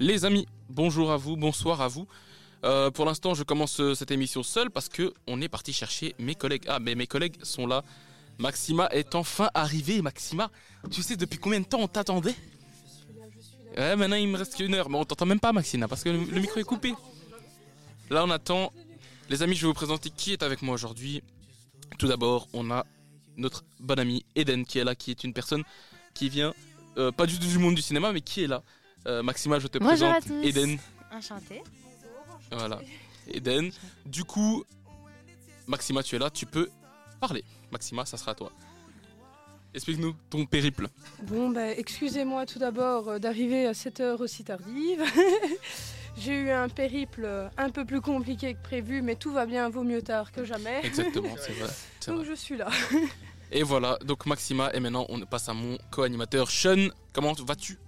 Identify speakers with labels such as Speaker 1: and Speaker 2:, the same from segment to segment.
Speaker 1: Les amis, bonjour à vous, bonsoir à vous. Euh, pour l'instant, je commence euh, cette émission seule parce que on est parti chercher mes collègues. Ah, mais mes collègues sont là. Maxima est enfin arrivée. Maxima, tu sais depuis combien de temps on t'attendait Ouais, maintenant il me reste qu'une heure, mais on t'entend même pas, Maxima, parce que le, le micro est coupé. Là, on attend. Les amis, je vais vous présenter qui est avec moi aujourd'hui. Tout d'abord, on a notre bonne amie Eden qui est là, qui est une personne qui vient euh, pas du tout du monde du cinéma, mais qui est là. Euh, Maxima, je te
Speaker 2: Bonjour à
Speaker 1: présente
Speaker 2: tous.
Speaker 1: Eden.
Speaker 2: Enchantée.
Speaker 1: Voilà. Eden. Du coup, Maxima, tu es là, tu peux parler. Maxima, ça sera à toi. Explique-nous ton périple.
Speaker 3: Bon, bah, excusez-moi tout d'abord euh, d'arriver à cette heure aussi tardive. J'ai eu un périple euh, un peu plus compliqué que prévu, mais tout va bien, vaut mieux tard que jamais.
Speaker 1: Exactement, c'est vrai. c'est
Speaker 3: Donc
Speaker 1: vrai.
Speaker 3: je suis là.
Speaker 1: Et voilà, donc Maxima, et maintenant on passe à mon co-animateur Sean. Comment vas-tu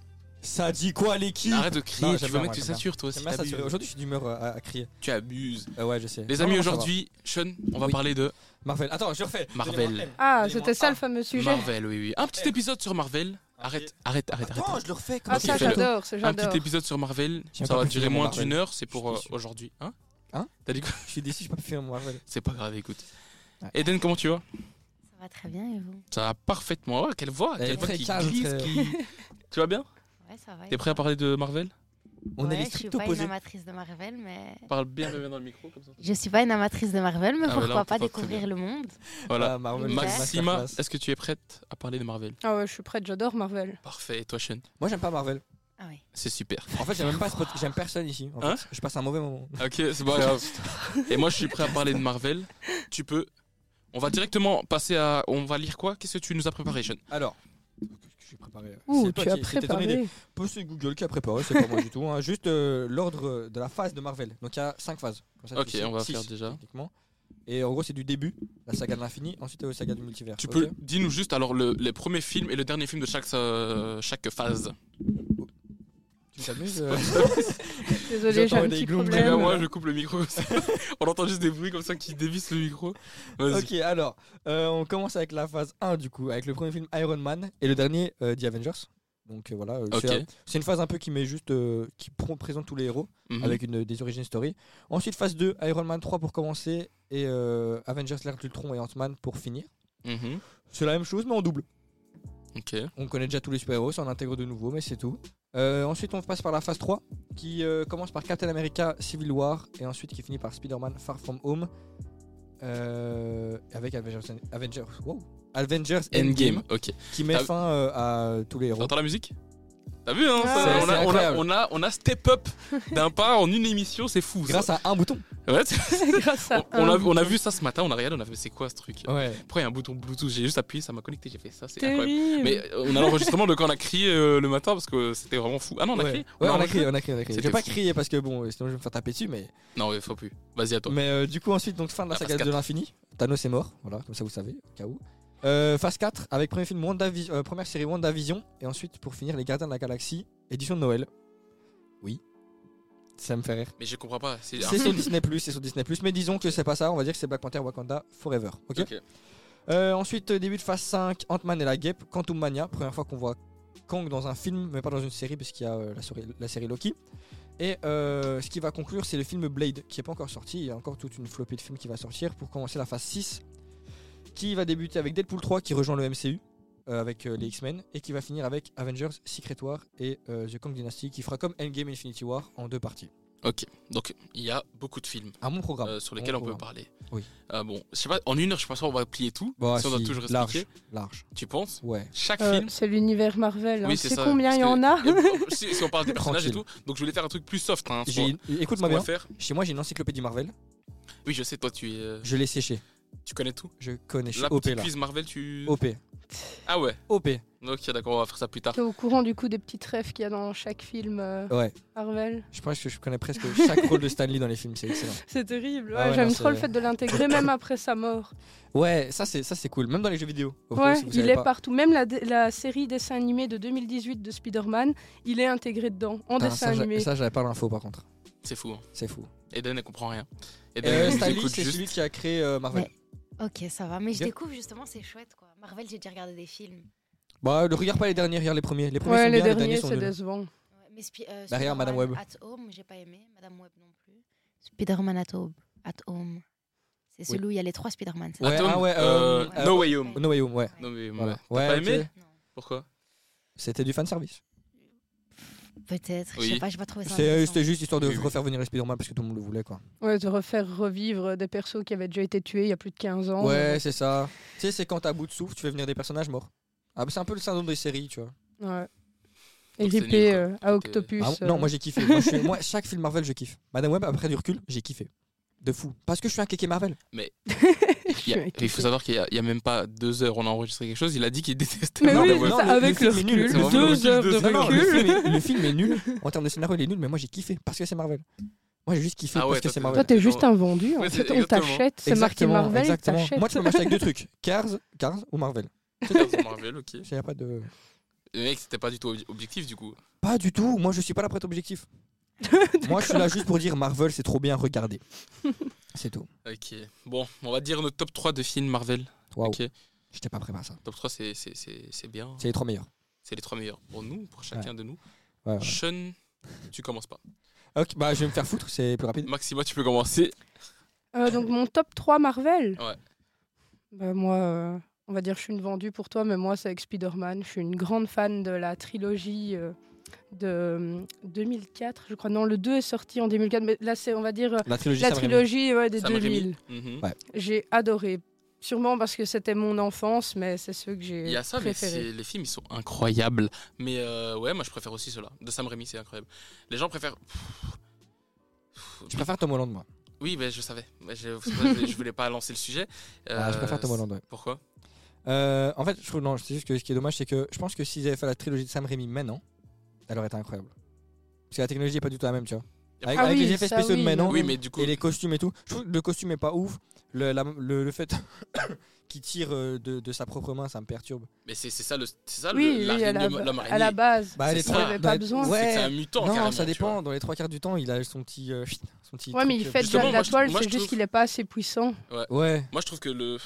Speaker 4: Ça dit quoi l'équipe
Speaker 1: Arrête de crier,
Speaker 4: Non,
Speaker 1: tu
Speaker 4: j'aime
Speaker 1: veux
Speaker 4: bien,
Speaker 1: mettre
Speaker 4: moi,
Speaker 1: tes
Speaker 4: j'aime
Speaker 1: satures toi aussi.
Speaker 4: J'aime bien
Speaker 1: t'abuses.
Speaker 4: saturer. Aujourd'hui, je suis d'humeur euh, à, à crier.
Speaker 1: Tu abuses.
Speaker 4: Euh, ouais, je sais.
Speaker 1: Les
Speaker 4: Non,
Speaker 1: amis,
Speaker 4: non, ça va.
Speaker 1: aujourd'hui, Sean, on va
Speaker 4: Oui.
Speaker 1: parler de
Speaker 4: Marvel. Attends, je refais.
Speaker 1: Marvel.
Speaker 3: Ah,
Speaker 4: Donnez-moi
Speaker 3: c'était ça
Speaker 4: un.
Speaker 3: le fameux sujet.
Speaker 1: Marvel, oui, oui. Un petit épisode sur Marvel. Arrête, arrête, arrête, arrête.
Speaker 4: Attends, je le refais.
Speaker 3: Ah,
Speaker 4: comment
Speaker 3: ça
Speaker 4: tu fais le-
Speaker 3: j'adore, ça
Speaker 1: Un
Speaker 3: j'adore.
Speaker 1: petit épisode sur Marvel,
Speaker 4: J'ai
Speaker 1: ça
Speaker 4: pas
Speaker 1: va
Speaker 4: pu
Speaker 1: durer
Speaker 4: finir mon
Speaker 1: moins
Speaker 4: Marvel.
Speaker 1: d'une heure, c'est pour
Speaker 4: Je
Speaker 1: euh,
Speaker 4: suis déçu.
Speaker 1: aujourd'hui. Hein
Speaker 4: Hein
Speaker 1: T'as dit quoi
Speaker 4: Je suis déçu, j'ai pas pu finir mon Marvel.
Speaker 1: C'est pas grave, écoute.
Speaker 4: Ouais.
Speaker 1: Eden, comment tu vas
Speaker 2: Ça va très bien et vous
Speaker 1: Ça va parfaitement. Ouais, quelle voix,
Speaker 4: Elle est
Speaker 1: quelle voix
Speaker 4: très
Speaker 1: qui
Speaker 4: calme,
Speaker 1: glisse,
Speaker 4: très-
Speaker 1: qui- Tu vas bien
Speaker 2: Ouais, ça va.
Speaker 1: T'es prêt à parler de Marvel
Speaker 4: On
Speaker 2: ouais,
Speaker 4: est les
Speaker 2: Je suis
Speaker 4: strict
Speaker 2: pas une
Speaker 4: opposés.
Speaker 2: amatrice de Marvel, mais.
Speaker 1: Parle bien, bien dans le micro comme ça.
Speaker 2: Je suis pas une amatrice de Marvel,
Speaker 1: Ah, mais
Speaker 2: mais
Speaker 1: là,
Speaker 2: pourquoi
Speaker 1: on
Speaker 2: pas
Speaker 1: t'entend très
Speaker 2: découvrir le monde
Speaker 1: Voilà.
Speaker 4: Ah, Marvel,
Speaker 2: Ouais.
Speaker 1: Maxima,
Speaker 4: masterclass.
Speaker 1: est-ce que tu es prête à parler de Marvel
Speaker 3: Ah ouais, je suis prête, j'adore Marvel.
Speaker 1: Parfait, et toi Sean
Speaker 4: Moi, j'aime pas Marvel.
Speaker 2: Ah oui.
Speaker 1: C'est super.
Speaker 4: En fait, j'aime même pas ce pod- J'aime personne ici. En
Speaker 1: Hein
Speaker 4: fait, je passe un mauvais moment.
Speaker 1: Ok, c'est pas grave. Et moi je suis prêt à parler de Marvel. Tu peux. On va directement passer à. On va lire quoi Qu'est-ce que tu nous as préparé, Sean
Speaker 4: Alors. Qu'est-ce que j'ai préparé
Speaker 3: Ouh,
Speaker 4: C'est toi
Speaker 3: tu as
Speaker 4: qui- c'était ton idée.
Speaker 3: préparé.
Speaker 4: Peu, C'est Google qui a préparé, c'est pas moi du tout. hein. Juste euh, l'ordre de la phase de Marvel. Donc, il y a 5 phases. Comme ça, tu
Speaker 1: Ok,
Speaker 4: fais six-
Speaker 1: on va
Speaker 4: six,
Speaker 1: faire déjà.
Speaker 4: techniquement. Et en gros, c'est du début, la saga de l'infini, ensuite la saga du multivers.
Speaker 1: Tu
Speaker 4: Ok
Speaker 1: peux. Dis-nous juste alors le- les premiers films et le dernier film de chaque, euh, chaque phase.
Speaker 4: Tu t'amuses euh,
Speaker 3: Désolée, j'ai
Speaker 4: J'entends
Speaker 3: un
Speaker 4: des
Speaker 3: petit
Speaker 4: glooms.
Speaker 1: Très bien,
Speaker 3: problème.
Speaker 1: Eh ben, moi je coupe le micro comme ça. On entend juste des bruits comme ça qui dévissent le micro. Vas-y.
Speaker 4: Ok, alors, euh, on commence avec la phase 1 du coup, avec le premier film Iron Man et le dernier euh, The Avengers. Donc euh, voilà, euh,
Speaker 1: Ok.
Speaker 4: c'est- c'est une phase un peu qui met juste euh, qui pr- présente tous les héros
Speaker 1: Mhm.
Speaker 4: avec une des origin story. Ensuite phase 2, Iron Man 3 pour commencer et euh, Avengers l'ère d'Ultron et Ant-Man pour finir.
Speaker 1: Mhm.
Speaker 4: C'est la même chose mais en double.
Speaker 1: Ok.
Speaker 4: On connaît déjà tous les super-héros, ça on intègre de nouveau mais c'est tout. Euh, ensuite on passe par la phase 3 qui euh, commence par Captain America Civil War et ensuite qui finit par Spider-Man Far From Home euh, avec Avengers Avengers wow. Avengers Endgame
Speaker 1: Endgame, ok.
Speaker 4: qui met
Speaker 1: Ah.
Speaker 4: fin euh, à tous les héros.
Speaker 1: T'entends la musique T'as vu, hein ça- on,
Speaker 3: Ouais.
Speaker 1: a,
Speaker 4: C'est
Speaker 1: on, a,
Speaker 4: incroyable.
Speaker 1: on, a, on a step up d'un pas en une émission, c'est fou. ça.
Speaker 4: Grâce à un bouton.
Speaker 1: Ouais, c'est-
Speaker 3: Grâce à
Speaker 1: on, on a,
Speaker 3: un
Speaker 1: on a vu ça ce matin, on a regardé, on a fait c'est quoi ce truc
Speaker 4: Ouais.
Speaker 1: Pourquoi il y a un bouton Bluetooth J'ai juste appuyé, ça m'a connecté, j'ai fait ça, c'est incroyable.
Speaker 3: terrible.
Speaker 1: Mais euh, on a l'enregistrement de quand on a crié euh, le matin parce que c'était vraiment fou. Ah non, on a
Speaker 4: Ouais.
Speaker 1: crié
Speaker 4: Ouais, on a
Speaker 1: enregistré
Speaker 4: crié, on a crié, on a crié.
Speaker 1: C'était
Speaker 4: J'ai pas
Speaker 1: fou.
Speaker 4: crié parce que bon, sinon je vais me faire taper dessus, mais.
Speaker 1: Non, ouais, faut plus. Vas-y, à toi.
Speaker 4: Mais euh, du coup, ensuite, donc fin de la
Speaker 1: La
Speaker 4: saga
Speaker 1: phase quatre.
Speaker 4: de l'infini. Thanos est mort, voilà, comme ça vous savez, au cas où. Euh, phase 4, avec premier film WandaVi- euh, première série WandaVision, et ensuite pour finir Les Gardiens de la Galaxie, édition de Noël. Oui. Ça me fait rire.
Speaker 1: Mais je comprends pas. C'est un
Speaker 4: C'est sur
Speaker 1: film.
Speaker 4: Disney, c'est sur Disney, mais disons que c'est pas ça, on va dire que c'est Black Panther Wakanda Forever. ok
Speaker 1: Ok.
Speaker 4: Euh, ensuite, euh, début de phase 5, Ant-Man et la guêpe, Quantum Mania, première fois qu'on voit Kang dans un film, mais pas dans une série, parce qu'il y a euh, la, série, la série Loki. Et euh, ce qui va conclure, c'est le film Blade, qui n'est pas encore sorti. Il y a encore toute une flopée de films qui va sortir pour commencer la phase 6, qui va débuter avec Deadpool 3, qui rejoint le MCU, euh, avec euh, les X-Men, et qui va finir avec Avengers, Secret War et euh, The Kang Dynasty, qui fera comme Endgame et Infinity War en deux parties.
Speaker 1: Ok. Donc, il y a beaucoup de films
Speaker 4: À mon programme.
Speaker 1: euh, sur lesquels on peut
Speaker 4: programme.
Speaker 1: parler.
Speaker 4: Oui.
Speaker 1: Euh, bon, je sais pas, en une heure, je pense qu'on va plier tout.
Speaker 4: Bah,
Speaker 1: si on doit
Speaker 4: si,
Speaker 1: toujours
Speaker 4: large,
Speaker 1: expliquer.
Speaker 4: Large,
Speaker 1: Tu penses
Speaker 4: ouais.
Speaker 1: Chaque
Speaker 3: Euh,
Speaker 1: film.
Speaker 3: c'est l'univers Marvel. hein.
Speaker 1: Oui,
Speaker 3: Tu
Speaker 1: c'est
Speaker 3: sais
Speaker 1: ça,
Speaker 3: combien
Speaker 1: parce
Speaker 3: il y
Speaker 1: que-
Speaker 3: en a
Speaker 1: si, si on parle des personnages et tout, donc je voulais faire un truc plus soft. Hein, sur-
Speaker 4: J'ai-
Speaker 1: ce qu'on
Speaker 4: Écoute-moi
Speaker 1: va
Speaker 4: bien,
Speaker 1: faire. Euh.
Speaker 4: chez moi j'ai une encyclopédie Marvel.
Speaker 1: Oui, je sais, toi, tu, es, euh,
Speaker 4: Je l'ai séché.
Speaker 1: tu connais tout.
Speaker 4: Je connais. Je suis
Speaker 1: La
Speaker 4: OP
Speaker 1: petite
Speaker 4: là.
Speaker 1: quiz Marvel, tu.
Speaker 4: OP.
Speaker 1: Ah ouais,
Speaker 4: OP.
Speaker 1: ok, d'accord, on va faire ça plus tard.
Speaker 3: T'es au courant du coup des petites rêves qu'il y a dans chaque film euh,
Speaker 4: Ouais.
Speaker 3: Marvel
Speaker 4: Je pense que je connais presque chaque rôle de Stanley dans les films. C'est excellent.
Speaker 3: C'est terrible.
Speaker 4: Ah
Speaker 3: ouais,
Speaker 4: ouais,
Speaker 3: J'aime
Speaker 4: non,
Speaker 3: trop le
Speaker 4: c'est-
Speaker 3: fait de l'intégrer même après sa mort.
Speaker 4: Ouais, ça c'est ça c'est cool. Même dans les jeux vidéo. au cas où,
Speaker 3: ouais,
Speaker 4: si vous
Speaker 3: il
Speaker 4: savez
Speaker 3: est
Speaker 4: pas.
Speaker 3: partout. Même la, la série dessin animé de 2018 de Spider-Man, il est intégré dedans, en dessin
Speaker 4: Putain, Ah, ça, j'a-
Speaker 3: animé.
Speaker 4: ça, j'avais pas l'info par contre.
Speaker 1: C'est fou. hein.
Speaker 4: C'est fou.
Speaker 1: Eden, elle comprend rien.
Speaker 4: Euh,
Speaker 1: elle nous
Speaker 4: Stanley,
Speaker 1: Eh ben, écoute
Speaker 4: c'est
Speaker 1: juste.
Speaker 4: celui qui a créé euh, Marvel.
Speaker 2: Ouais. Ok, ça va. Mais je
Speaker 4: Bien.
Speaker 2: découvre justement, c'est chouette quoi. Marvel, j'ai déjà regardé des films.
Speaker 4: Bah, ne regarde pas les derniers, regarde les premiers. Les premiers
Speaker 3: Ouais,
Speaker 4: sont
Speaker 3: les
Speaker 4: bien,
Speaker 3: derniers,
Speaker 4: les
Speaker 3: c'est
Speaker 4: derniers sont nuls.
Speaker 3: décevant.
Speaker 2: Ouais, Mais Spi- euh,
Speaker 4: Derrière Madame
Speaker 2: Spider-Man
Speaker 4: Web.
Speaker 2: At Home, j'ai pas aimé. Madame Web non plus. Spider-Man At Home. At home. C'est
Speaker 4: Oui.
Speaker 2: celui où il y a les trois Spider-Man. c'est
Speaker 4: Ouais,
Speaker 2: ça
Speaker 1: Atom,
Speaker 4: ah ouais,
Speaker 1: euh,
Speaker 2: euh,
Speaker 1: No Way Home.
Speaker 4: No Way Home, ouais.
Speaker 1: Non, mais
Speaker 4: Voilà.
Speaker 1: ouais.
Speaker 4: Ouais,
Speaker 1: pas
Speaker 4: ok.
Speaker 1: aimé
Speaker 2: Non.
Speaker 1: Pourquoi
Speaker 4: C'était du fanservice.
Speaker 2: Peut-être. Je
Speaker 1: Oui.
Speaker 2: sais pas, j'ai pas trouvé ça.
Speaker 4: C'était
Speaker 2: intéressant.
Speaker 4: euh, c'était juste histoire de
Speaker 1: Oui, oui.
Speaker 4: refaire venir les Spider-Man parce que tout le monde le voulait, quoi.
Speaker 3: Ouais, de refaire revivre des persos qui avaient déjà été tués il y a plus de 15 ans.
Speaker 4: Ouais, c'est ça. Tu sais, c'est quand t'as bout de souffle, tu fais venir des personnages morts. Ah, bah, c'est un peu le syndrome des séries, tu vois.
Speaker 3: Ouais. Et
Speaker 1: Donc c'est nul,
Speaker 3: RIP
Speaker 1: quoi.
Speaker 3: euh, à
Speaker 1: Tout est-
Speaker 3: Octopus.
Speaker 4: Ah,
Speaker 3: euh,
Speaker 4: non, moi j'ai kiffé. Moi, je suis- moi, chaque film Marvel, je kiffe. Madame Web, après du recul, j'ai kiffé. De fou. Parce que je suis un kéké Marvel.
Speaker 3: euh, je
Speaker 1: Il y a-
Speaker 3: suis
Speaker 1: Il faut savoir qu'il y a- il y a même pas deux heures, on a enregistré quelque chose. Il a dit qu'il détestait
Speaker 3: Mais
Speaker 1: Madame
Speaker 3: oui,
Speaker 1: Web.
Speaker 3: ça, avec le
Speaker 4: film est nul.
Speaker 3: recul,
Speaker 1: C'est vraiment le
Speaker 3: deux
Speaker 1: recul
Speaker 3: heures
Speaker 1: de
Speaker 3: de
Speaker 1: ça.
Speaker 4: Non, non,
Speaker 3: recul.
Speaker 4: le, film est, le film est nul. En termes de scénario, il est nul, mais moi j'ai kiffé parce que c'est Marvel. Moi j'ai juste kiffé
Speaker 1: Ah ouais,
Speaker 4: parce que
Speaker 1: toi,
Speaker 4: c'est
Speaker 1: t'es-
Speaker 3: Toi,
Speaker 4: Marvel.
Speaker 3: t'es juste
Speaker 1: Ouais,
Speaker 3: un vendu. En
Speaker 1: c'est-
Speaker 3: fait, on
Speaker 1: exactement.
Speaker 3: t'achète. C'est marqué
Speaker 4: Exactement,
Speaker 3: Marvel, et
Speaker 4: exactement.
Speaker 3: t'achètes.
Speaker 4: Moi tu peux m'acheter avec deux trucs Cars, Cars ou Marvel.
Speaker 1: Captain Marvel, ok.
Speaker 4: Il y a pas de.
Speaker 1: Le mec, c'était pas du tout ob- objectif du coup.
Speaker 4: Pas du tout. Moi, je suis pas là pour être objectif. Moi, je suis là juste pour dire Marvel, c'est trop bien. Regardez. c'est tout.
Speaker 1: Ok. Bon, on va dire notre top 3 de films Marvel.
Speaker 4: Waouh.
Speaker 1: Ok.
Speaker 4: J'étais pas préparé à ça.
Speaker 1: Top 3, c'est- c'est c'est- c'est bien.
Speaker 4: C'est les trois meilleurs.
Speaker 1: C'est les trois meilleurs pour nous, pour chacun de nous.
Speaker 4: Ouais, ouais.
Speaker 1: Sean, tu commences pas.
Speaker 4: Ok, bah je vais me faire foutre, c'est plus rapide.
Speaker 1: Maxima, tu peux commencer.
Speaker 3: Euh, donc mon top 3 Marvel.
Speaker 1: Ouais.
Speaker 3: Bah, moi, euh, on va dire je suis une vendue pour toi, mais moi c'est avec Spider-Man. Je suis une grande fan de la trilogie euh, de euh, 2004, je crois. Non, le 2 est sorti en 2004, mais là c'est, on va dire, euh,
Speaker 4: La trilogie.
Speaker 3: la
Speaker 4: Sam Raimi.
Speaker 3: trilogie ouais, des
Speaker 1: Sam Raimi.
Speaker 3: 2000.
Speaker 1: Mhm.
Speaker 3: J'ai adoré. Sûrement parce que c'était mon enfance, mais c'est ceux que j'ai
Speaker 1: Il y a ça, mais
Speaker 3: préférés.
Speaker 1: c'est- les films, ils sont incroyables. Mais euh, ouais, moi, je préfère aussi ceux-là. De Sam Raimi, c'est incroyable. Les gens préfèrent.
Speaker 4: Je préfère Tom Holland, moi.
Speaker 1: Oui, mais je savais. Mais Je, c'est pour ça que je- je voulais pas lancer le sujet.
Speaker 4: Ah, je préfère
Speaker 1: Euh,
Speaker 4: Tom Holland, ouais.
Speaker 1: Pourquoi
Speaker 4: Euh, en fait, je trouve, non, c'est juste que ce qui est dommage, c'est que je pense que s'ils avaient fait la trilogie de Sam Raimi maintenant, elle aurait été incroyable. Parce que la technologie est pas du tout la même, tu vois. Avec,
Speaker 3: Ah
Speaker 4: avec
Speaker 3: oui,
Speaker 4: les effets
Speaker 3: ça,
Speaker 4: spéciaux de
Speaker 3: oui.
Speaker 4: maintenant
Speaker 1: Oui, mais du coup.
Speaker 4: et les costumes et tout, je trouve que le costume est pas ouf. Le, la- le, le fait qu'il tire euh, de, de sa propre main, ça me perturbe.
Speaker 1: Mais c'est c'est ça le. C'est ça
Speaker 3: Oui,
Speaker 1: le.
Speaker 3: oui, à la,
Speaker 1: l'araignée- l'homme
Speaker 3: à la
Speaker 1: araignée.
Speaker 3: base,
Speaker 4: Bah,
Speaker 1: C'est
Speaker 4: les
Speaker 1: ça.
Speaker 4: trois-
Speaker 1: Il avait
Speaker 4: dans
Speaker 3: pas
Speaker 4: les-
Speaker 3: besoin.
Speaker 1: C'est que c'est un
Speaker 4: Ouais.
Speaker 1: mutant.
Speaker 4: Non,
Speaker 1: carrément, tu
Speaker 4: ça
Speaker 1: vois.
Speaker 4: dépend. Dans les trois quarts du temps, il a son petit. euh, chut, son petit
Speaker 3: ouais, mais il
Speaker 4: truc,
Speaker 3: fait
Speaker 4: euh,
Speaker 3: déjà
Speaker 1: Justement,
Speaker 3: de la
Speaker 1: moi, je-
Speaker 3: toile,
Speaker 1: moi,
Speaker 3: c'est
Speaker 1: je
Speaker 3: juste
Speaker 1: trouve-
Speaker 3: qu'il n'est pas assez puissant.
Speaker 4: Ouais.
Speaker 1: Moi, je trouve que le.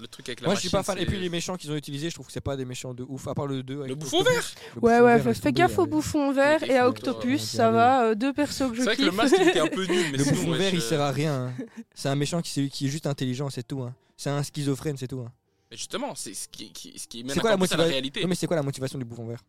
Speaker 1: Le truc avec la
Speaker 4: Moi, je suis pas
Speaker 1: machine,
Speaker 4: fan. Et puis
Speaker 1: c'est-
Speaker 4: les méchants qu'ils ont utilisés, je trouve que c'est pas des méchants de ouf. À part le 2. avec
Speaker 1: Le bouffon
Speaker 4: Octopus.
Speaker 1: vert
Speaker 4: Le
Speaker 3: Ouais,
Speaker 4: bouffon
Speaker 3: ouais,
Speaker 4: vert,
Speaker 3: fais,
Speaker 4: laisse
Speaker 3: fais
Speaker 4: tomber,
Speaker 3: gaffe au
Speaker 4: allez.
Speaker 3: bouffon vert
Speaker 1: Il
Speaker 3: et à
Speaker 1: faut-
Speaker 3: Octopus,
Speaker 4: faut y
Speaker 3: ça
Speaker 4: aller.
Speaker 3: va, euh, deux persos que je
Speaker 1: C'est vrai que
Speaker 3: kiffe.
Speaker 1: le masque il était un peu nul, mais
Speaker 4: Le
Speaker 1: sinon,
Speaker 4: bouffon
Speaker 1: ouais,
Speaker 4: vert,
Speaker 1: je-
Speaker 4: il sert à rien. hein. C'est un méchant qui, c'est- qui est juste intelligent, c'est tout. hein. C'est un schizophrène, c'est tout. hein.
Speaker 1: Mais justement, c'est ce qui, qui- ce qui mène
Speaker 4: C'est quoi la
Speaker 1: encore plus à la
Speaker 4: motivation
Speaker 1: réalité.
Speaker 4: Non, mais c'est quoi la motivation du bouffon vert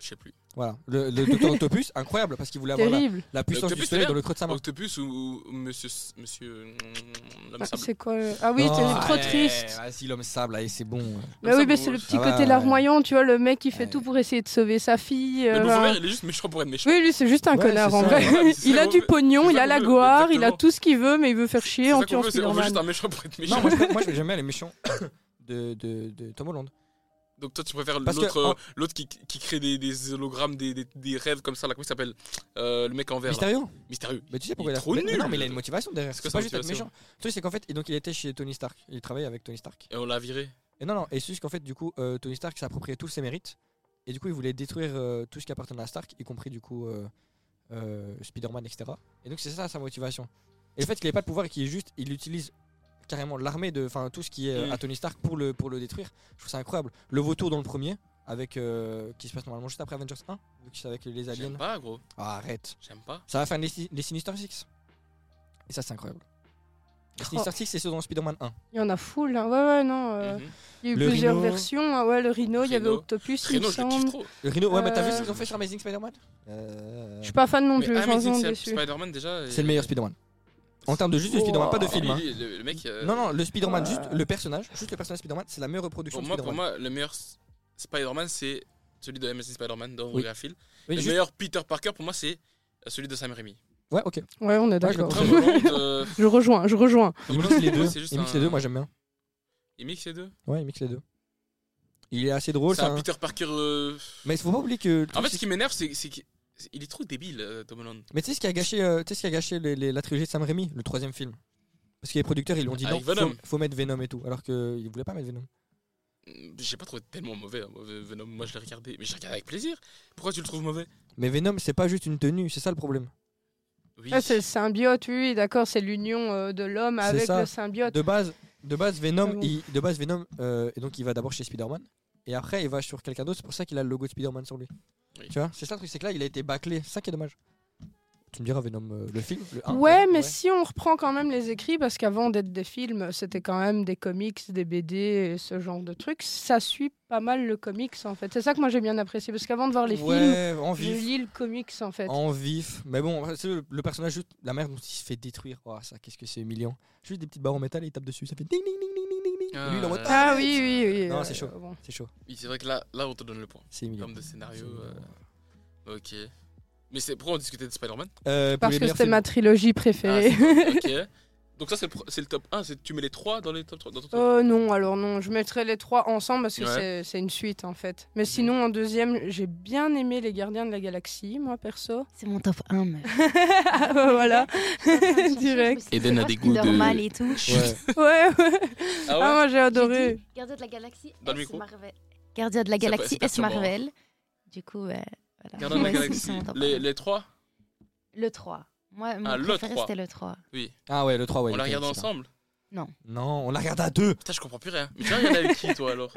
Speaker 1: Je sais plus.
Speaker 4: Voilà. Le, le docteur Octopus, incroyable, parce qu'il voulait avoir la,
Speaker 3: Terrible.
Speaker 4: la puissance
Speaker 1: L'Octopus,
Speaker 4: du
Speaker 1: c'est
Speaker 4: soleil
Speaker 1: bien.
Speaker 4: dans le creux de sa main.
Speaker 1: Octopus ou, ou Monsieur. Monsieur. mm, L'homme
Speaker 3: Ah,
Speaker 1: sable.
Speaker 3: c'est quoi le- Ah oui,
Speaker 4: Non,
Speaker 3: terrible, trop
Speaker 4: allez,
Speaker 3: triste.
Speaker 4: Vas-y, l'homme sable, allez, c'est bon.
Speaker 3: Bah oui,
Speaker 1: sable
Speaker 3: mais
Speaker 1: rouge.
Speaker 3: c'est le petit
Speaker 4: Ah ouais,
Speaker 3: côté
Speaker 4: ouais.
Speaker 3: larmoyant, tu vois, le mec qui fait
Speaker 4: Ouais.
Speaker 3: tout pour essayer de sauver sa fille.
Speaker 1: Le
Speaker 3: euh,
Speaker 1: bouffon
Speaker 3: ben-
Speaker 1: vert, il est juste méchant pour être méchant.
Speaker 3: Oui, lui, c'est juste un
Speaker 4: Ouais,
Speaker 3: connard
Speaker 4: c'est
Speaker 3: en
Speaker 4: ça.
Speaker 3: vrai.
Speaker 1: Ouais, mais c'est
Speaker 3: il
Speaker 1: ça
Speaker 3: a
Speaker 1: qu'on
Speaker 3: du
Speaker 1: veut.
Speaker 3: pognon,
Speaker 1: C'est
Speaker 3: il
Speaker 1: ça
Speaker 3: a la
Speaker 1: qu'on veut,
Speaker 3: gloire, il a
Speaker 1: exactement.
Speaker 3: tout ce qu'il veut, mais il veut faire chier
Speaker 1: C'est
Speaker 3: en
Speaker 1: ça qu'on
Speaker 3: tuant
Speaker 1: veut, c'est- on veut juste
Speaker 3: Spider-Man.
Speaker 1: un méchant pour être méchant.
Speaker 4: Non, moi, je- moi, je- j'aime bien les méchants de, de, de Tom Holland.
Speaker 1: Donc toi, tu préfères
Speaker 4: Parce que-
Speaker 1: l'autre euh, l'autre qui, qui crée des, des hologrammes, des, des, des rêves comme ça, là, comment il s'appelle Euh, Le mec en vert. là.
Speaker 4: Mystérieux
Speaker 1: Mystérieux.
Speaker 4: Mais tu sais pourquoi
Speaker 1: Il
Speaker 4: il,
Speaker 1: est
Speaker 4: a
Speaker 1: trop
Speaker 4: mais- mais Non,
Speaker 1: nul.
Speaker 4: mais il a une motivation derrière.
Speaker 1: C'est
Speaker 4: C'est
Speaker 1: quoi
Speaker 4: pas
Speaker 1: sa
Speaker 4: juste être
Speaker 1: motivation
Speaker 4: méchant. Le truc, c'est qu'en fait, et donc il était chez Tony Stark. Il travaillait avec Tony Stark.
Speaker 1: Et on l'a viré.
Speaker 4: Et non, non, et c'est juste qu'en fait, du coup, euh, Tony Stark s'est approprié tous ses mérites. Et du coup, il voulait détruire euh, tout ce qui appartenait à Stark, y compris du coup euh, euh, Spider-Man, etc. Et donc, c'est ça sa motivation. Et le fait qu'il n'ait pas de pouvoir et qu'il est juste, il utilise carrément l'armée de. Enfin, tout ce qui est euh,
Speaker 1: Mm.
Speaker 4: à Tony Stark pour le, pour le détruire. Je trouve ça incroyable. Le vautour dans le premier, avec. euh, qui se passe normalement juste après Avengers 1, vu que c'est avec les aliens.
Speaker 1: J'aime pas, gros.
Speaker 4: Ah, arrête.
Speaker 1: J'aime pas.
Speaker 4: Ça va faire les, si- les Sinister Six. Et ça, c'est incroyable.
Speaker 1: Oh.
Speaker 4: Les Sinister Six, c'est ceux dans Spider-Man 1.
Speaker 3: Il y en a full, hein. ouais, ouais, non. euh,
Speaker 1: Mhm.
Speaker 3: Il y a eu
Speaker 4: Le
Speaker 3: plusieurs
Speaker 4: rhino.
Speaker 3: versions, ah ouais, le rhino, il y avait
Speaker 1: Rhino.
Speaker 3: Octopus, il me
Speaker 1: Rhino, je le kiffe
Speaker 3: semble.
Speaker 1: trop.
Speaker 4: Le Rhino, ouais, mais t'as vu
Speaker 3: Euh,
Speaker 4: ce qu'ils ont fait sur Amazing Spider-Man Euh,
Speaker 3: Je suis pas fan non
Speaker 1: Mais
Speaker 3: plus,
Speaker 1: Amazing
Speaker 3: franchement,
Speaker 1: Sp-
Speaker 3: déçu.
Speaker 1: Spider-Man, déjà.
Speaker 4: C'est le meilleur Spider-Man. En termes de juste de
Speaker 3: Oh.
Speaker 4: Spider-Man, pas de film.
Speaker 1: Spider-Man.
Speaker 4: hein.
Speaker 1: Le le mec. euh,
Speaker 4: Non, non, le Spider-Man,
Speaker 3: Ouais.
Speaker 4: juste le personnage, juste le personnage Spider-Man, c'est la meilleure reproduction
Speaker 1: Pour
Speaker 4: de
Speaker 1: moi, pour
Speaker 4: Spider-Man.
Speaker 1: moi, le meilleur s- Spider-Man, c'est celui de Amazing Spider-Man d'Andrew
Speaker 4: Oui.
Speaker 1: Garfield. le
Speaker 4: Oui, juste-
Speaker 1: meilleur Peter Parker, pour moi, c'est euh, celui de Sam Raimi.
Speaker 4: Ouais, ok.
Speaker 3: Ouais, on est
Speaker 4: Moi, Ah, je le
Speaker 3: d'accord.
Speaker 1: Tom Holland, euh,
Speaker 3: Je rejoins, je rejoins.
Speaker 4: Il
Speaker 1: Tom
Speaker 4: mixe
Speaker 1: Holland,
Speaker 4: les
Speaker 1: pour moi,
Speaker 4: deux,
Speaker 1: c'est juste
Speaker 4: il mixe
Speaker 1: un-
Speaker 4: les deux, moi j'aime bien.
Speaker 1: Il mixe les deux.
Speaker 4: Ouais, il mixe les deux. Il est assez drôle,
Speaker 1: c'est
Speaker 4: ça. hein.
Speaker 1: un Peter Parker. euh,
Speaker 4: Mais faut pas oublier que. le truc,
Speaker 1: En fait,
Speaker 4: c'est-
Speaker 1: ce qui m'énerve, c'est c'est qu'il il est trop débile, euh, Tom Holland.
Speaker 4: Mais tu sais ce qui a gâché, euh, tu sais ce qui a gâché les- les- la trilogie de Sam Raimi, le troisième film Parce que les producteurs ils lui ont dit non,
Speaker 1: Avec
Speaker 4: faut,
Speaker 1: Venom.
Speaker 4: faut mettre Venom et tout, alors qu'ils voulaient pas mettre Venom.
Speaker 1: Mm, J'ai pas trouvé tellement mauvais, hein, mauvais Venom. Moi, je l'ai regardé, mais je l'ai regardé avec plaisir. Pourquoi tu le trouves mauvais
Speaker 4: Mais Venom c'est pas juste une tenue, c'est ça le problème.
Speaker 1: Oui.
Speaker 3: Ah, c'est le symbiote, oui, d'accord, c'est l'union euh, de l'homme
Speaker 4: C'est
Speaker 3: avec
Speaker 4: ça.
Speaker 3: le symbiote.
Speaker 4: De base, de base Venom,
Speaker 3: Ah bon.
Speaker 4: il, de base Venom, euh, et donc il va d'abord chez Spider-Man, et après il va sur quelqu'un d'autre. C'est pour ça qu'il a le logo de Spider-Man sur lui.
Speaker 1: Oui.
Speaker 4: Tu vois, c'est ça le truc, c'est que là, il a été bâclé. C'est ça qui est dommage. Tu me diras Venom, euh, le film le un,
Speaker 3: Ouais,
Speaker 4: le-
Speaker 3: mais si on reprend quand même les écrits, parce qu'avant d'être des films, c'était quand même des comics, des BD, et ce genre de trucs. Ça suit pas mal le comics, en fait. C'est ça que moi j'ai bien apprécié, parce qu'avant de voir les films,
Speaker 4: Ouais, en
Speaker 3: je
Speaker 4: vif.
Speaker 3: lis le comics, en fait.
Speaker 4: En vif. Mais bon, c'est le, le personnage, juste, la merde, dont il se fait détruire. Oh, ça, qu'est-ce que c'est humiliant. Juste des petites barres en métal et il tape dessus. Ça fait ding ding ding ding ding ding. ding. Et lui, il est en mode,
Speaker 1: Ah.
Speaker 3: Ah oui, oui, oui.
Speaker 4: Non, c'est chaud.
Speaker 3: bon.
Speaker 4: C'est chaud.
Speaker 1: Oui, c'est vrai que là, là, on te donne le point.
Speaker 4: C'est humiliant.
Speaker 1: Comme de scénario. euh, ok. Mais c'est pourquoi on discutait de Spider-Man
Speaker 4: Euh, pour
Speaker 3: Parce
Speaker 4: les
Speaker 3: que
Speaker 4: meilleurs
Speaker 3: c'était
Speaker 4: films.
Speaker 3: ma trilogie
Speaker 1: Ah,
Speaker 3: préférée.
Speaker 1: c'est- Ok. Donc, ça, c'est le, pro- c'est le top 1. c'est- Tu mets les 3 dans, les top 3, dans ton top
Speaker 3: Euh, non, alors non, je mettrais les trois ensemble parce que
Speaker 1: Ouais.
Speaker 3: c'est- c'est une suite en fait.
Speaker 4: Mhm.
Speaker 3: Mais sinon, en deuxième, j'ai bien aimé Les Gardiens de la Galaxie, moi perso.
Speaker 2: C'est mon top 1, meuf.
Speaker 3: Ah, bah, voilà. Direct.
Speaker 1: Eden a des goûts de-
Speaker 2: normal et tout.
Speaker 4: Ouais.
Speaker 3: Ouais, ouais.
Speaker 1: Ah ouais
Speaker 3: Ah, moi j'ai
Speaker 2: J'ai
Speaker 3: adoré.
Speaker 2: dit Gardien de la galaxie
Speaker 1: Dans le
Speaker 2: S
Speaker 1: micro.
Speaker 2: Marvel. Gardien de la
Speaker 1: C'est pas-
Speaker 2: galaxie
Speaker 1: c'est pas
Speaker 2: S
Speaker 1: sûrement.
Speaker 2: Marvel. Du coup, euh, voilà.
Speaker 1: Gardien de la
Speaker 2: Ouais,
Speaker 1: Galaxie.
Speaker 2: c'est mon top
Speaker 1: Les,
Speaker 2: un.
Speaker 1: les 3
Speaker 2: Le 3. Moi, mon
Speaker 1: Ah, le
Speaker 2: préféré,
Speaker 1: 3.
Speaker 2: c'était le 3.
Speaker 4: Ah ouais, le 3, ouais.
Speaker 1: On
Speaker 4: il
Speaker 1: la
Speaker 4: était
Speaker 1: regarde
Speaker 4: excellent.
Speaker 1: ensemble
Speaker 4: Non, on la regarde à deux.
Speaker 1: Putain, je comprends plus rien. Mais tu regardes avec qui, toi, alors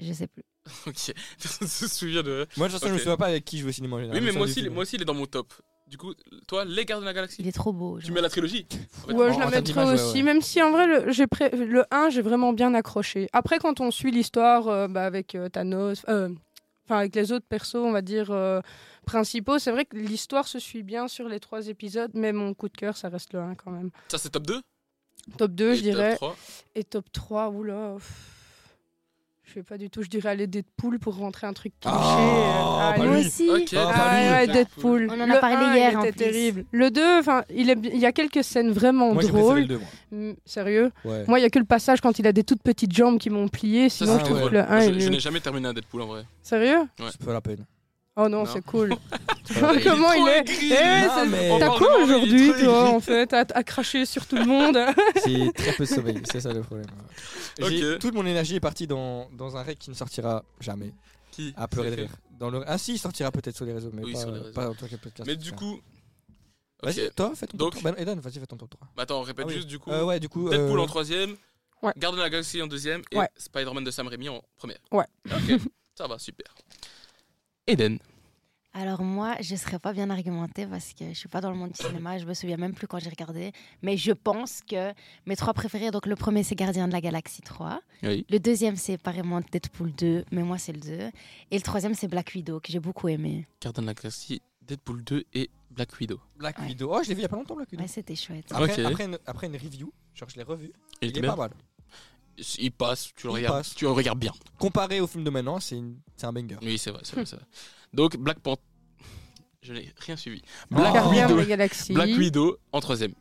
Speaker 2: Je sais plus.
Speaker 1: Ok. Personne se souvient de.
Speaker 4: Moi, de toute façon, je me
Speaker 1: Ok.
Speaker 4: souviens pas avec qui je vais au cinéma en général.
Speaker 1: Oui,
Speaker 4: Je
Speaker 1: mais
Speaker 4: me
Speaker 1: moi
Speaker 4: souviens
Speaker 1: aussi,
Speaker 4: des
Speaker 1: moi aussi, il est dans mon top. Du coup, toi, les gardes de la
Speaker 2: Il
Speaker 1: galaxie.
Speaker 2: est trop beau.
Speaker 1: Tu
Speaker 2: genre.
Speaker 1: mets la trilogie En fait,
Speaker 3: Ouais, je
Speaker 4: en
Speaker 3: la
Speaker 4: termes
Speaker 3: mettrais
Speaker 4: d'image, ouais,
Speaker 3: aussi,
Speaker 4: ouais.
Speaker 3: même si en vrai, le, j'ai pré- le 1, j'ai vraiment bien accroché. Après, quand on suit l'histoire euh, bah, avec euh, Thanos, euh, enfin avec les autres persos, on va dire, euh, principaux, c'est vrai que l'histoire se suit bien sur les trois épisodes, mais mon coup de cœur, ça reste le 1 quand même.
Speaker 1: Ça, c'est top 2
Speaker 3: Top 2,
Speaker 1: Et
Speaker 3: je dirais.
Speaker 1: Top 3.
Speaker 3: Et top 3, oula. pff, Je sais pas du tout, je dirais aller Deadpool pour rentrer un truc cliché.
Speaker 4: Ah,
Speaker 3: euh,
Speaker 4: pas
Speaker 3: allez.
Speaker 2: Moi
Speaker 4: lui.
Speaker 2: aussi.
Speaker 1: Ok.
Speaker 4: Ah,
Speaker 1: d'accord.
Speaker 4: pas
Speaker 3: Ah ouais,
Speaker 4: lui.
Speaker 3: Deadpool.
Speaker 2: On en a
Speaker 3: Le
Speaker 2: parlé
Speaker 3: un,
Speaker 2: hier,
Speaker 3: il
Speaker 2: en
Speaker 3: était
Speaker 2: plus.
Speaker 3: terrible. Le 2, enfin, il, est bi- il y a quelques scènes vraiment
Speaker 4: Moi, j'ai préféré
Speaker 3: drôles.
Speaker 4: le 2, moi.
Speaker 3: Mm, Sérieux
Speaker 4: Ouais.
Speaker 3: Moi, il y a que le passage quand il a des toutes petites jambes qui m'ont plié,
Speaker 1: Ça,
Speaker 3: sinon
Speaker 1: c'est
Speaker 3: je
Speaker 4: ah
Speaker 3: trouve
Speaker 1: drôle.
Speaker 4: ouais.
Speaker 3: que le 1 est
Speaker 1: Je, je
Speaker 3: mieux.
Speaker 1: n'ai jamais terminé un Deadpool en vrai.
Speaker 3: Sérieux
Speaker 1: Ouais.
Speaker 4: C'est pas la peine.
Speaker 3: Oh non,
Speaker 1: Non.
Speaker 3: c'est cool.
Speaker 1: Il est
Speaker 3: Comment il
Speaker 1: trop
Speaker 3: est
Speaker 1: aigri.
Speaker 3: Eh,
Speaker 4: Non,
Speaker 3: c'est-
Speaker 4: mais-
Speaker 3: T'as
Speaker 1: Oh,
Speaker 3: quoi
Speaker 1: non, il est
Speaker 3: aujourd'hui,
Speaker 1: trop
Speaker 3: toi,
Speaker 1: aigri.
Speaker 3: en fait, à, à cracher sur tout le monde
Speaker 4: C'est très peu sommeil, c'est ça le problème.
Speaker 1: Ok.
Speaker 4: J'ai- Toute mon énergie est partie dans, dans un rec qui ne sortira jamais.
Speaker 1: Qui
Speaker 3: Eh
Speaker 4: À pleurer de rire. Dans le... Ah si, il sortira peut-être sur les réseaux, mais
Speaker 1: Oui,
Speaker 4: pas,
Speaker 1: sur les réseaux.
Speaker 4: pas en tant que podcast.
Speaker 1: Mais du coup. Ok.
Speaker 4: Vas-y, toi, fais ton
Speaker 1: Donc-
Speaker 4: top 3. Bah, non, Eden, vas-y, fais ton top 3.
Speaker 1: Mais Attends, on répète
Speaker 4: Ah oui.
Speaker 1: juste du coup.
Speaker 4: Euh, ouais, du coup.
Speaker 1: Deadpool
Speaker 4: euh,
Speaker 1: en troisième.
Speaker 3: Ouais.
Speaker 1: Gardien de la Galaxie en deuxième. Et
Speaker 3: Ouais.
Speaker 1: Spider-Man de Sam Raimi en première.
Speaker 3: Ouais.
Speaker 1: Ok. Ça va, super. Eden.
Speaker 2: Alors moi, je serais pas bien argumentée parce que je suis pas dans le monde du cinéma, je me souviens même plus quand j'ai regardé, mais je pense que mes trois préférés, donc le premier c'est Gardien de la Galaxie 3,
Speaker 1: Oui.
Speaker 2: le deuxième c'est apparemment Deadpool 2, mais moi c'est le 2, et le troisième c'est Black Widow que j'ai beaucoup aimé.
Speaker 1: Gardien de la Galaxie, Deadpool 2 et Black Widow.
Speaker 4: Black
Speaker 2: Ouais.
Speaker 4: Widow. Oh, je l'ai vu il y a pas longtemps, Black Widow.
Speaker 2: Ouais, c'était chouette.
Speaker 4: Après,
Speaker 1: Ok.
Speaker 4: après, une, après une review, genre je l'ai revu.
Speaker 1: Il,
Speaker 4: Il
Speaker 1: était
Speaker 4: est
Speaker 1: bien.
Speaker 4: pas mal.
Speaker 1: Il passe, tu le
Speaker 4: Il
Speaker 1: regardes.
Speaker 4: passe.
Speaker 1: Tu le regardes bien.
Speaker 4: Comparé au film de maintenant, c'est une- c'est un banger.
Speaker 1: Oui, c'est vrai, c'est vrai, c'est vrai. Donc Black Panther. Je n'ai rien suivi.
Speaker 4: Ah,
Speaker 1: Black
Speaker 3: Gardien de
Speaker 1: Widow.
Speaker 3: la galaxie.
Speaker 1: Black Widow en troisième.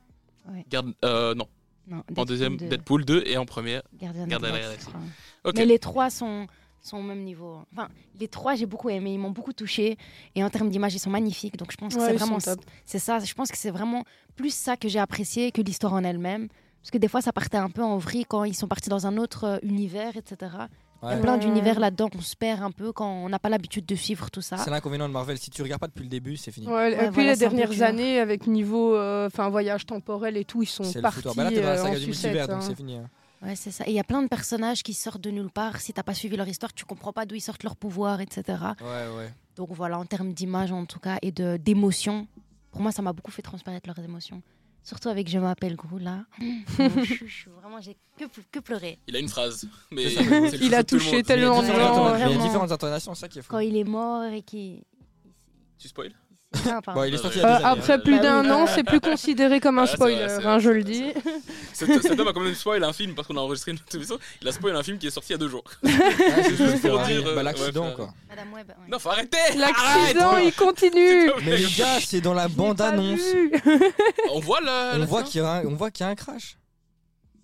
Speaker 2: Ouais.
Speaker 1: Garde, euh, non,
Speaker 2: Non,
Speaker 1: en deuxième,
Speaker 2: deux,
Speaker 1: Deadpool 2 et en première.
Speaker 2: Gardien de
Speaker 1: Gardien de
Speaker 2: la
Speaker 1: la
Speaker 2: Galaxie.
Speaker 1: Galaxie.
Speaker 2: 3.
Speaker 1: Ok.
Speaker 2: Mais les trois sont, sont au même niveau. Enfin, les trois, j'ai beaucoup aimé, ils m'ont beaucoup touchée. Et en termes d'image, ils sont magnifiques. Donc je pense que
Speaker 3: Ouais,
Speaker 2: c'est
Speaker 3: ils
Speaker 2: vraiment
Speaker 3: sont top.
Speaker 2: c'est ça. Je pense que c'est vraiment plus ça que j'ai apprécié que l'histoire en elle-même. Parce que des fois, ça partait un peu en vrille quand ils sont partis dans un autre euh, univers, etc. Il y a
Speaker 4: Ouais.
Speaker 2: plein
Speaker 3: Ouais.
Speaker 2: d'univers là-dedans qu'on se perd un peu quand on n'a pas l'habitude de suivre tout ça.
Speaker 4: C'est l'inconvénient de Marvel. Si tu regardes pas depuis le début, c'est fini.
Speaker 3: Ouais, et puis
Speaker 2: voilà,
Speaker 3: les
Speaker 2: c'est un peu
Speaker 3: dernières
Speaker 2: dur.
Speaker 3: années, avec niveau euh, enfin voyage temporel et tout, ils sont
Speaker 4: C'est le
Speaker 3: partis
Speaker 4: foutoir. Bah là, t'es dans la
Speaker 3: euh, en
Speaker 4: saga du
Speaker 3: sucette,
Speaker 4: multivers,
Speaker 3: hein.
Speaker 4: donc c'est fini. hein.
Speaker 2: Ouais, c'est ça. Et il y a plein de personnages qui sortent de nulle part. Si t'as pas suivi leur histoire, tu comprends pas d'où ils sortent leurs pouvoirs, etc.
Speaker 4: Ouais, ouais.
Speaker 2: Donc voilà, en termes d'image en tout cas et de d'émotion, pour moi ça m'a beaucoup fait transparaître leurs émotions. Surtout avec Je m'appelle Grou là. je, suis- je suis vraiment, j'ai que, ple- que pleuré.
Speaker 1: Il a une phrase, mais
Speaker 4: C'est ça.
Speaker 1: c'est le
Speaker 3: Il
Speaker 1: jeu
Speaker 3: a
Speaker 1: de tout le
Speaker 3: touché
Speaker 1: monde.
Speaker 4: Il y a
Speaker 3: tellement
Speaker 2: de
Speaker 4: différentes
Speaker 2: gens,
Speaker 4: intonations- il y a
Speaker 2: vraiment.
Speaker 4: différentes intonations, c'est ça qui est fou.
Speaker 2: Quand il est mort et qu'il.
Speaker 1: Tu spoil
Speaker 2: il s'est- ah, pardon.
Speaker 4: Bon, il est
Speaker 1: Ah,
Speaker 4: sorti
Speaker 1: ouais.
Speaker 4: il y
Speaker 3: Euh,
Speaker 4: a deux années, hein.
Speaker 3: après plus
Speaker 2: Bah
Speaker 3: d'un
Speaker 2: oui.
Speaker 3: an, c'est plus considéré comme un
Speaker 1: Ah, c'est vrai,
Speaker 3: spoiler,
Speaker 1: c'est vrai,
Speaker 3: hein, je
Speaker 1: c'est
Speaker 3: le
Speaker 1: vrai,
Speaker 3: dis.
Speaker 1: Cet cet homme a combien de fois il a un film parce qu'on a enregistré une autre émission. Il a spoil un film qui est sorti il y a deux jours.
Speaker 4: Ah, c'est
Speaker 1: Juste
Speaker 4: pour
Speaker 1: pour dire,
Speaker 4: dire, bah,
Speaker 1: euh,
Speaker 4: l'accident
Speaker 1: ouais,
Speaker 4: quoi.
Speaker 2: Madame Webb. ouais.
Speaker 1: Non, faut arrêter
Speaker 3: L'accident,
Speaker 1: Arrête
Speaker 3: il continue.
Speaker 4: Mais les gars, c'est dans la
Speaker 3: Je l'ai pas
Speaker 4: bande annonce.
Speaker 3: vu.
Speaker 1: On voit la.
Speaker 4: On
Speaker 1: la
Speaker 4: voit
Speaker 1: fin
Speaker 4: qu'il y a un, on voit qu'il y a un crash.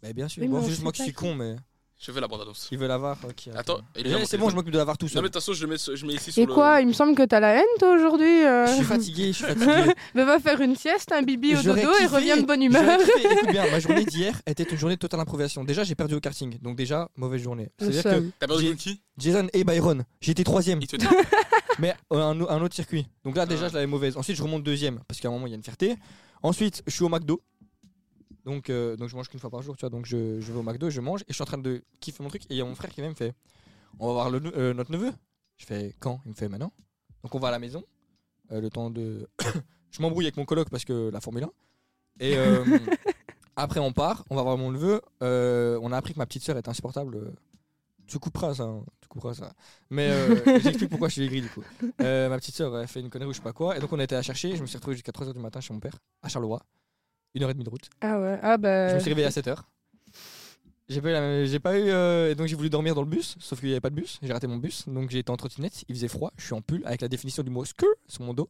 Speaker 4: Bah bien sûr.
Speaker 3: Oui, mais
Speaker 4: Bon,
Speaker 3: on
Speaker 4: c'est juste
Speaker 3: sait
Speaker 4: moi qui
Speaker 3: pas
Speaker 4: suis
Speaker 3: qui-
Speaker 4: con mais
Speaker 1: Je veux la bande-annonce.
Speaker 4: ils veulent l'avoir. OK.
Speaker 1: Attends, il est
Speaker 4: Eh,
Speaker 1: là, mon
Speaker 4: c'est bon,
Speaker 1: téléphone.
Speaker 4: je m'occupe de l'avoir tout
Speaker 1: Non, mais de
Speaker 4: seul.
Speaker 1: toute façon, je le mets, je mets ici sur
Speaker 3: Et
Speaker 1: le.
Speaker 3: quoi, il me semble que t'as la haine toi aujourd'hui. euh.
Speaker 4: Je suis fatigué, je suis fatigué.
Speaker 3: Mais va faire une sieste, un bibi au
Speaker 4: J'aurais
Speaker 3: dodo et
Speaker 4: kiffé-
Speaker 3: reviens de bonne
Speaker 4: j'aurais
Speaker 3: humeur.
Speaker 4: kiffé- écoute bien, ma journée d'hier était une journée de totale improvisation. Déjà, j'ai perdu au karting, donc déjà mauvaise journée.
Speaker 3: Le
Speaker 4: C'est-à-dire que
Speaker 3: seum.
Speaker 1: T'as perdu
Speaker 4: J'ai-
Speaker 1: contre qui
Speaker 4: Jason et Byron, j'étais troisième,
Speaker 1: Il te dit.
Speaker 4: mais euh, un, au- un autre circuit. Donc là déjà,
Speaker 1: Ouais.
Speaker 4: je l'avais mauvaise. Ensuite, je remonte deuxième parce qu'à un moment il y a une fierté. Ensuite, je suis au McDo. Donc, euh, donc je mange qu'une fois par jour, tu vois. Donc je, je vais au McDo, je mange et je suis en train de kiffer mon truc. Et il y a mon frère qui vient me fait On va voir le, ne- euh, notre neveu Je fais Quand Il me fait Maintenant Donc on va à la maison. euh, le temps de. je m'embrouille avec mon coloc parce que la Formule 1. Et euh, après, on part. On va voir mon neveu. Euh, on a appris que ma petite sœur est insupportable. euh, Tu couperas ça. hein, Tu couperas ça. Mais euh, j'explique pourquoi je suis aigri du coup. Euh, ma petite sœur, elle fait une connerie ou je sais pas quoi. Et donc on a été la chercher. Je me suis retrouvé jusqu'à 3h du matin chez mon père, à Charleroi. Une heure et demie de route.
Speaker 3: Ah ouais, ah bah.
Speaker 4: Je me suis réveillé à 7h. J'ai pas eu, la même- j'ai pas eu euh, et donc j'ai voulu dormir dans le bus, sauf qu'il n'y avait pas de bus, j'ai raté mon bus, donc j'ai été en trottinette, il faisait froid, je suis en pull avec la définition du mot que sur mon dos.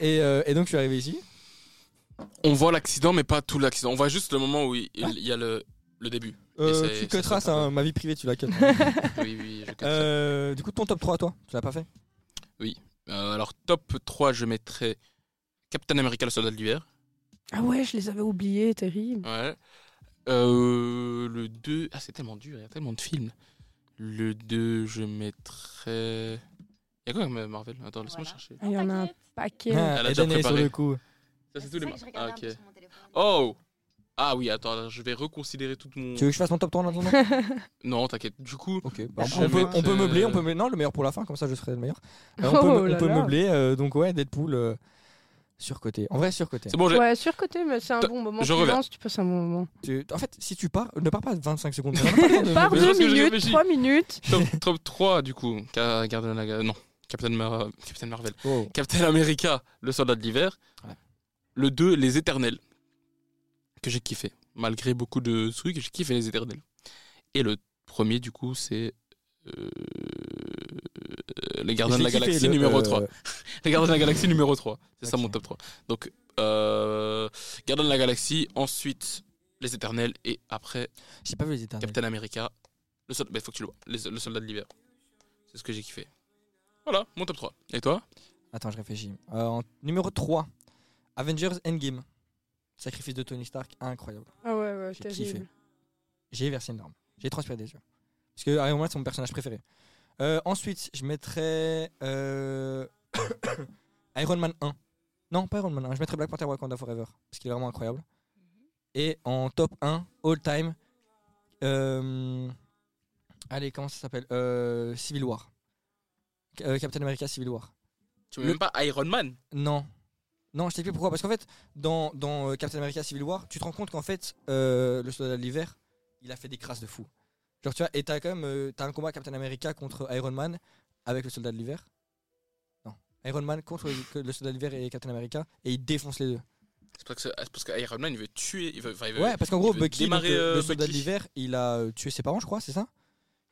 Speaker 4: et, euh, et donc je suis arrivé ici.
Speaker 1: On voit l'accident, mais pas tout l'accident. On voit juste le moment où il, il y a le, le début.
Speaker 4: Euh,
Speaker 1: c'est-
Speaker 4: tu
Speaker 1: ça
Speaker 4: cutteras,
Speaker 1: saute un
Speaker 4: ça,
Speaker 1: peu.
Speaker 4: ma vie privée, tu la cuttes.
Speaker 1: Oui, oui, je capte ça.
Speaker 4: Euh, du coup, ton top 3 toi, tu l'as pas fait
Speaker 1: Euh, alors, top 3, je mettrais Captain America, le soldat de l'hiver.
Speaker 3: Ah ouais, je les avais oubliés, terrible.
Speaker 1: Ouais. Euh, le 2. Ah, c'est tellement dur, il y a tellement de films. Le 2, je mettrais. Il y a quoi comme euh, Marvel Attends, laisse-moi
Speaker 2: Voilà.
Speaker 1: chercher.
Speaker 3: Ah, Il y en a un paquet.
Speaker 1: Elle a
Speaker 4: Ah, et
Speaker 1: déjà
Speaker 4: Daniel, sur
Speaker 1: préparé.
Speaker 4: le coup.
Speaker 1: Ça, c'est tous les
Speaker 2: que je
Speaker 1: Ah,
Speaker 2: regardais un
Speaker 1: ok.
Speaker 2: peu sur mon téléphone.
Speaker 1: Oh Ah oui, attends, je vais reconsidérer tout mon.
Speaker 4: Tu veux que je fasse mon top 3 en attendant
Speaker 1: Non, t'inquiète. Du coup,
Speaker 4: Ok, bah,
Speaker 1: Je
Speaker 4: on, peut,
Speaker 1: mettrais-
Speaker 4: on peut meubler, on peut meubler- Non, le meilleur pour la fin, comme ça je serai le meilleur. Euh,
Speaker 3: Oh
Speaker 4: on peut, me-
Speaker 3: là
Speaker 4: on peut
Speaker 3: là.
Speaker 4: meubler, euh, donc ouais, Deadpool euh, surcoté. En vrai, surcoté.
Speaker 1: c'est bon, j'ai.
Speaker 3: Ouais, surcoté, mais c'est un
Speaker 1: T-
Speaker 3: bon moment.
Speaker 1: je
Speaker 3: Tu
Speaker 1: reviens.
Speaker 3: lances, tu passes un bon moment.
Speaker 4: Tu- En fait, si tu pars, ne pars pas 25 secondes. On a pas le temps de-
Speaker 3: Par
Speaker 1: mais
Speaker 3: deux
Speaker 1: parce que j'ai
Speaker 3: minutes,
Speaker 1: réfléchi.
Speaker 3: trois minutes.
Speaker 1: Top, top 3, du coup. Ca- Gardien de la- Non, Captain, Mar- euh, Captain Marvel.
Speaker 4: Oh.
Speaker 1: Captain America, le soldat de l'hiver.
Speaker 4: Ouais.
Speaker 1: Le 2, Les Éternels. Que j'ai kiffé. Malgré beaucoup de trucs, j'ai kiffé Les Éternels. Et le premier, du coup, c'est. euh, Les Gardiens de la
Speaker 4: J'ai kiffé
Speaker 1: Galaxie
Speaker 4: le-
Speaker 1: numéro
Speaker 4: euh,
Speaker 1: 3. Les Gardiens de la Galaxie numéro 3. C'est ça
Speaker 4: Ok.
Speaker 1: mon top 3. Donc, euh, Gardiens de la Galaxie, ensuite Les Éternels et après
Speaker 4: J'ai pas vu les éternels.
Speaker 1: Captain America. Le soldat, faut que tu le vois. Les- le soldat de l'hiver. C'est ce que j'ai kiffé. Voilà, mon top 3. Et toi
Speaker 4: Attends, je réfléchis. Euh, en numéro 3, Avengers Endgame. Sacrifice de Tony Stark, incroyable.
Speaker 3: Ah ouais, ouais,
Speaker 4: J'ai kiffé.
Speaker 3: terrible.
Speaker 4: J'ai versé une larme. J'ai transpiré des yeux. Parce que Iron Man, c'est mon personnage préféré. Euh, ensuite, je mettrais euh, Iron Man 1. Non, pas Iron Man 1. Je mettrais Black Panther Wakanda Forever. Parce qu'il est vraiment incroyable. Et en top 1, all time. euh, allez, comment ça s'appelle Euh, Civil War. Euh, Captain America Civil War.
Speaker 1: Tu mets
Speaker 4: Le-
Speaker 1: même pas Iron Man
Speaker 4: Non. Non, je t'explique pourquoi. Parce qu'en fait, dans, dans euh, Captain America Civil War, tu te rends compte qu'en fait, euh, le soldat de l'hiver, il a fait des crasses de fou. Genre, tu vois, et t'as quand même euh, t'as un combat Captain America contre Iron Man avec le soldat de l'hiver. Non. Iron Man contre le, que le soldat de l'hiver et Captain America, et il défonce les deux.
Speaker 1: C'est parce, que- ah, c'est parce que Iron Man, il veut tuer. Il veut, enfin, il veut-
Speaker 4: Ouais, parce qu'en
Speaker 1: il
Speaker 4: gros,
Speaker 1: veut
Speaker 4: Bucky,
Speaker 1: démarrer,
Speaker 4: donc, le-
Speaker 1: euh,
Speaker 4: le soldat de
Speaker 1: Bucky.
Speaker 4: l'hiver, il a euh, tué ses parents, je crois, c'est ça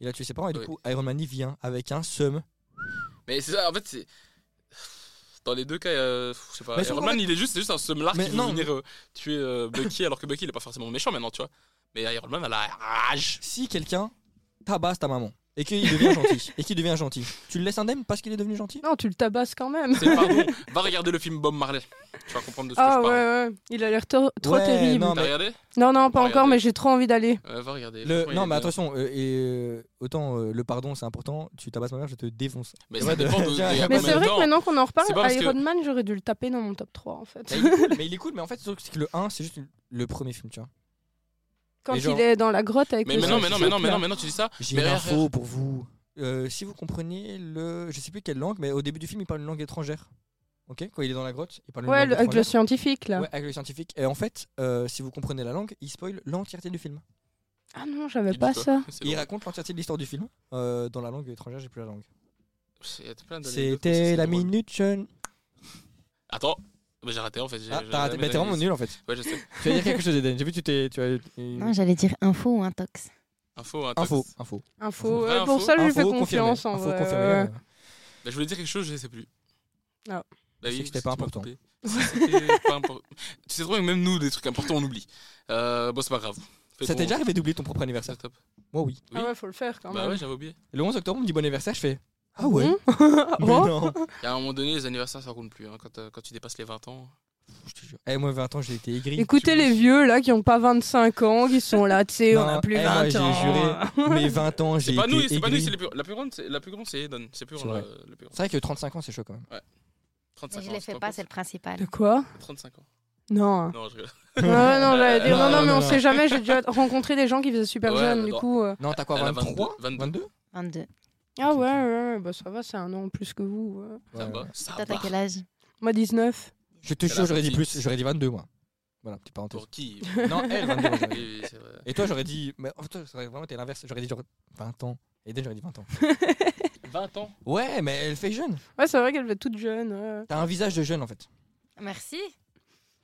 Speaker 4: Il a tué ses parents, et du
Speaker 1: Oui.
Speaker 4: coup, Iron Man, il vient avec un seum.
Speaker 1: Mais c'est ça, en fait, c'est. Dans les deux cas, euh, je sais pas.
Speaker 4: Mais
Speaker 1: Iron
Speaker 4: surtout,
Speaker 1: Man, il est juste, c'est juste un semelard
Speaker 4: Mais
Speaker 1: qui veut
Speaker 4: non,
Speaker 1: venir euh, tuer euh, Bucky, alors que Bucky, il est pas forcément méchant maintenant, tu vois. Mais Iron Man, elle a la rage.
Speaker 4: si quelqu'un tabasse ta maman et qu'il devient gentil et qu'il devient gentil, tu le laisses indemne parce qu'il est devenu gentil
Speaker 3: Non, tu le tabasses quand même.
Speaker 1: C'est pardon. Va regarder le film Bob Marley. Tu vas comprendre de ce
Speaker 3: Ah
Speaker 1: que je
Speaker 3: ouais,
Speaker 1: parle.
Speaker 3: ouais. Il a l'air to- trop
Speaker 4: Ouais,
Speaker 3: terrible.
Speaker 4: non,
Speaker 3: Non,
Speaker 1: T'as regardé
Speaker 3: non, pas
Speaker 1: Regardez.
Speaker 3: encore, mais j'ai trop envie d'aller.
Speaker 1: Euh, Va regarder.
Speaker 4: Le-
Speaker 1: Franchement, il
Speaker 4: non
Speaker 1: est
Speaker 4: mais
Speaker 1: de-
Speaker 4: attention euh, et euh, autant euh, le pardon c'est important tu tabasses ma mère je te défonce
Speaker 1: Mais
Speaker 4: Ouais,
Speaker 1: ça
Speaker 4: de-
Speaker 1: dépend de.
Speaker 4: Mais
Speaker 1: il y a
Speaker 4: c'est
Speaker 1: combien
Speaker 3: Mais
Speaker 1: de
Speaker 3: c'est vrai
Speaker 1: temps
Speaker 3: que maintenant qu'on en reparle,
Speaker 1: C'est pas parce que-
Speaker 3: Iron Man, j'aurais dû le taper dans mon top 3 en fait.
Speaker 4: mais Bah, il, est cool, mais il est cool, mais en fait c'est que le 1 c'est juste le premier film tu vois
Speaker 3: Quand
Speaker 4: Et genre-
Speaker 3: il est dans la grotte avec
Speaker 1: Mais
Speaker 3: le
Speaker 1: maintenant,
Speaker 4: Ouais,
Speaker 1: maintenant,
Speaker 4: c'est
Speaker 1: maintenant,
Speaker 4: clair.
Speaker 1: maintenant, maintenant, tu dis ça.
Speaker 4: j'ai
Speaker 1: Mais
Speaker 4: une
Speaker 1: rien,
Speaker 4: info pour vous Euh, si vous comprenez le je sais plus quelle langue mais au début du film il parle une langue étrangère ok quand il est dans la grotte il parle une
Speaker 3: Ouais,
Speaker 4: langue
Speaker 3: le- avec le
Speaker 4: étrangère.
Speaker 3: scientifique là.
Speaker 4: Ouais, avec le scientifique et en fait euh, si vous comprenez la langue il spoil l'entièreté du film
Speaker 3: Ah non,
Speaker 1: il
Speaker 3: j'avais
Speaker 1: dit
Speaker 3: pas
Speaker 1: quoi
Speaker 3: ça.
Speaker 1: C'est
Speaker 4: il
Speaker 1: drôle.
Speaker 4: raconte l'entièreté de l'histoire du film euh, dans la langue étrangère j'ai plus la langue
Speaker 1: C'est- il y a plein d'anecdotes comme ça,
Speaker 4: C'était
Speaker 1: c'est
Speaker 4: la
Speaker 1: drôle.
Speaker 4: minute jeune.
Speaker 1: Attends, bah, j'ai raté en fait. j'ai-
Speaker 4: Ah,
Speaker 1: j'ai
Speaker 4: t'as raté,
Speaker 1: jamais
Speaker 4: mais t'es vraiment
Speaker 1: analysé.
Speaker 4: nul en fait.
Speaker 1: Ouais, je sais.
Speaker 4: Tu vas dire quelque chose, Eden. J'ai vu, tu t'es. Tu as...
Speaker 2: Non, j'allais dire info ou intox.
Speaker 1: Info, hein,
Speaker 4: Info,
Speaker 1: Tox.
Speaker 4: info.
Speaker 3: Info.
Speaker 1: Vraie
Speaker 3: ouais, pour
Speaker 1: info.
Speaker 3: ça, Ah, je lui
Speaker 4: Info
Speaker 3: fais confiance
Speaker 4: confirmée.
Speaker 3: en
Speaker 4: Info
Speaker 3: vrai.
Speaker 4: confirmée,
Speaker 3: ouais.
Speaker 4: euh,
Speaker 1: Bah, je voulais dire quelque chose, je sais plus.
Speaker 3: Ah.
Speaker 1: Bah
Speaker 4: Je sais que
Speaker 1: oui,
Speaker 4: c'était
Speaker 1: si
Speaker 4: pas
Speaker 1: tu m'as
Speaker 4: important.
Speaker 1: coupé. Si c'était pas impor- Tu sais trop bien que même nous, des trucs importants, on oublie. Euh, bon, c'est pas grave. Fais
Speaker 4: Ça
Speaker 1: ton-
Speaker 4: t'est déjà arrivé d'oublier ton propre anniversaire
Speaker 1: C'est top.
Speaker 4: Moi, oui.
Speaker 1: Oui.
Speaker 3: Ah ouais, faut le faire quand
Speaker 1: Bah
Speaker 3: même.
Speaker 1: ouais, j'avais oublié.
Speaker 4: Le 11 octobre, on me dit bon anniversaire, je fais. Ah ouais
Speaker 3: Hum
Speaker 4: Mais
Speaker 3: Oh.
Speaker 4: non
Speaker 1: Il y a un moment donné, les anniversaires, ça compte plus. hein, quand, euh, quand tu dépasses les 20 ans.
Speaker 4: Je te jure. Eh, moi, 20 ans, j'ai été aigri.
Speaker 3: Écoutez les vieux là qui ont pas 25 ans, qui sont là, tu sais, on
Speaker 4: Non,
Speaker 3: a plus
Speaker 4: eh,
Speaker 3: 20
Speaker 4: moi, j'ai
Speaker 3: ans.
Speaker 4: juré. Mes 20 ans, j'ai
Speaker 1: C'est
Speaker 4: été.
Speaker 1: pas nous, c'est pas nous,
Speaker 4: aigri.
Speaker 1: c'est les plus... La plus grande, c'est la plus grande, c'est Eden. C'est plus
Speaker 4: C'est
Speaker 1: grand, euh,
Speaker 4: vrai.
Speaker 1: le- le plus grand.
Speaker 4: C'est vrai que 35 ans, c'est chaud quand même.
Speaker 1: 35
Speaker 2: Mais je
Speaker 1: ans.
Speaker 2: ne
Speaker 1: tu
Speaker 2: les
Speaker 1: te
Speaker 2: fais
Speaker 1: rends
Speaker 2: pas,
Speaker 1: compte
Speaker 2: c'est le principal.
Speaker 3: De quoi
Speaker 1: 35 ans.
Speaker 3: Non.
Speaker 1: Non, je rigole.
Speaker 3: Ah ouais, non, j'allais dire,
Speaker 4: Non,
Speaker 3: non, non,
Speaker 4: non,
Speaker 3: mais on
Speaker 4: non.
Speaker 3: sait jamais, j'ai déjà rencontré des gens qui faisaient super
Speaker 1: Ouais,
Speaker 3: jeunes, du
Speaker 1: non.
Speaker 3: coup. euh,
Speaker 4: Non, t'as quoi,
Speaker 1: Elle a
Speaker 4: 23
Speaker 1: 22.
Speaker 4: 22
Speaker 2: 22.
Speaker 3: Ah ouais, ouais, ouais, bah ça va, c'est un an en plus que vous. ouais.
Speaker 4: Ouais,
Speaker 1: Ça
Speaker 4: ouais.
Speaker 1: va, ça
Speaker 2: Toi,
Speaker 1: va.
Speaker 2: t'as quel âge
Speaker 3: Moi, 19.
Speaker 4: Je te
Speaker 1: Elle a
Speaker 4: jure, j'aurais dit
Speaker 1: 26.
Speaker 4: plus, j'aurais dit 22 moi. Voilà, petite parenthèse.
Speaker 1: Pour qui
Speaker 4: Non, elle, 22 moi, j'aurais dit.
Speaker 1: Oui, oui, c'est vrai.
Speaker 4: Et toi, j'aurais dit. Mais en fait, toi, ça aurait vraiment été l'inverse. J'aurais dit genre 20 ans. Et dès, j'aurais dit 20 ans.
Speaker 1: 20 ans
Speaker 4: Ouais, mais elle fait jeune.
Speaker 3: Ouais, c'est vrai qu'elle est toute jeune. ouais.
Speaker 4: T'as un visage de jeune en fait.
Speaker 2: Merci.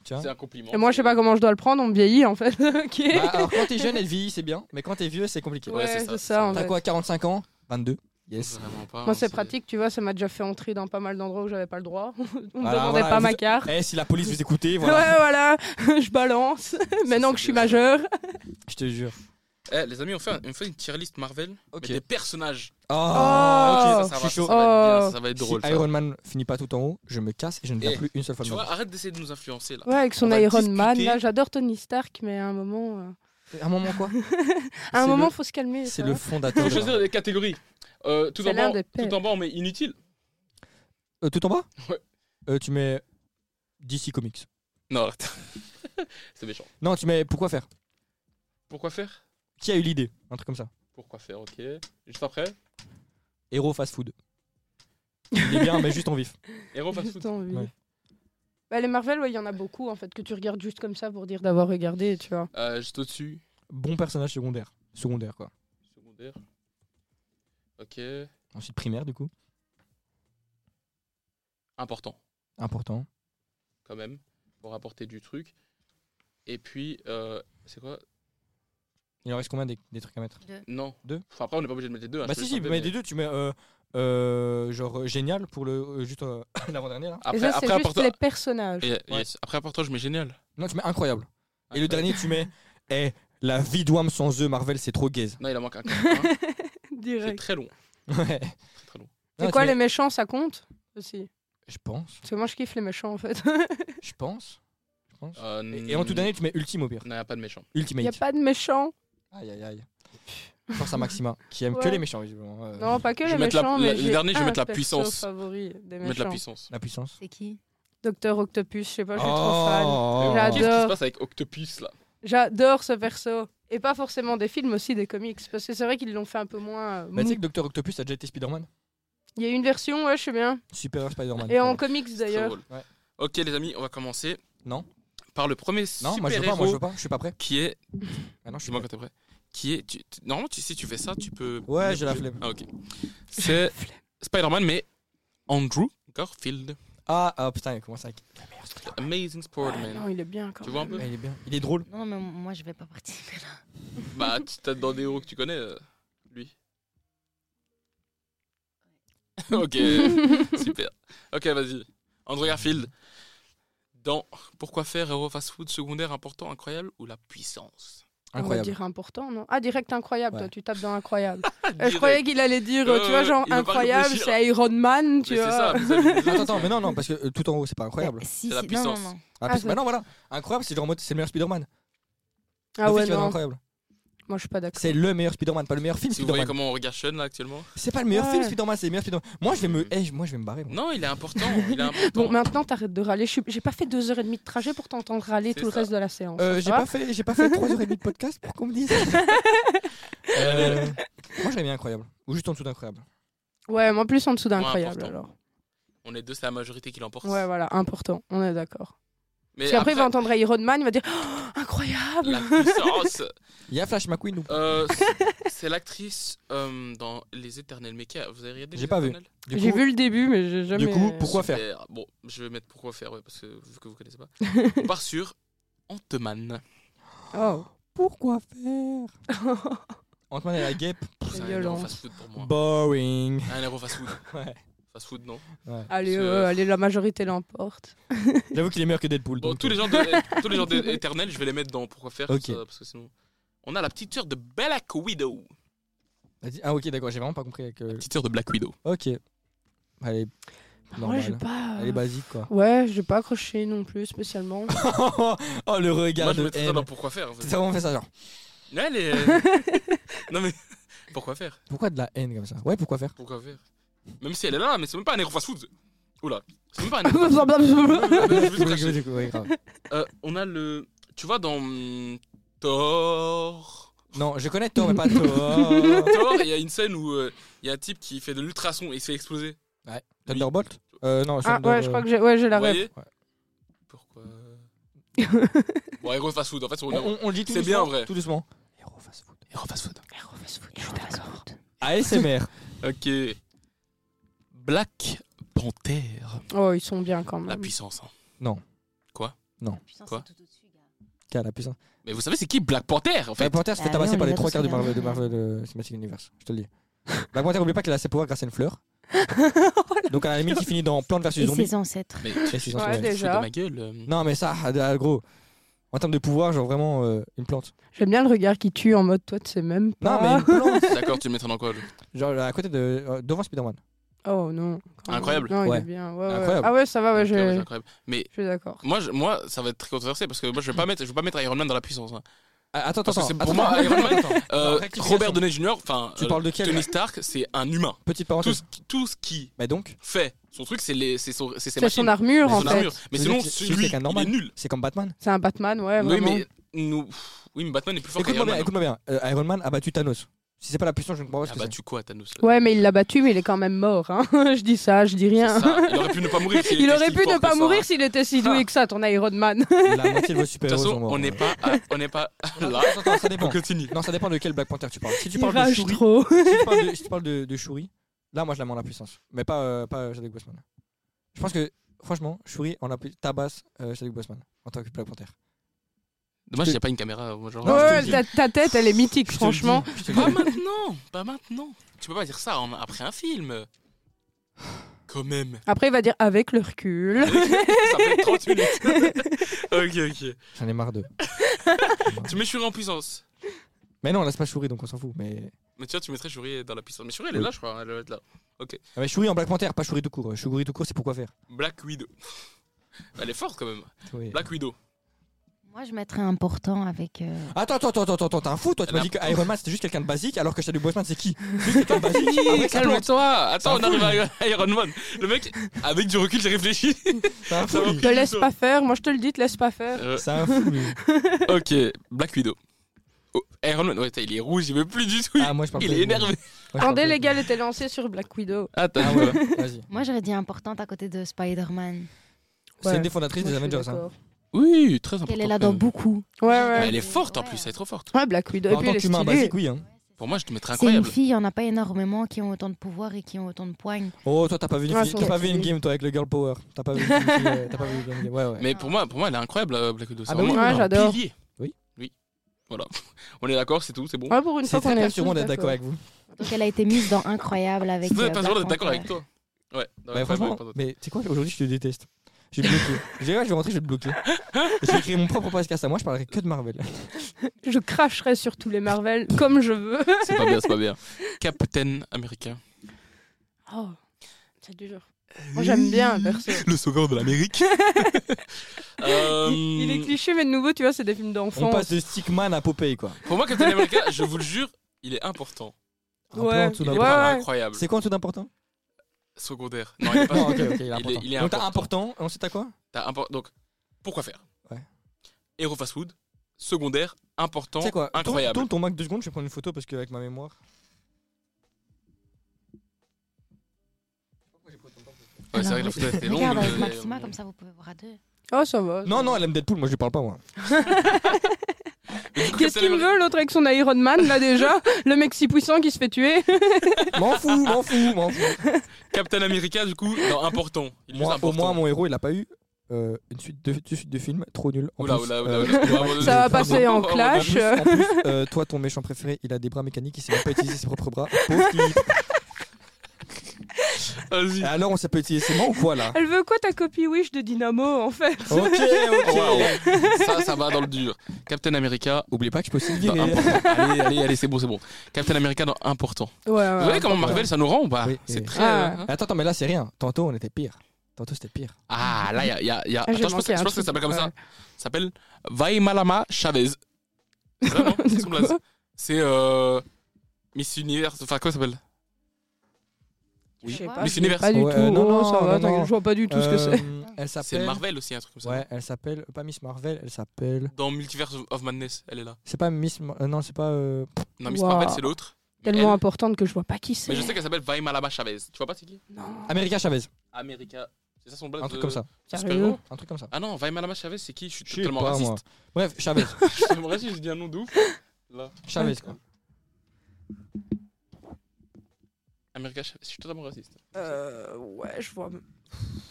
Speaker 4: Tu vois
Speaker 1: C'est un compliment.
Speaker 3: Et moi, je sais pas comment je dois le prendre, on me vieillit en fait. ok.
Speaker 4: Bah, Alors, quand t'es jeune, elle vieillit, c'est bien. Mais quand t'es vieux, c'est compliqué.
Speaker 1: Ouais, c'est ça,
Speaker 3: c'est
Speaker 1: c'est ça.
Speaker 3: ça. en
Speaker 4: T'as
Speaker 3: fait.
Speaker 4: quoi, 45 ans 22 Yes.
Speaker 1: Vraiment pas,
Speaker 3: Moi,
Speaker 1: hein,
Speaker 3: c'est pratique, tu vois, ça m'a déjà fait entrer dans pas mal d'endroits où j'avais pas le droit. On me
Speaker 4: Voilà,
Speaker 3: demandait
Speaker 4: voilà,
Speaker 3: pas
Speaker 4: vous-
Speaker 3: ma carte.
Speaker 4: Eh, si la police vous écoutez, voilà.
Speaker 3: Ouais, voilà, je balance. Maintenant
Speaker 1: c'est
Speaker 3: que je suis
Speaker 1: bien.
Speaker 3: majeure.
Speaker 4: Je te jure.
Speaker 1: Eh, les amis, on fait, un- on fait une tier list Marvel.
Speaker 4: Ok.
Speaker 1: mais des personnages.
Speaker 4: Oh,
Speaker 3: Ah,
Speaker 1: Ok, ça,
Speaker 4: ok,
Speaker 1: ça
Speaker 4: je
Speaker 1: va,
Speaker 4: suis chaud.
Speaker 1: ça va être bien,
Speaker 3: Oh.
Speaker 1: ça va être
Speaker 4: Si
Speaker 1: drôle. ça.
Speaker 4: Iron Man finit pas tout en haut, je me casse et je ne viens
Speaker 1: Eh,
Speaker 4: plus une seule fois de
Speaker 1: Tu
Speaker 4: ma
Speaker 1: vois,
Speaker 4: vie.
Speaker 1: arrête d'essayer de nous influencer là.
Speaker 3: Ouais, avec son
Speaker 4: On va
Speaker 3: Iron Man,
Speaker 4: discuter.
Speaker 3: là, j'adore Tony Stark, mais à un moment, euh,
Speaker 4: À un moment quoi
Speaker 3: à
Speaker 4: C'est
Speaker 3: un moment,
Speaker 4: le-
Speaker 3: faut se calmer.
Speaker 4: C'est
Speaker 3: ça
Speaker 4: le
Speaker 3: va.
Speaker 4: fondateur.
Speaker 1: Faut
Speaker 4: de
Speaker 1: choisir
Speaker 4: Marvel.
Speaker 1: des catégories. Euh, tout,
Speaker 3: C'est
Speaker 1: en
Speaker 3: l'un
Speaker 1: bas,
Speaker 3: des pères.
Speaker 1: tout en bas, on met inutile.
Speaker 4: Euh, tout en bas
Speaker 1: Ouais.
Speaker 4: Euh, tu mets DC Comics.
Speaker 1: Non, arrête. c'est méchant.
Speaker 4: Non, tu mets pourquoi faire
Speaker 1: Pourquoi faire
Speaker 4: Qui a eu l'idée Un truc comme ça.
Speaker 1: Pourquoi faire, ok. Juste après,
Speaker 4: Héros fast food. Il est bien, mais juste en vif.
Speaker 1: Hero Fast
Speaker 3: Juste
Speaker 1: Food.
Speaker 3: envie.
Speaker 4: Ouais.
Speaker 3: Bah, les Marvel, ouais, il y en a beaucoup en fait que tu regardes juste comme ça pour dire d'avoir regardé, tu vois.
Speaker 1: Euh, juste au-dessus,
Speaker 4: Bon personnage secondaire. Secondaire quoi.
Speaker 1: secondaire. Ok,
Speaker 4: Ensuite primaire du coup.
Speaker 1: important
Speaker 4: Important.
Speaker 1: quand même pour apporter du truc. Et puis, euh, c'est quoi
Speaker 4: Il en reste combien des, des trucs à mettre
Speaker 1: Non.
Speaker 4: Deux.
Speaker 1: Enfin, après, on n'est pas obligé de mettre les deux. hein,
Speaker 4: Bah
Speaker 1: je te
Speaker 4: si
Speaker 1: laisse
Speaker 4: si,
Speaker 1: un peu,
Speaker 4: mais des deux, tu mets euh, euh, genre euh, génial pour le euh, juste euh, l'avant-dernier là.
Speaker 1: Après,
Speaker 3: Et ça, c'est
Speaker 1: après,
Speaker 3: juste
Speaker 1: apporte-
Speaker 3: les personnages.
Speaker 1: Et-
Speaker 4: Ouais.
Speaker 1: yes. Après, apporte-toi, je mets génial.
Speaker 4: Non, tu mets incroyable. Et le dernier, tu mets eh la vie d'Ouam sans eux Marvel, c'est trop gaze.
Speaker 1: Non, il en manque un. quand même, hein. c'est
Speaker 3: Direct.
Speaker 1: très long.
Speaker 4: Ouais.
Speaker 1: Très, très long.
Speaker 3: C'est
Speaker 4: Non,
Speaker 3: quoi
Speaker 4: tu mets-
Speaker 3: les méchants, ça compte aussi
Speaker 4: Je pense,
Speaker 3: Parce que moi, je kiffe les méchants en fait.
Speaker 4: je pense, je pense.
Speaker 1: Euh,
Speaker 4: Et, et en tout dernier, tu mets ultime au pire.
Speaker 1: Non, il n'y a pas de méchant.
Speaker 3: Il y a
Speaker 4: Ultimate.
Speaker 3: pas de méchants.
Speaker 4: Aïe aïe aïe. Force à Maxima, qui aime que
Speaker 3: Ouais.
Speaker 4: les méchants visiblement. Euh,
Speaker 3: Non, pas que
Speaker 1: je vais
Speaker 3: les
Speaker 1: mettre la-
Speaker 3: méchants,
Speaker 1: la-
Speaker 3: mais
Speaker 1: le
Speaker 3: j'ai
Speaker 1: dernier, je vais
Speaker 3: un
Speaker 1: mettre la
Speaker 3: perso
Speaker 1: puissance.
Speaker 3: favori des
Speaker 1: Mettre la
Speaker 3: méchants.
Speaker 1: puissance.
Speaker 4: La puissance.
Speaker 2: C'est qui
Speaker 3: Docteur Octopus, je sais pas, je suis trop fan.
Speaker 4: Oh.
Speaker 1: Qu'est-ce qui se
Speaker 3: J'adore.
Speaker 1: passe avec Octopus là
Speaker 3: J'adore ce perso. Et pas forcément des films, aussi des comics. Parce que c'est vrai qu'ils l'ont fait un peu moins. euh,
Speaker 4: Bah, tu sais
Speaker 3: mou.
Speaker 4: que Docteur Octopus a déjà été Spider-Man
Speaker 3: Il y a une version, ouais, je sais bien.
Speaker 4: Super Spider-Man.
Speaker 3: Et en
Speaker 4: Ouais.
Speaker 3: comics
Speaker 1: C'est très
Speaker 3: d'ailleurs.
Speaker 1: drôle.
Speaker 4: Ouais.
Speaker 1: Ok, les amis, on va commencer.
Speaker 4: Non.
Speaker 1: Par le premier
Speaker 4: Non, moi je veux pas, moi je veux
Speaker 1: super-héros
Speaker 4: pas, je suis pas prêt.
Speaker 1: qui est.
Speaker 4: Ah non, je
Speaker 1: Tu
Speaker 4: suis
Speaker 1: vois
Speaker 4: pas
Speaker 1: quand t'es prêt. Qui est. tu- tu- Normalement, tu- si tu fais ça, tu peux.
Speaker 4: Ouais, j'ai la flemme.
Speaker 1: Ah, ok. C'est Spider-Man, mais Andrew Garfield.
Speaker 4: Ah, ah, putain, il commence avec.
Speaker 1: Amazing
Speaker 3: Ah
Speaker 1: Spider-Man.
Speaker 3: non, il est bien quand
Speaker 1: Tu vois un peu
Speaker 4: Mais il est bien, il est drôle.
Speaker 2: Non, mais moi, je vais pas participer là.
Speaker 1: bah, tu t'as dans des héros que tu connais, euh, lui. ok, super. Ok, vas-y. Andrew Garfield. Dans Pourquoi faire héros fast food secondaire important, incroyable ou la puissance
Speaker 3: On va
Speaker 4: Incroyable.
Speaker 3: dire important, non Ah, direct incroyable,
Speaker 4: Ouais.
Speaker 3: toi, tu tapes dans incroyable. Euh,
Speaker 1: Direct.
Speaker 3: je croyais qu'il allait dire, euh,
Speaker 1: Euh,
Speaker 3: tu vois, genre
Speaker 1: il veut pas
Speaker 3: incroyable,
Speaker 1: réfléchir.
Speaker 3: c'est Iron Man,
Speaker 1: Mais
Speaker 3: tu
Speaker 1: C'est
Speaker 3: vois.
Speaker 1: ça, vous avez- vous avez-
Speaker 4: Attends, attends, mais non, non, parce que euh, tout en haut, c'est pas incroyable.
Speaker 2: Bah, si,
Speaker 1: C'est la
Speaker 2: si-
Speaker 1: puissance.
Speaker 2: Non, non, non.
Speaker 4: Ah,
Speaker 3: Ah,
Speaker 4: parce-
Speaker 3: ça-
Speaker 4: bah non, voilà. Incroyable, c'est genre en mode, c'est le meilleur Spider-Man.
Speaker 3: Ah
Speaker 4: Le
Speaker 3: ouais,
Speaker 4: film, c'est
Speaker 3: non.
Speaker 4: incroyable.
Speaker 3: Moi, je suis pas d'accord.
Speaker 4: C'est le meilleur Spider-Man, pas le meilleur film
Speaker 1: Si vous voyez
Speaker 4: Spider-Man.
Speaker 1: comment on regarde Sean là actuellement
Speaker 4: C'est pas le meilleur film
Speaker 3: Ouais.
Speaker 4: Spider-Man, c'est le meilleur Spider-Man. Moi, je vais me, eh, moi, je vais me barrer. moi.
Speaker 1: Non, il est important. Il est important.
Speaker 3: Bon, maintenant, t'arrêtes de râler. Je suis- J'ai pas fait deux heures et demie de trajet pour t'entendre râler
Speaker 1: C'est
Speaker 3: tout le
Speaker 1: ça.
Speaker 3: reste de la séance.
Speaker 4: Euh,
Speaker 3: ça
Speaker 4: j'ai
Speaker 3: va
Speaker 4: pas fait, j'ai pas fait 3 heures et demie de podcast pour qu'on me dise. Euh, moi, j'aurais bien incroyable. Ou juste en dessous d'incroyable.
Speaker 3: Ouais, moi, plus en dessous
Speaker 1: Moins
Speaker 3: d'incroyable,
Speaker 1: important.
Speaker 3: alors.
Speaker 1: On est deux, c'est la majorité qui l'emporte.
Speaker 3: Ouais, voilà, important, on est d'accord.
Speaker 1: Mais
Speaker 3: Parce qu'après, il va entendre Iron Man, il va dire Oh, incroyable
Speaker 1: la puissance.
Speaker 4: Il y a Flash McQueen ou
Speaker 1: Euh, c'est- c'est l'actrice euh, dans Les Éternels Mecha. Vous avez regardé
Speaker 4: J'ai
Speaker 1: Les
Speaker 4: pas vu.
Speaker 1: Éternels
Speaker 4: Du
Speaker 3: J'ai
Speaker 4: coup-
Speaker 3: vu le début, mais j'ai jamais.
Speaker 4: Du coup, pourquoi faire
Speaker 1: Super. Bon, je vais mettre pourquoi faire, ouais, parce que vu que vous connaissez pas. On part sur Ant-Man.
Speaker 3: Oh,
Speaker 4: Pourquoi faire Ant-Man et la guêpe.
Speaker 1: Pff, C'est un héros
Speaker 3: violence.
Speaker 1: fast-food pour moi.
Speaker 4: Boring.
Speaker 1: Un héros fast-food.
Speaker 4: Ouais.
Speaker 1: Fast-food, non.
Speaker 3: allez,
Speaker 1: Parce que-
Speaker 3: euh, allez, la majorité l'emporte.
Speaker 4: J'avoue qu'il est meilleur que Deadpool.
Speaker 1: Bon,
Speaker 4: donc,
Speaker 1: tous les
Speaker 4: euh,
Speaker 1: gens de, tous les gens d'Éternels, je vais les mettre dans pourquoi faire,
Speaker 4: Ok.
Speaker 1: comme ça, parce que sinon. On a la petite sœur de Black Widow.
Speaker 4: vas-y. Ah, ok, d'accord, j'ai vraiment pas compris. Avec, euh,
Speaker 1: Petite sœur de Black Widow.
Speaker 4: Ok. Elle est
Speaker 3: Bah, Moi,
Speaker 4: normale.
Speaker 3: j'ai pas. euh,
Speaker 4: Elle est basique, quoi.
Speaker 3: Ouais, j'ai pas accroché non plus spécialement.
Speaker 4: oh, le regard
Speaker 1: Moi, je
Speaker 4: de
Speaker 1: mettrais ça
Speaker 4: haine.
Speaker 1: dans pourquoi faire. en fait.
Speaker 4: T'as vraiment fait ça, genre.
Speaker 1: Ouais, elle est- non, mais pourquoi faire
Speaker 4: Pourquoi de la haine comme ça Ouais, pourquoi faire
Speaker 1: Pourquoi faire Même si elle est là, mais c'est même pas un héros fast-food. Oula, c'est même pas un héros
Speaker 3: Blablabla.
Speaker 1: Ah, mais je vais te
Speaker 4: Ouais,
Speaker 1: cacher.
Speaker 4: ouais, grave.
Speaker 1: Euh, on a le. Tu vois, dans. hum, hmm, Thor.
Speaker 4: Non, je connais Thor, mais pas Thor.
Speaker 1: Thor, il y a une scène où euh, il y a un type qui fait de l'ultrason et il se fait exploser.
Speaker 4: Thunderbolt euh, Non,
Speaker 3: Ah
Speaker 4: Thunder-
Speaker 3: ouais, je crois que j'ai ouais, j'ai la
Speaker 1: Vous
Speaker 3: rêve.
Speaker 1: voyez
Speaker 4: Ouais.
Speaker 1: Pourquoi Bon, Hero Fast Food, en fait, sur
Speaker 4: On, on- on le dit tout
Speaker 1: C'est
Speaker 4: doucement.
Speaker 1: bien, en vrai.
Speaker 4: Tout doucement. Hero fast food.
Speaker 1: Hero Fast Food.
Speaker 4: ASMR.
Speaker 1: Ok. Black Panther.
Speaker 3: Oh, ils sont bien quand
Speaker 1: La
Speaker 3: même.
Speaker 1: puissance. hein. Quoi
Speaker 2: Quoi
Speaker 4: Quelle la puissance.
Speaker 1: Mais vous savez, c'est qui Black Panther en fait
Speaker 4: Black Panther se fait
Speaker 2: Ah
Speaker 4: tabasser
Speaker 2: oui, on
Speaker 4: par
Speaker 2: les
Speaker 4: les
Speaker 2: a
Speaker 4: trois
Speaker 2: tous
Speaker 4: quarts du Marvel,
Speaker 2: regardés,
Speaker 4: de Marvel euh, Cinematic Universe. Je te le dis. Black Panther, oublie pas qu'elle a ses pouvoirs grâce à une fleur. Donc à la limite, il finit dans Plante versus
Speaker 2: Et
Speaker 4: Zombie.
Speaker 2: ses ancêtres.
Speaker 1: Mais
Speaker 4: Et ses
Speaker 3: Ouais,
Speaker 1: tu
Speaker 4: ancêtres, ouais.
Speaker 1: te fous de
Speaker 3: déjà.
Speaker 1: ma gueule. euh.
Speaker 4: Non, mais ça, ah, gros. En termes de pouvoir, genre vraiment euh, une plante.
Speaker 3: J'aime bien le regard qui tue en mode toi, tu sais même
Speaker 4: Non,
Speaker 3: pas.
Speaker 4: mais une plante.
Speaker 1: D'accord, tu le mettrais dans quoi le-
Speaker 4: Genre à côté de. euh, devant Spider-Man.
Speaker 3: Oh non. quand même.
Speaker 1: Incroyable.
Speaker 3: Non, il
Speaker 4: Ouais.
Speaker 3: est bien. ouais, ouais.
Speaker 4: Incroyable.
Speaker 3: Ah ouais, ça va, ouais,
Speaker 1: Ok, ouais, c'est
Speaker 3: je
Speaker 1: incroyable. Mais
Speaker 3: je suis d'accord.
Speaker 1: moi, je- moi, ça va être très controversé parce que moi, je vais pas mettre, je vais pas mettre Iron Man dans la puissance. hein.
Speaker 4: Ah, attends,
Speaker 1: Parce que
Speaker 4: attends,
Speaker 1: c'est
Speaker 4: attends.
Speaker 1: pour moi, Iron Man,
Speaker 4: attends.
Speaker 1: Euh,
Speaker 4: rectification.
Speaker 1: Robert Downey Jr. Enfin,
Speaker 4: Tu
Speaker 1: euh,
Speaker 4: parles de quel
Speaker 1: Tony Stark, c'est un humain. Tout
Speaker 4: Petite parenthèse.
Speaker 1: ce, qui- tout ce qui
Speaker 4: Mais donc,
Speaker 1: fait son truc, c'est les, c'est son, c'est ses
Speaker 3: C'est son
Speaker 1: machines,
Speaker 3: armure
Speaker 1: c'est
Speaker 3: en
Speaker 1: son
Speaker 3: fait.
Speaker 1: armure. Mais
Speaker 4: Vous
Speaker 1: sinon,
Speaker 4: êtes-
Speaker 1: c'est
Speaker 4: vous êtes
Speaker 1: lui,
Speaker 4: quelqu'un de
Speaker 1: il est
Speaker 4: normal.
Speaker 1: nul.
Speaker 4: c'est comme Batman.
Speaker 3: C'est un Batman, ouais.
Speaker 1: oui,
Speaker 3: vraiment.
Speaker 1: mais nous, oui, mais Batman est plus fort qu'Iron
Speaker 4: Écoute-moi bien,
Speaker 1: Man.
Speaker 4: écoute-moi bien. Euh, Iron Man a battu Thanos. Si c'est pas la puissance, je ne comprends pas ce
Speaker 1: Ah
Speaker 4: que
Speaker 1: bah
Speaker 4: c'est.
Speaker 1: tu quoi, Thanos là
Speaker 3: Ouais, mais il l'a battu, mais il est quand même mort. hein. je dis ça, je dis
Speaker 1: C'est
Speaker 3: rien.
Speaker 1: ça, Il aurait pu ne pas mourir. s'il
Speaker 3: Il
Speaker 1: était
Speaker 3: aurait
Speaker 1: si
Speaker 3: pu
Speaker 1: fort
Speaker 3: ne
Speaker 1: que
Speaker 3: pas
Speaker 1: ça. Ah.
Speaker 3: mourir s'il était si doué que ça, ton Iron Man.
Speaker 4: La moitié de
Speaker 1: De
Speaker 4: vos
Speaker 1: toute
Speaker 4: super-héros
Speaker 1: façon,
Speaker 4: sont morts.
Speaker 1: on n'est
Speaker 4: ouais.
Speaker 1: pas, à- on n'est pas là.
Speaker 4: Attends, attends, ça dépend.
Speaker 1: On continue.
Speaker 4: Non, ça dépend de quel Black Panther tu parles. Si tu
Speaker 3: Il
Speaker 4: parles de
Speaker 3: rage
Speaker 4: Shuri,
Speaker 3: trop.
Speaker 4: si tu parles de, si tu parles de- de Shuri, là moi je la mets en la puissance. Mais pas, euh, pas euh, Chadwick Boseman. Je pense que, franchement, Shuri en la pu- tabasse euh, Chadwick Boseman en tant que Black Panther.
Speaker 1: Dommage,
Speaker 4: Je te-
Speaker 1: il n'y a pas une caméra. euh, Genre,
Speaker 4: Non, je te
Speaker 3: Ouais,
Speaker 4: le dis.
Speaker 3: ta, ta tête, elle est mythique,
Speaker 4: Je te le
Speaker 3: franchement.
Speaker 4: dis, je te le
Speaker 1: Pas
Speaker 4: dis.
Speaker 1: maintenant, pas maintenant. Tu peux pas dire ça en- après un film. Quand même.
Speaker 3: Après, il va dire avec le recul.
Speaker 1: ça fait 30 minutes. ok, ok.
Speaker 4: J'en ai marre de.
Speaker 1: Tu mets Shuri en puissance.
Speaker 4: Mais non, laisse pas Shuri donc on s'en fout. Mais...
Speaker 1: Mais tu vois, tu mettrais Shuri dans la puissance. Mais Shuri, elle est
Speaker 4: Oui.
Speaker 1: là, je crois. Elle va être là.
Speaker 4: Ah, mais Shuri en Black Panther, pas Shuri tout court. Shuri tout court, c'est pourquoi faire.
Speaker 1: Black Widow. Elle est forte quand même.
Speaker 4: Oui.
Speaker 1: Black Widow.
Speaker 2: Moi, je mettrais un portant avec. euh,
Speaker 4: Attends, attends, attends, attends, attends, t'es un fou toi. Tu
Speaker 1: Elle
Speaker 4: m'as
Speaker 1: a-
Speaker 4: dit que Iron Man c'était juste quelqu'un de basique alors que Chadwick Boseman c'est qui Juste quelqu'un de basique. Après, ça plante.
Speaker 1: Calme-toi. Attends, on
Speaker 4: C'est un
Speaker 1: arrive à Iron Man. Le mec, avec du recul, j'ai réfléchi.
Speaker 4: C'est un fou. lui.
Speaker 3: Te laisse pas faire, moi je te le dis, te laisse pas faire.
Speaker 1: Euh,
Speaker 4: C'est un fou. lui.
Speaker 1: ok, Black Widow. Oh, Iron Man, ouais, putain, il est rouge, il veut plus du tout.
Speaker 4: Ah, moi je parle
Speaker 1: il
Speaker 4: pas
Speaker 1: est
Speaker 4: de-
Speaker 1: énervé.
Speaker 4: Moi, je parle
Speaker 3: Attendez,
Speaker 4: pas de-
Speaker 3: les gars, elle était lancée sur Black Widow.
Speaker 1: Attends,
Speaker 4: Ah ouais, vas-y.
Speaker 2: Moi, j'aurais dit un portant à côté de Spider-Man.
Speaker 4: C'est
Speaker 3: Ouais.
Speaker 4: une des fondatrices
Speaker 3: Moi,
Speaker 4: des
Speaker 3: je suis
Speaker 4: Avengers. hein.
Speaker 3: d'accord.
Speaker 1: Oui, très important.
Speaker 2: Elle est là dans beaucoup.
Speaker 1: Mais
Speaker 3: Ouais, ouais.
Speaker 1: elle est forte en
Speaker 2: Ouais.
Speaker 1: plus, elle est trop forte.
Speaker 3: Ouais, Black Widow. Et
Speaker 4: en
Speaker 3: puis
Speaker 4: tant
Speaker 3: elle est
Speaker 4: qu'humain
Speaker 3: stylée.
Speaker 4: basique, oui. hein.
Speaker 1: Pour moi, je te mettrais
Speaker 2: C'est une
Speaker 1: incroyable.
Speaker 2: fille, il n'y en a pas énormément qui ont autant de pouvoir et qui ont autant de poignes.
Speaker 4: Oh, toi, t'as pas vu, une
Speaker 3: Ah,
Speaker 4: fille-
Speaker 3: son
Speaker 4: t'as pas vu une
Speaker 3: stylé.
Speaker 4: game, toi, avec le girl power. T'as pas vu une fille, euh, t'as pas vu une game. Ouais, ouais.
Speaker 1: Mais pour moi, pour moi, elle est incroyable, euh, Black Widow. C'est
Speaker 4: Ah bah
Speaker 1: vraiment
Speaker 4: oui,
Speaker 1: un
Speaker 4: ouais,
Speaker 3: j'adore.
Speaker 1: pilier.
Speaker 4: Oui.
Speaker 1: Oui. Voilà. On est d'accord, c'est tout, c'est bon.
Speaker 3: Ouais, pour une
Speaker 4: C'est
Speaker 3: fois qu'on
Speaker 4: très
Speaker 3: est
Speaker 4: perturbant
Speaker 3: tous
Speaker 4: d'être d'accord avec vous.
Speaker 2: Donc, elle a été mise dans Incroyable avec.
Speaker 1: C'est
Speaker 2: euh,
Speaker 1: pas
Speaker 2: Black
Speaker 1: toujours d'être d'accord
Speaker 2: Panther.
Speaker 1: avec toi. Ouais. non,
Speaker 4: Ouais,
Speaker 1: pas
Speaker 4: Bah, franchement,
Speaker 1: d'accord.
Speaker 4: mais tu sais quoi, aujourd'hui, je te déteste. Je vais te bloquer. je vais je vais rentrer, je vais te bloquer. Et je vais créer mon propre podcast à moi, je parlerai que de Marvel.
Speaker 3: Je cracherai sur tous les Marvel comme je veux.
Speaker 1: C'est pas bien, c'est pas bien. Captain américain.
Speaker 3: Oh, c'est dur. Moi j'aime bien, perso.
Speaker 1: Le sauveur de l'Amérique. Euh,
Speaker 3: Il, il est cliché, mais de nouveau, tu vois, c'est des films
Speaker 4: On
Speaker 3: d'enfants.
Speaker 4: passe de Stickman à Popeye, quoi.
Speaker 1: Pour moi, Captain America, je vous le jure, il est important.
Speaker 4: Un
Speaker 3: Ouais.
Speaker 4: plan en dessous
Speaker 1: Il
Speaker 4: d'un
Speaker 1: est
Speaker 3: Ouais,
Speaker 4: plan.
Speaker 1: pas
Speaker 3: ouais.
Speaker 1: incroyable.
Speaker 4: C'est quoi en dessous d'important
Speaker 1: Secondaire. Non, Ah, il est pas
Speaker 4: Non, ok, ok, il est important.
Speaker 1: il est
Speaker 4: Donc, t'as important, et ensuite t'as quoi
Speaker 1: T'as impor- Donc, pourquoi faire
Speaker 4: Ouais.
Speaker 1: Hero fast food, secondaire, important,
Speaker 4: Tu sais quoi Tourne-
Speaker 1: incroyable.
Speaker 4: Tourne ton Mac deux secondes, je vais prendre une photo parce qu'avec ma mémoire.
Speaker 1: Ouais, c'est vrai que la
Speaker 2: Alors,
Speaker 1: photo était longue.
Speaker 2: Regarde avec
Speaker 1: mais-
Speaker 2: Maxima, comme ça vous pouvez voir à deux.
Speaker 3: Oh, ça va.
Speaker 4: Non, non, elle aime Deadpool, moi je lui parle pas, moi.
Speaker 1: Mais du coup,
Speaker 3: Qu'est-ce
Speaker 1: euh, Captain
Speaker 3: qu'il me
Speaker 1: America-
Speaker 3: veut, l'autre, avec son Iron Man, là déjà Le mec si puissant qui se fait tuer
Speaker 4: M'en fous, m'en fous, m'en fous.
Speaker 1: Captain America, du coup, non, important. Il est
Speaker 4: Moi,
Speaker 1: juste
Speaker 4: au moins,
Speaker 1: important.
Speaker 4: mon héros, il a pas eu euh, une suite de, deux suites de films trop nul. En
Speaker 1: Oula,
Speaker 4: plus,
Speaker 1: oula, oula,
Speaker 4: euh,
Speaker 1: oula, on va abandonner.
Speaker 3: Ça va
Speaker 1: Pardon.
Speaker 3: passer en
Speaker 1: On va
Speaker 4: en
Speaker 3: clash.
Speaker 4: plus, en plus, euh, toi, ton méchant préféré, il a des bras mécaniques, il sait même pas utiliser ses propres bras. Pauvre Philippe.
Speaker 1: abandonner.
Speaker 4: Et
Speaker 1: Vas-y.
Speaker 4: alors, on sait pas utiliser ses mains ou quoi là
Speaker 3: Elle veut quoi ta copie Wish de Dynamo, en fait
Speaker 4: Ok, ok.
Speaker 1: Waouh. Ça, ça va dans le dur. Captain America.
Speaker 4: Oublie pas que je peux aussi le
Speaker 1: Dans
Speaker 4: virer.
Speaker 1: important. allez, allez, allez, c'est bon, c'est bon. Captain America dans important.
Speaker 3: Ouais, ouais.
Speaker 1: Vous voyez comment Marvel ça nous rend ou pas
Speaker 4: Oui,
Speaker 1: C'est
Speaker 4: oui.
Speaker 1: très.
Speaker 3: Ah.
Speaker 1: euh, hein
Speaker 4: Attends, attends, mais là, c'est rien. Tantôt, on était pire. Tantôt, c'était pire.
Speaker 1: Ah, là, il y a. y a- y a-
Speaker 3: Ah, j'ai
Speaker 1: Attends, je pense,
Speaker 3: manqué un
Speaker 1: je pense que ça s'appelle
Speaker 3: truc,
Speaker 1: comme ça.
Speaker 3: ouais.
Speaker 1: Ça s'appelle Vaimalama Chavez. Vraiment, c'est son
Speaker 3: quoi
Speaker 1: blaze. C'est. euh, Miss Univers. Enfin, quoi ça s'appelle
Speaker 3: Je sais
Speaker 2: Oui.
Speaker 3: pas,
Speaker 1: Miss
Speaker 3: je sais
Speaker 1: Universe.
Speaker 3: Pas du
Speaker 4: Ouais,
Speaker 3: tout.
Speaker 1: Ah,
Speaker 4: euh, non,
Speaker 3: Oh,
Speaker 4: non,
Speaker 3: ça va,
Speaker 4: non,
Speaker 3: t'inquiète,
Speaker 4: non.
Speaker 3: je vois pas du tout ce que c'est.
Speaker 4: Euh, Elle
Speaker 1: C'est
Speaker 4: s'appelle.
Speaker 1: Marvel aussi, un truc comme ça.
Speaker 4: Ouais, elle s'appelle. Pas Miss Marvel, elle s'appelle.
Speaker 1: Dans Multiverse of Madness, elle est là.
Speaker 4: C'est pas Miss. Ma- euh, non, c'est pas. euh,
Speaker 1: Non, Miss
Speaker 3: Wow.
Speaker 1: Marvel, c'est l'autre. Mais
Speaker 3: Tellement
Speaker 1: elle-
Speaker 3: importante que je vois pas qui c'est.
Speaker 1: Mais je sais qu'elle s'appelle Vaimalaba Chavez. Tu vois pas c'est qui
Speaker 3: Non,
Speaker 4: America Chavez.
Speaker 1: America. C'est ça son blague
Speaker 4: Un truc comme ça.
Speaker 3: sérieux.
Speaker 4: Un truc comme ça.
Speaker 1: Ah non, Vaimalaba Chavez, c'est qui Je suis
Speaker 4: Je sais
Speaker 1: totalement
Speaker 4: pas, moi.
Speaker 1: raciste.
Speaker 4: Bref, Chavez.
Speaker 1: Moi si je dis un nom de ouf. Là.
Speaker 4: Chavez, quoi.
Speaker 1: America Chavez, je suis totalement raciste.
Speaker 3: Euh, ouais, je vois.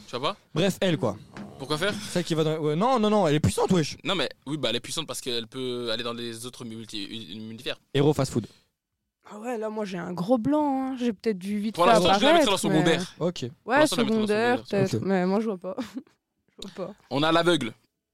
Speaker 1: Tu vois
Speaker 4: Bref, elle, quoi.
Speaker 1: pas Pourquoi faire
Speaker 4: Celle qui va dans. ouais, Non, non, non, elle est puissante, wesh.
Speaker 1: Non, mais oui, bah elle est puissante parce qu'elle peut aller dans les autres multi- multivers.
Speaker 4: Héros fast food.
Speaker 3: Ah ouais, là, moi, j'ai un gros blanc. hein. J'ai peut-être dû vite
Speaker 1: Pour
Speaker 3: fait
Speaker 1: l'instant, je la mettrai dans
Speaker 3: apparaître,
Speaker 1: son
Speaker 3: mais-
Speaker 1: secondaire.
Speaker 4: Ok.
Speaker 3: Ouais,
Speaker 1: l'instant, je la mettrai dans
Speaker 3: secondaire,
Speaker 1: secondaire,
Speaker 3: peut-être.
Speaker 4: ok.
Speaker 3: Mais moi, je vois pas. Je vois pas.
Speaker 1: On a l'aveugle.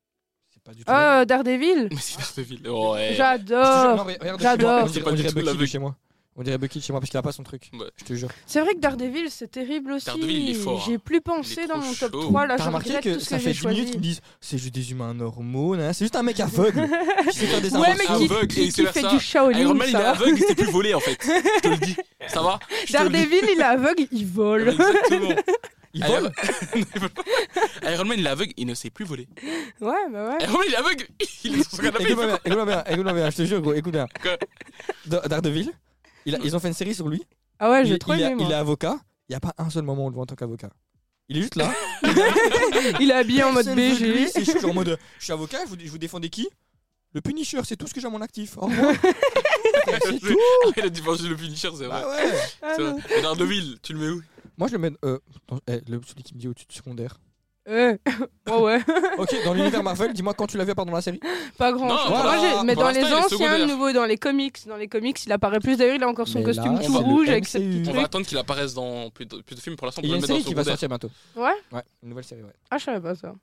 Speaker 4: C'est pas du tout.
Speaker 3: Ah, euh, Daredevil
Speaker 1: Mais c'est Daredevil. Oh, Ouais.
Speaker 4: Non,
Speaker 3: J'adore
Speaker 4: mais regarde
Speaker 3: Ah, J'adore.
Speaker 4: chez
Speaker 1: C'est
Speaker 4: moi,
Speaker 1: pas
Speaker 4: On
Speaker 1: du
Speaker 4: dirait, on dirait
Speaker 1: tout
Speaker 4: Bucky de
Speaker 1: l'aveugle.
Speaker 4: chez moi. On dirait Bucky de chez moi parce qu'il a pas son truc.
Speaker 1: Ouais.
Speaker 4: Je te jure.
Speaker 3: C'est vrai que Daredevil, c'est terrible aussi.
Speaker 1: Daredevil, il est fort, hein.
Speaker 3: J'ai plus
Speaker 1: Il
Speaker 3: pensé
Speaker 1: est
Speaker 3: dans
Speaker 1: trop
Speaker 3: mon top
Speaker 1: chaud.
Speaker 3: 3. Là,
Speaker 4: T'as
Speaker 3: je
Speaker 4: remarqué
Speaker 3: regrette
Speaker 4: que
Speaker 3: Ah, tout ce
Speaker 4: ça
Speaker 3: que
Speaker 4: fait
Speaker 3: j'ai
Speaker 4: 10 minutes qu'ils
Speaker 3: choisi.
Speaker 4: disent c'est juste des humains normaux, nan, c'est juste un mec aveugle qui sait faire des
Speaker 3: Ouais, mais
Speaker 4: inventions.
Speaker 3: qui,
Speaker 1: Ah, aveugle,
Speaker 3: qui-
Speaker 1: et il sait
Speaker 3: qui
Speaker 1: faire
Speaker 3: fait
Speaker 1: ça.
Speaker 3: du
Speaker 1: Iron
Speaker 3: Shaolin,
Speaker 1: Man, il est
Speaker 3: ça. va.
Speaker 1: aveugle, il sait plus voler en fait. Je te le dis. Ça va Je te le dis.
Speaker 3: Daredevil, il est aveugle, il vole.
Speaker 1: Exactement.
Speaker 4: Il
Speaker 1: Iron-
Speaker 4: vole.
Speaker 1: Iron Man, il est aveugle, il ne sait plus voler.
Speaker 3: Ouais, bah ouais.
Speaker 1: Iron Man, il est aveugle, il est sur son canapé. il fait-
Speaker 4: Écoute-moi bien, écoute-moi bien, écoute-moi bien, je te jure, gros, écoute bien.
Speaker 1: Quoi
Speaker 4: Da- Daredevil, il a- ils ont fait une série sur lui.
Speaker 3: Ah ouais,
Speaker 4: il,
Speaker 3: j'ai trop
Speaker 4: il est-
Speaker 3: aimé, moi.
Speaker 4: il est avocat. Il n'y a pas un seul moment où on le voit en tant qu'avocat. Il est juste là.
Speaker 3: Il est habillé en mode
Speaker 4: Personne veut de lui,
Speaker 3: BG.
Speaker 4: C'est juste en mode je suis avocat, vous- je vous défendez qui Le Punisher, c'est tout ce que j'ai à mon actif. Oh, Au revoir. c'est tout.
Speaker 1: Ah, Il a divorcé le Punisher, c'est vrai.
Speaker 4: Bah ouais.
Speaker 3: Ah
Speaker 1: C'est
Speaker 3: non.
Speaker 1: vrai. Et Daredevil, tu le mets où
Speaker 4: Moi je le mets euh, dans- eh, le, celui qui me dit au-dessus de secondaire.
Speaker 3: Ouais, ouais, ouais.
Speaker 4: Ok, dans l'univers Marvel, dis-moi quand tu l'as vu à part dans la série.
Speaker 3: Pas grand.
Speaker 1: Non,
Speaker 3: chose.
Speaker 1: voilà.
Speaker 3: Moi, j'ai- mais
Speaker 1: Pour
Speaker 3: dans
Speaker 1: l'instant,
Speaker 3: les
Speaker 1: il est
Speaker 3: anciens, de
Speaker 1: secondaire.
Speaker 3: nouveau, dans les comics, dans les comics, il apparaît plus. D'ailleurs, il a encore son
Speaker 4: Mais là,
Speaker 3: costume
Speaker 4: c'est
Speaker 3: tout
Speaker 4: le
Speaker 3: rouge avec ses petits
Speaker 4: MCU.
Speaker 1: On va
Speaker 3: trucs.
Speaker 1: attendre qu'il apparaisse dans plus de, plus de films. Pour l'instant, on peut
Speaker 4: Il y
Speaker 1: le mettre
Speaker 4: a une
Speaker 1: dans
Speaker 4: série
Speaker 1: son
Speaker 4: qui va
Speaker 1: secondaire.
Speaker 4: sortir bientôt.
Speaker 3: Ouais.
Speaker 4: Ouais, une nouvelle série, ouais.
Speaker 3: Ah, je savais pas ça.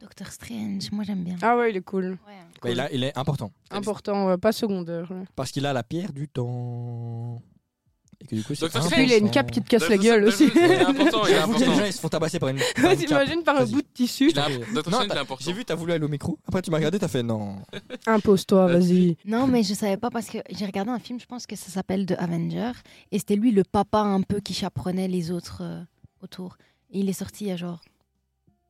Speaker 2: Doctor Strange, moi j'aime bien.
Speaker 3: Ah Bah, ouais, il est cool.
Speaker 2: Ouais.
Speaker 4: Mais là, il est important.
Speaker 3: Important, ouais, pas secondaire. ouais.
Speaker 4: Parce qu'il a la pierre du temps. Et que du coup, c'est
Speaker 1: Doctor
Speaker 3: Puis il a une
Speaker 4: important.
Speaker 3: cape qui te casse la
Speaker 1: Doctor
Speaker 3: gueule aussi.
Speaker 1: Strange, Il est important, il est
Speaker 4: J'avoue que les gens
Speaker 1: important.
Speaker 4: ils se font tabasser par une. par une cape.
Speaker 3: T'imagines par un
Speaker 4: Vas-y.
Speaker 3: bout de tissu
Speaker 1: Il est imp- Doctor
Speaker 4: Non,
Speaker 1: Strange, il est
Speaker 4: t'as-
Speaker 1: important.
Speaker 4: J'ai vu, t'as voulu aller au micro. Après, tu m'as regardé, t'as fait non.
Speaker 3: Impose-toi, vas-y.
Speaker 2: Non, mais je savais pas parce que j'ai regardé un film, je pense que ça s'appelle The Avenger, et c'était lui le papa un peu qui chaperonnait les autres euh, autour. Et il est sorti il y a genre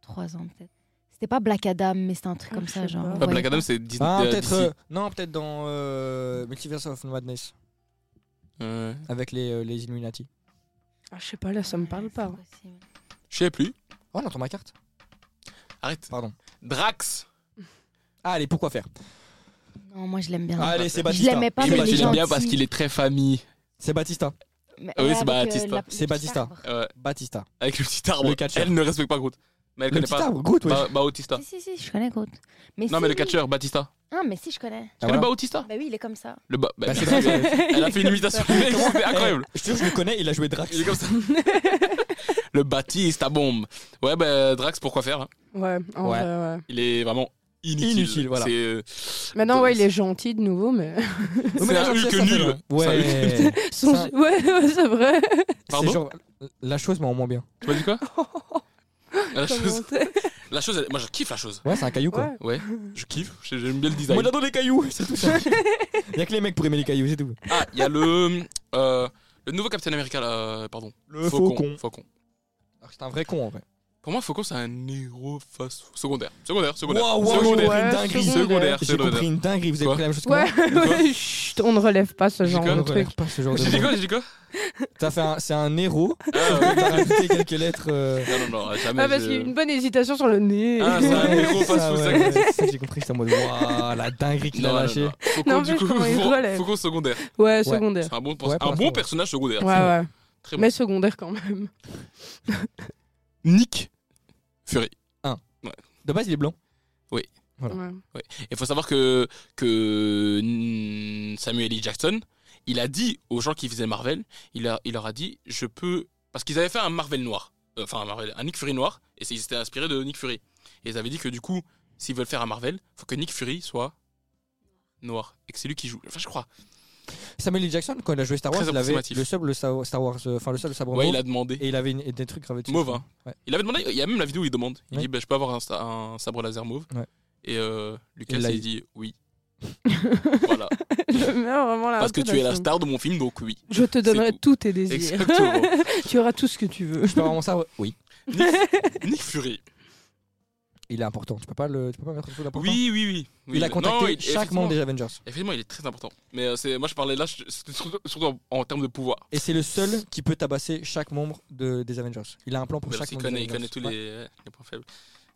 Speaker 2: trois ans peut-être. C'était pas Black Adam, mais c'était un truc
Speaker 3: Ah,
Speaker 2: comme
Speaker 3: je
Speaker 2: ça,
Speaker 3: sais
Speaker 2: genre.
Speaker 3: pas.
Speaker 2: on
Speaker 1: Pas
Speaker 3: Ouais.
Speaker 1: Black
Speaker 2: voyait
Speaker 1: Adam,
Speaker 2: pas.
Speaker 1: c'est Disney.
Speaker 4: Ah,
Speaker 1: euh,
Speaker 4: peut-être.
Speaker 1: DC.
Speaker 4: euh, non, peut-être dans euh, Multiverse of Madness
Speaker 1: Euh,
Speaker 4: avec les, euh, les Illuminati.
Speaker 3: Ah, je sais pas, là, ça me parle
Speaker 2: Ouais,
Speaker 3: pas.
Speaker 2: c'est possible.
Speaker 1: Je sais plus.
Speaker 4: Oh, on entend ma carte.
Speaker 1: Arrête.
Speaker 4: Pardon.
Speaker 1: Drax.
Speaker 4: Ah, allez, pourquoi faire
Speaker 2: Non, moi je l'aime bien.
Speaker 4: Allez, c'est
Speaker 1: Ah, Je
Speaker 2: je
Speaker 4: Batista.
Speaker 2: l'aimais pas,
Speaker 4: C'est
Speaker 1: Mais
Speaker 2: Ah, mais il
Speaker 1: je
Speaker 2: est
Speaker 1: l'aime bien
Speaker 2: gentil.
Speaker 1: parce qu'il est très famille.
Speaker 4: C'est Batista.
Speaker 2: Mais-
Speaker 1: Ah oui,
Speaker 2: ouais,
Speaker 1: c'est hein.
Speaker 2: avec, euh,
Speaker 1: Batista.
Speaker 2: la-
Speaker 4: C'est
Speaker 2: le petit
Speaker 4: Batista.
Speaker 2: arbre.
Speaker 1: Ouais,
Speaker 4: Batista.
Speaker 1: euh, avec le petit arbre.
Speaker 4: Le catcheur.
Speaker 1: Elle ne respecte pas Groot. Mais elle
Speaker 4: le
Speaker 1: connaît
Speaker 4: petit
Speaker 1: pas. Bah,
Speaker 4: arbre, good, ouais.
Speaker 1: Ba- Bautista.
Speaker 2: Si, si, si, je connais Groot. Mais
Speaker 1: Non,
Speaker 2: si,
Speaker 1: mais le
Speaker 2: oui.
Speaker 1: catcheur, Batista.
Speaker 2: Ah, mais si, je connais.
Speaker 1: Tu connais Bautista
Speaker 2: Bah oui, il est comme ça.
Speaker 1: Le ba- bah,
Speaker 4: Bah, c'est
Speaker 1: bien sûr.
Speaker 4: Drax.
Speaker 1: Elle a fait une imitation. mec, C'était incroyable.
Speaker 4: Eh, Je te jure, je le connais, il a joué Drax.
Speaker 1: Il est comme ça. le Batista bombe. Ouais, bah, Drax, pourquoi faire hein
Speaker 3: Ouais, en
Speaker 4: Ouais.
Speaker 3: vrai, ouais.
Speaker 1: Il est vraiment inutile.
Speaker 4: Inutile, voilà.
Speaker 1: C'est, euh,
Speaker 3: Maintenant, ouais, il est gentil de nouveau, mais.
Speaker 4: Oh, mais
Speaker 1: C'est
Speaker 4: la
Speaker 1: un Hulk
Speaker 4: chose, ça, ça fait
Speaker 1: nul.
Speaker 4: mal.
Speaker 1: C'est un Hulk
Speaker 4: Ouais.
Speaker 3: Son-
Speaker 4: Ça-
Speaker 3: Ouais, ouais, c'est vrai.
Speaker 1: Pardon
Speaker 4: C'est genre la chose, mais en moins bien.
Speaker 1: Tu m'as dit quoi La chose,
Speaker 3: Commentaire.
Speaker 1: la chose, elle- moi je kiffe la chose.
Speaker 4: Ouais, c'est un caillou quoi.
Speaker 3: Ouais.
Speaker 1: Ouais, je kiffe, j'ai- j'aime bien le
Speaker 4: Moi
Speaker 1: design.
Speaker 4: j'adore les cailloux, c'est tout ça. Y'a que les mecs pour aimer les cailloux, c'est tout.
Speaker 1: Ah, il y a le, euh, le nouveau Captain America, là, euh, pardon.
Speaker 4: Le
Speaker 1: Faucon.
Speaker 4: Alors, C'est un vrai con en vrai.
Speaker 1: Pour moi, Faucon, c'est un héros face secondaire. Secondaire, secondaire.
Speaker 4: Waouh, waouh, j'ai
Speaker 1: secondaire.
Speaker 4: compris une
Speaker 3: Ouais,
Speaker 4: dinguerie.
Speaker 3: secondaire.
Speaker 1: Secondaire,
Speaker 4: J'ai
Speaker 1: secondaire.
Speaker 4: compris une dinguerie, vous avez
Speaker 1: Quoi
Speaker 4: compris la même chose que moi
Speaker 3: Ouais, ouais, chut, on ne relève pas ce
Speaker 1: J'ai
Speaker 3: genre
Speaker 1: quoi
Speaker 4: On
Speaker 3: de
Speaker 4: ne
Speaker 3: truc.
Speaker 4: relève pas ce genre de
Speaker 1: J'ai dit
Speaker 4: mots.
Speaker 1: quoi, j'ai dit quoi
Speaker 4: T'as fait un- C'est un héros.
Speaker 1: Ah, ouais.
Speaker 4: T'as rajouté quelques lettres. euh,
Speaker 1: Non, non, non, jamais.
Speaker 3: Ah, parce
Speaker 1: je-
Speaker 3: qu'il y a une bonne hésitation sur le nez.
Speaker 1: Ah, c'est un héros
Speaker 4: ça,
Speaker 1: face
Speaker 4: ouais, ouais, c'est ça que J'ai compris, c'est en mode waouh, la dinguerie qu'il a
Speaker 1: Non, non,
Speaker 4: lâchée.
Speaker 1: non. Faucon,
Speaker 3: Non,
Speaker 1: du
Speaker 3: mais
Speaker 1: coup,
Speaker 3: je comprends, il
Speaker 1: Faucon-
Speaker 3: relève.
Speaker 1: Faucon secondaire.
Speaker 3: Ouais, secondaire.
Speaker 1: C'est un bon,
Speaker 4: Ouais, pour
Speaker 1: un
Speaker 4: l'instant,
Speaker 1: bon
Speaker 4: ouais.
Speaker 1: personnage secondaire.
Speaker 3: Ouais, ouais.
Speaker 1: Très bon.
Speaker 3: Mais secondaire quand même.
Speaker 1: Nick Fury.
Speaker 4: De base, il est blanc.
Speaker 3: Ouais.
Speaker 1: Il faut savoir que, que mm, Samuel E. Jackson, il a dit aux gens qui faisaient Marvel, il, a, il leur a dit Je peux. Parce qu'ils avaient fait un Marvel noir. Euh, Enfin, un, Marvel- un Nick Fury noir. Et c'est- ils étaient inspirés de Nick Fury. Et ils avaient dit que du coup, s'ils veulent faire un Marvel, faut que Nick Fury soit noir. Et que c'est lui qui joue. Enfin, je crois.
Speaker 4: Samuel L. Jackson, quand il a joué Star Wars,
Speaker 1: Très
Speaker 4: il avait
Speaker 1: approximatif.
Speaker 4: le sable, le Star Star Wars, euh, enfin le sable, le sabre
Speaker 1: Ouais,
Speaker 4: mauve,
Speaker 1: il a demandé.
Speaker 4: et il avait une- et des trucs gravés dessus.
Speaker 1: Mauve, hein.
Speaker 4: Ouais.
Speaker 1: Il avait demandé. Il y a même la vidéo où il demande Il
Speaker 4: Ouais.
Speaker 1: dit bah, Je peux avoir un, sta- un sabre laser mauve
Speaker 4: Ouais.
Speaker 1: Et euh, Lucas,
Speaker 4: Il
Speaker 1: il,
Speaker 4: l'a eu.
Speaker 1: dit Oui. voilà.
Speaker 3: Le meilleur, vraiment, la
Speaker 1: Parce que tu es la
Speaker 3: réputation.
Speaker 1: star de mon film, donc oui.
Speaker 3: Je te donnerai
Speaker 1: tout.
Speaker 3: tous tes désirs.
Speaker 1: Exactement.
Speaker 3: tu auras tout ce que tu veux.
Speaker 4: Je peux avoir mon sabre Oui.
Speaker 1: Nick Fury.
Speaker 4: Il est important. Tu peux pas le, tu peux pas mettre tout d'important.
Speaker 1: Oui, oui, oui. Oui,
Speaker 4: Il a
Speaker 1: mais-
Speaker 4: contacté
Speaker 1: non, il-
Speaker 4: chaque membre des Avengers.
Speaker 1: Effectivement, il est très important. Mais euh, c'est, moi, je parlais là, je- c'était surtout, surtout en, en termes de pouvoir.
Speaker 4: Et c'est le seul qui peut tabasser chaque membre de- des Avengers. Il a un plan pour
Speaker 1: Mais Bah, parce
Speaker 4: chaque
Speaker 1: qu'il
Speaker 4: membre. des
Speaker 1: connaît, il
Speaker 4: Avengers.
Speaker 1: connaît tous
Speaker 4: Ouais.
Speaker 1: les, euh, les points faibles.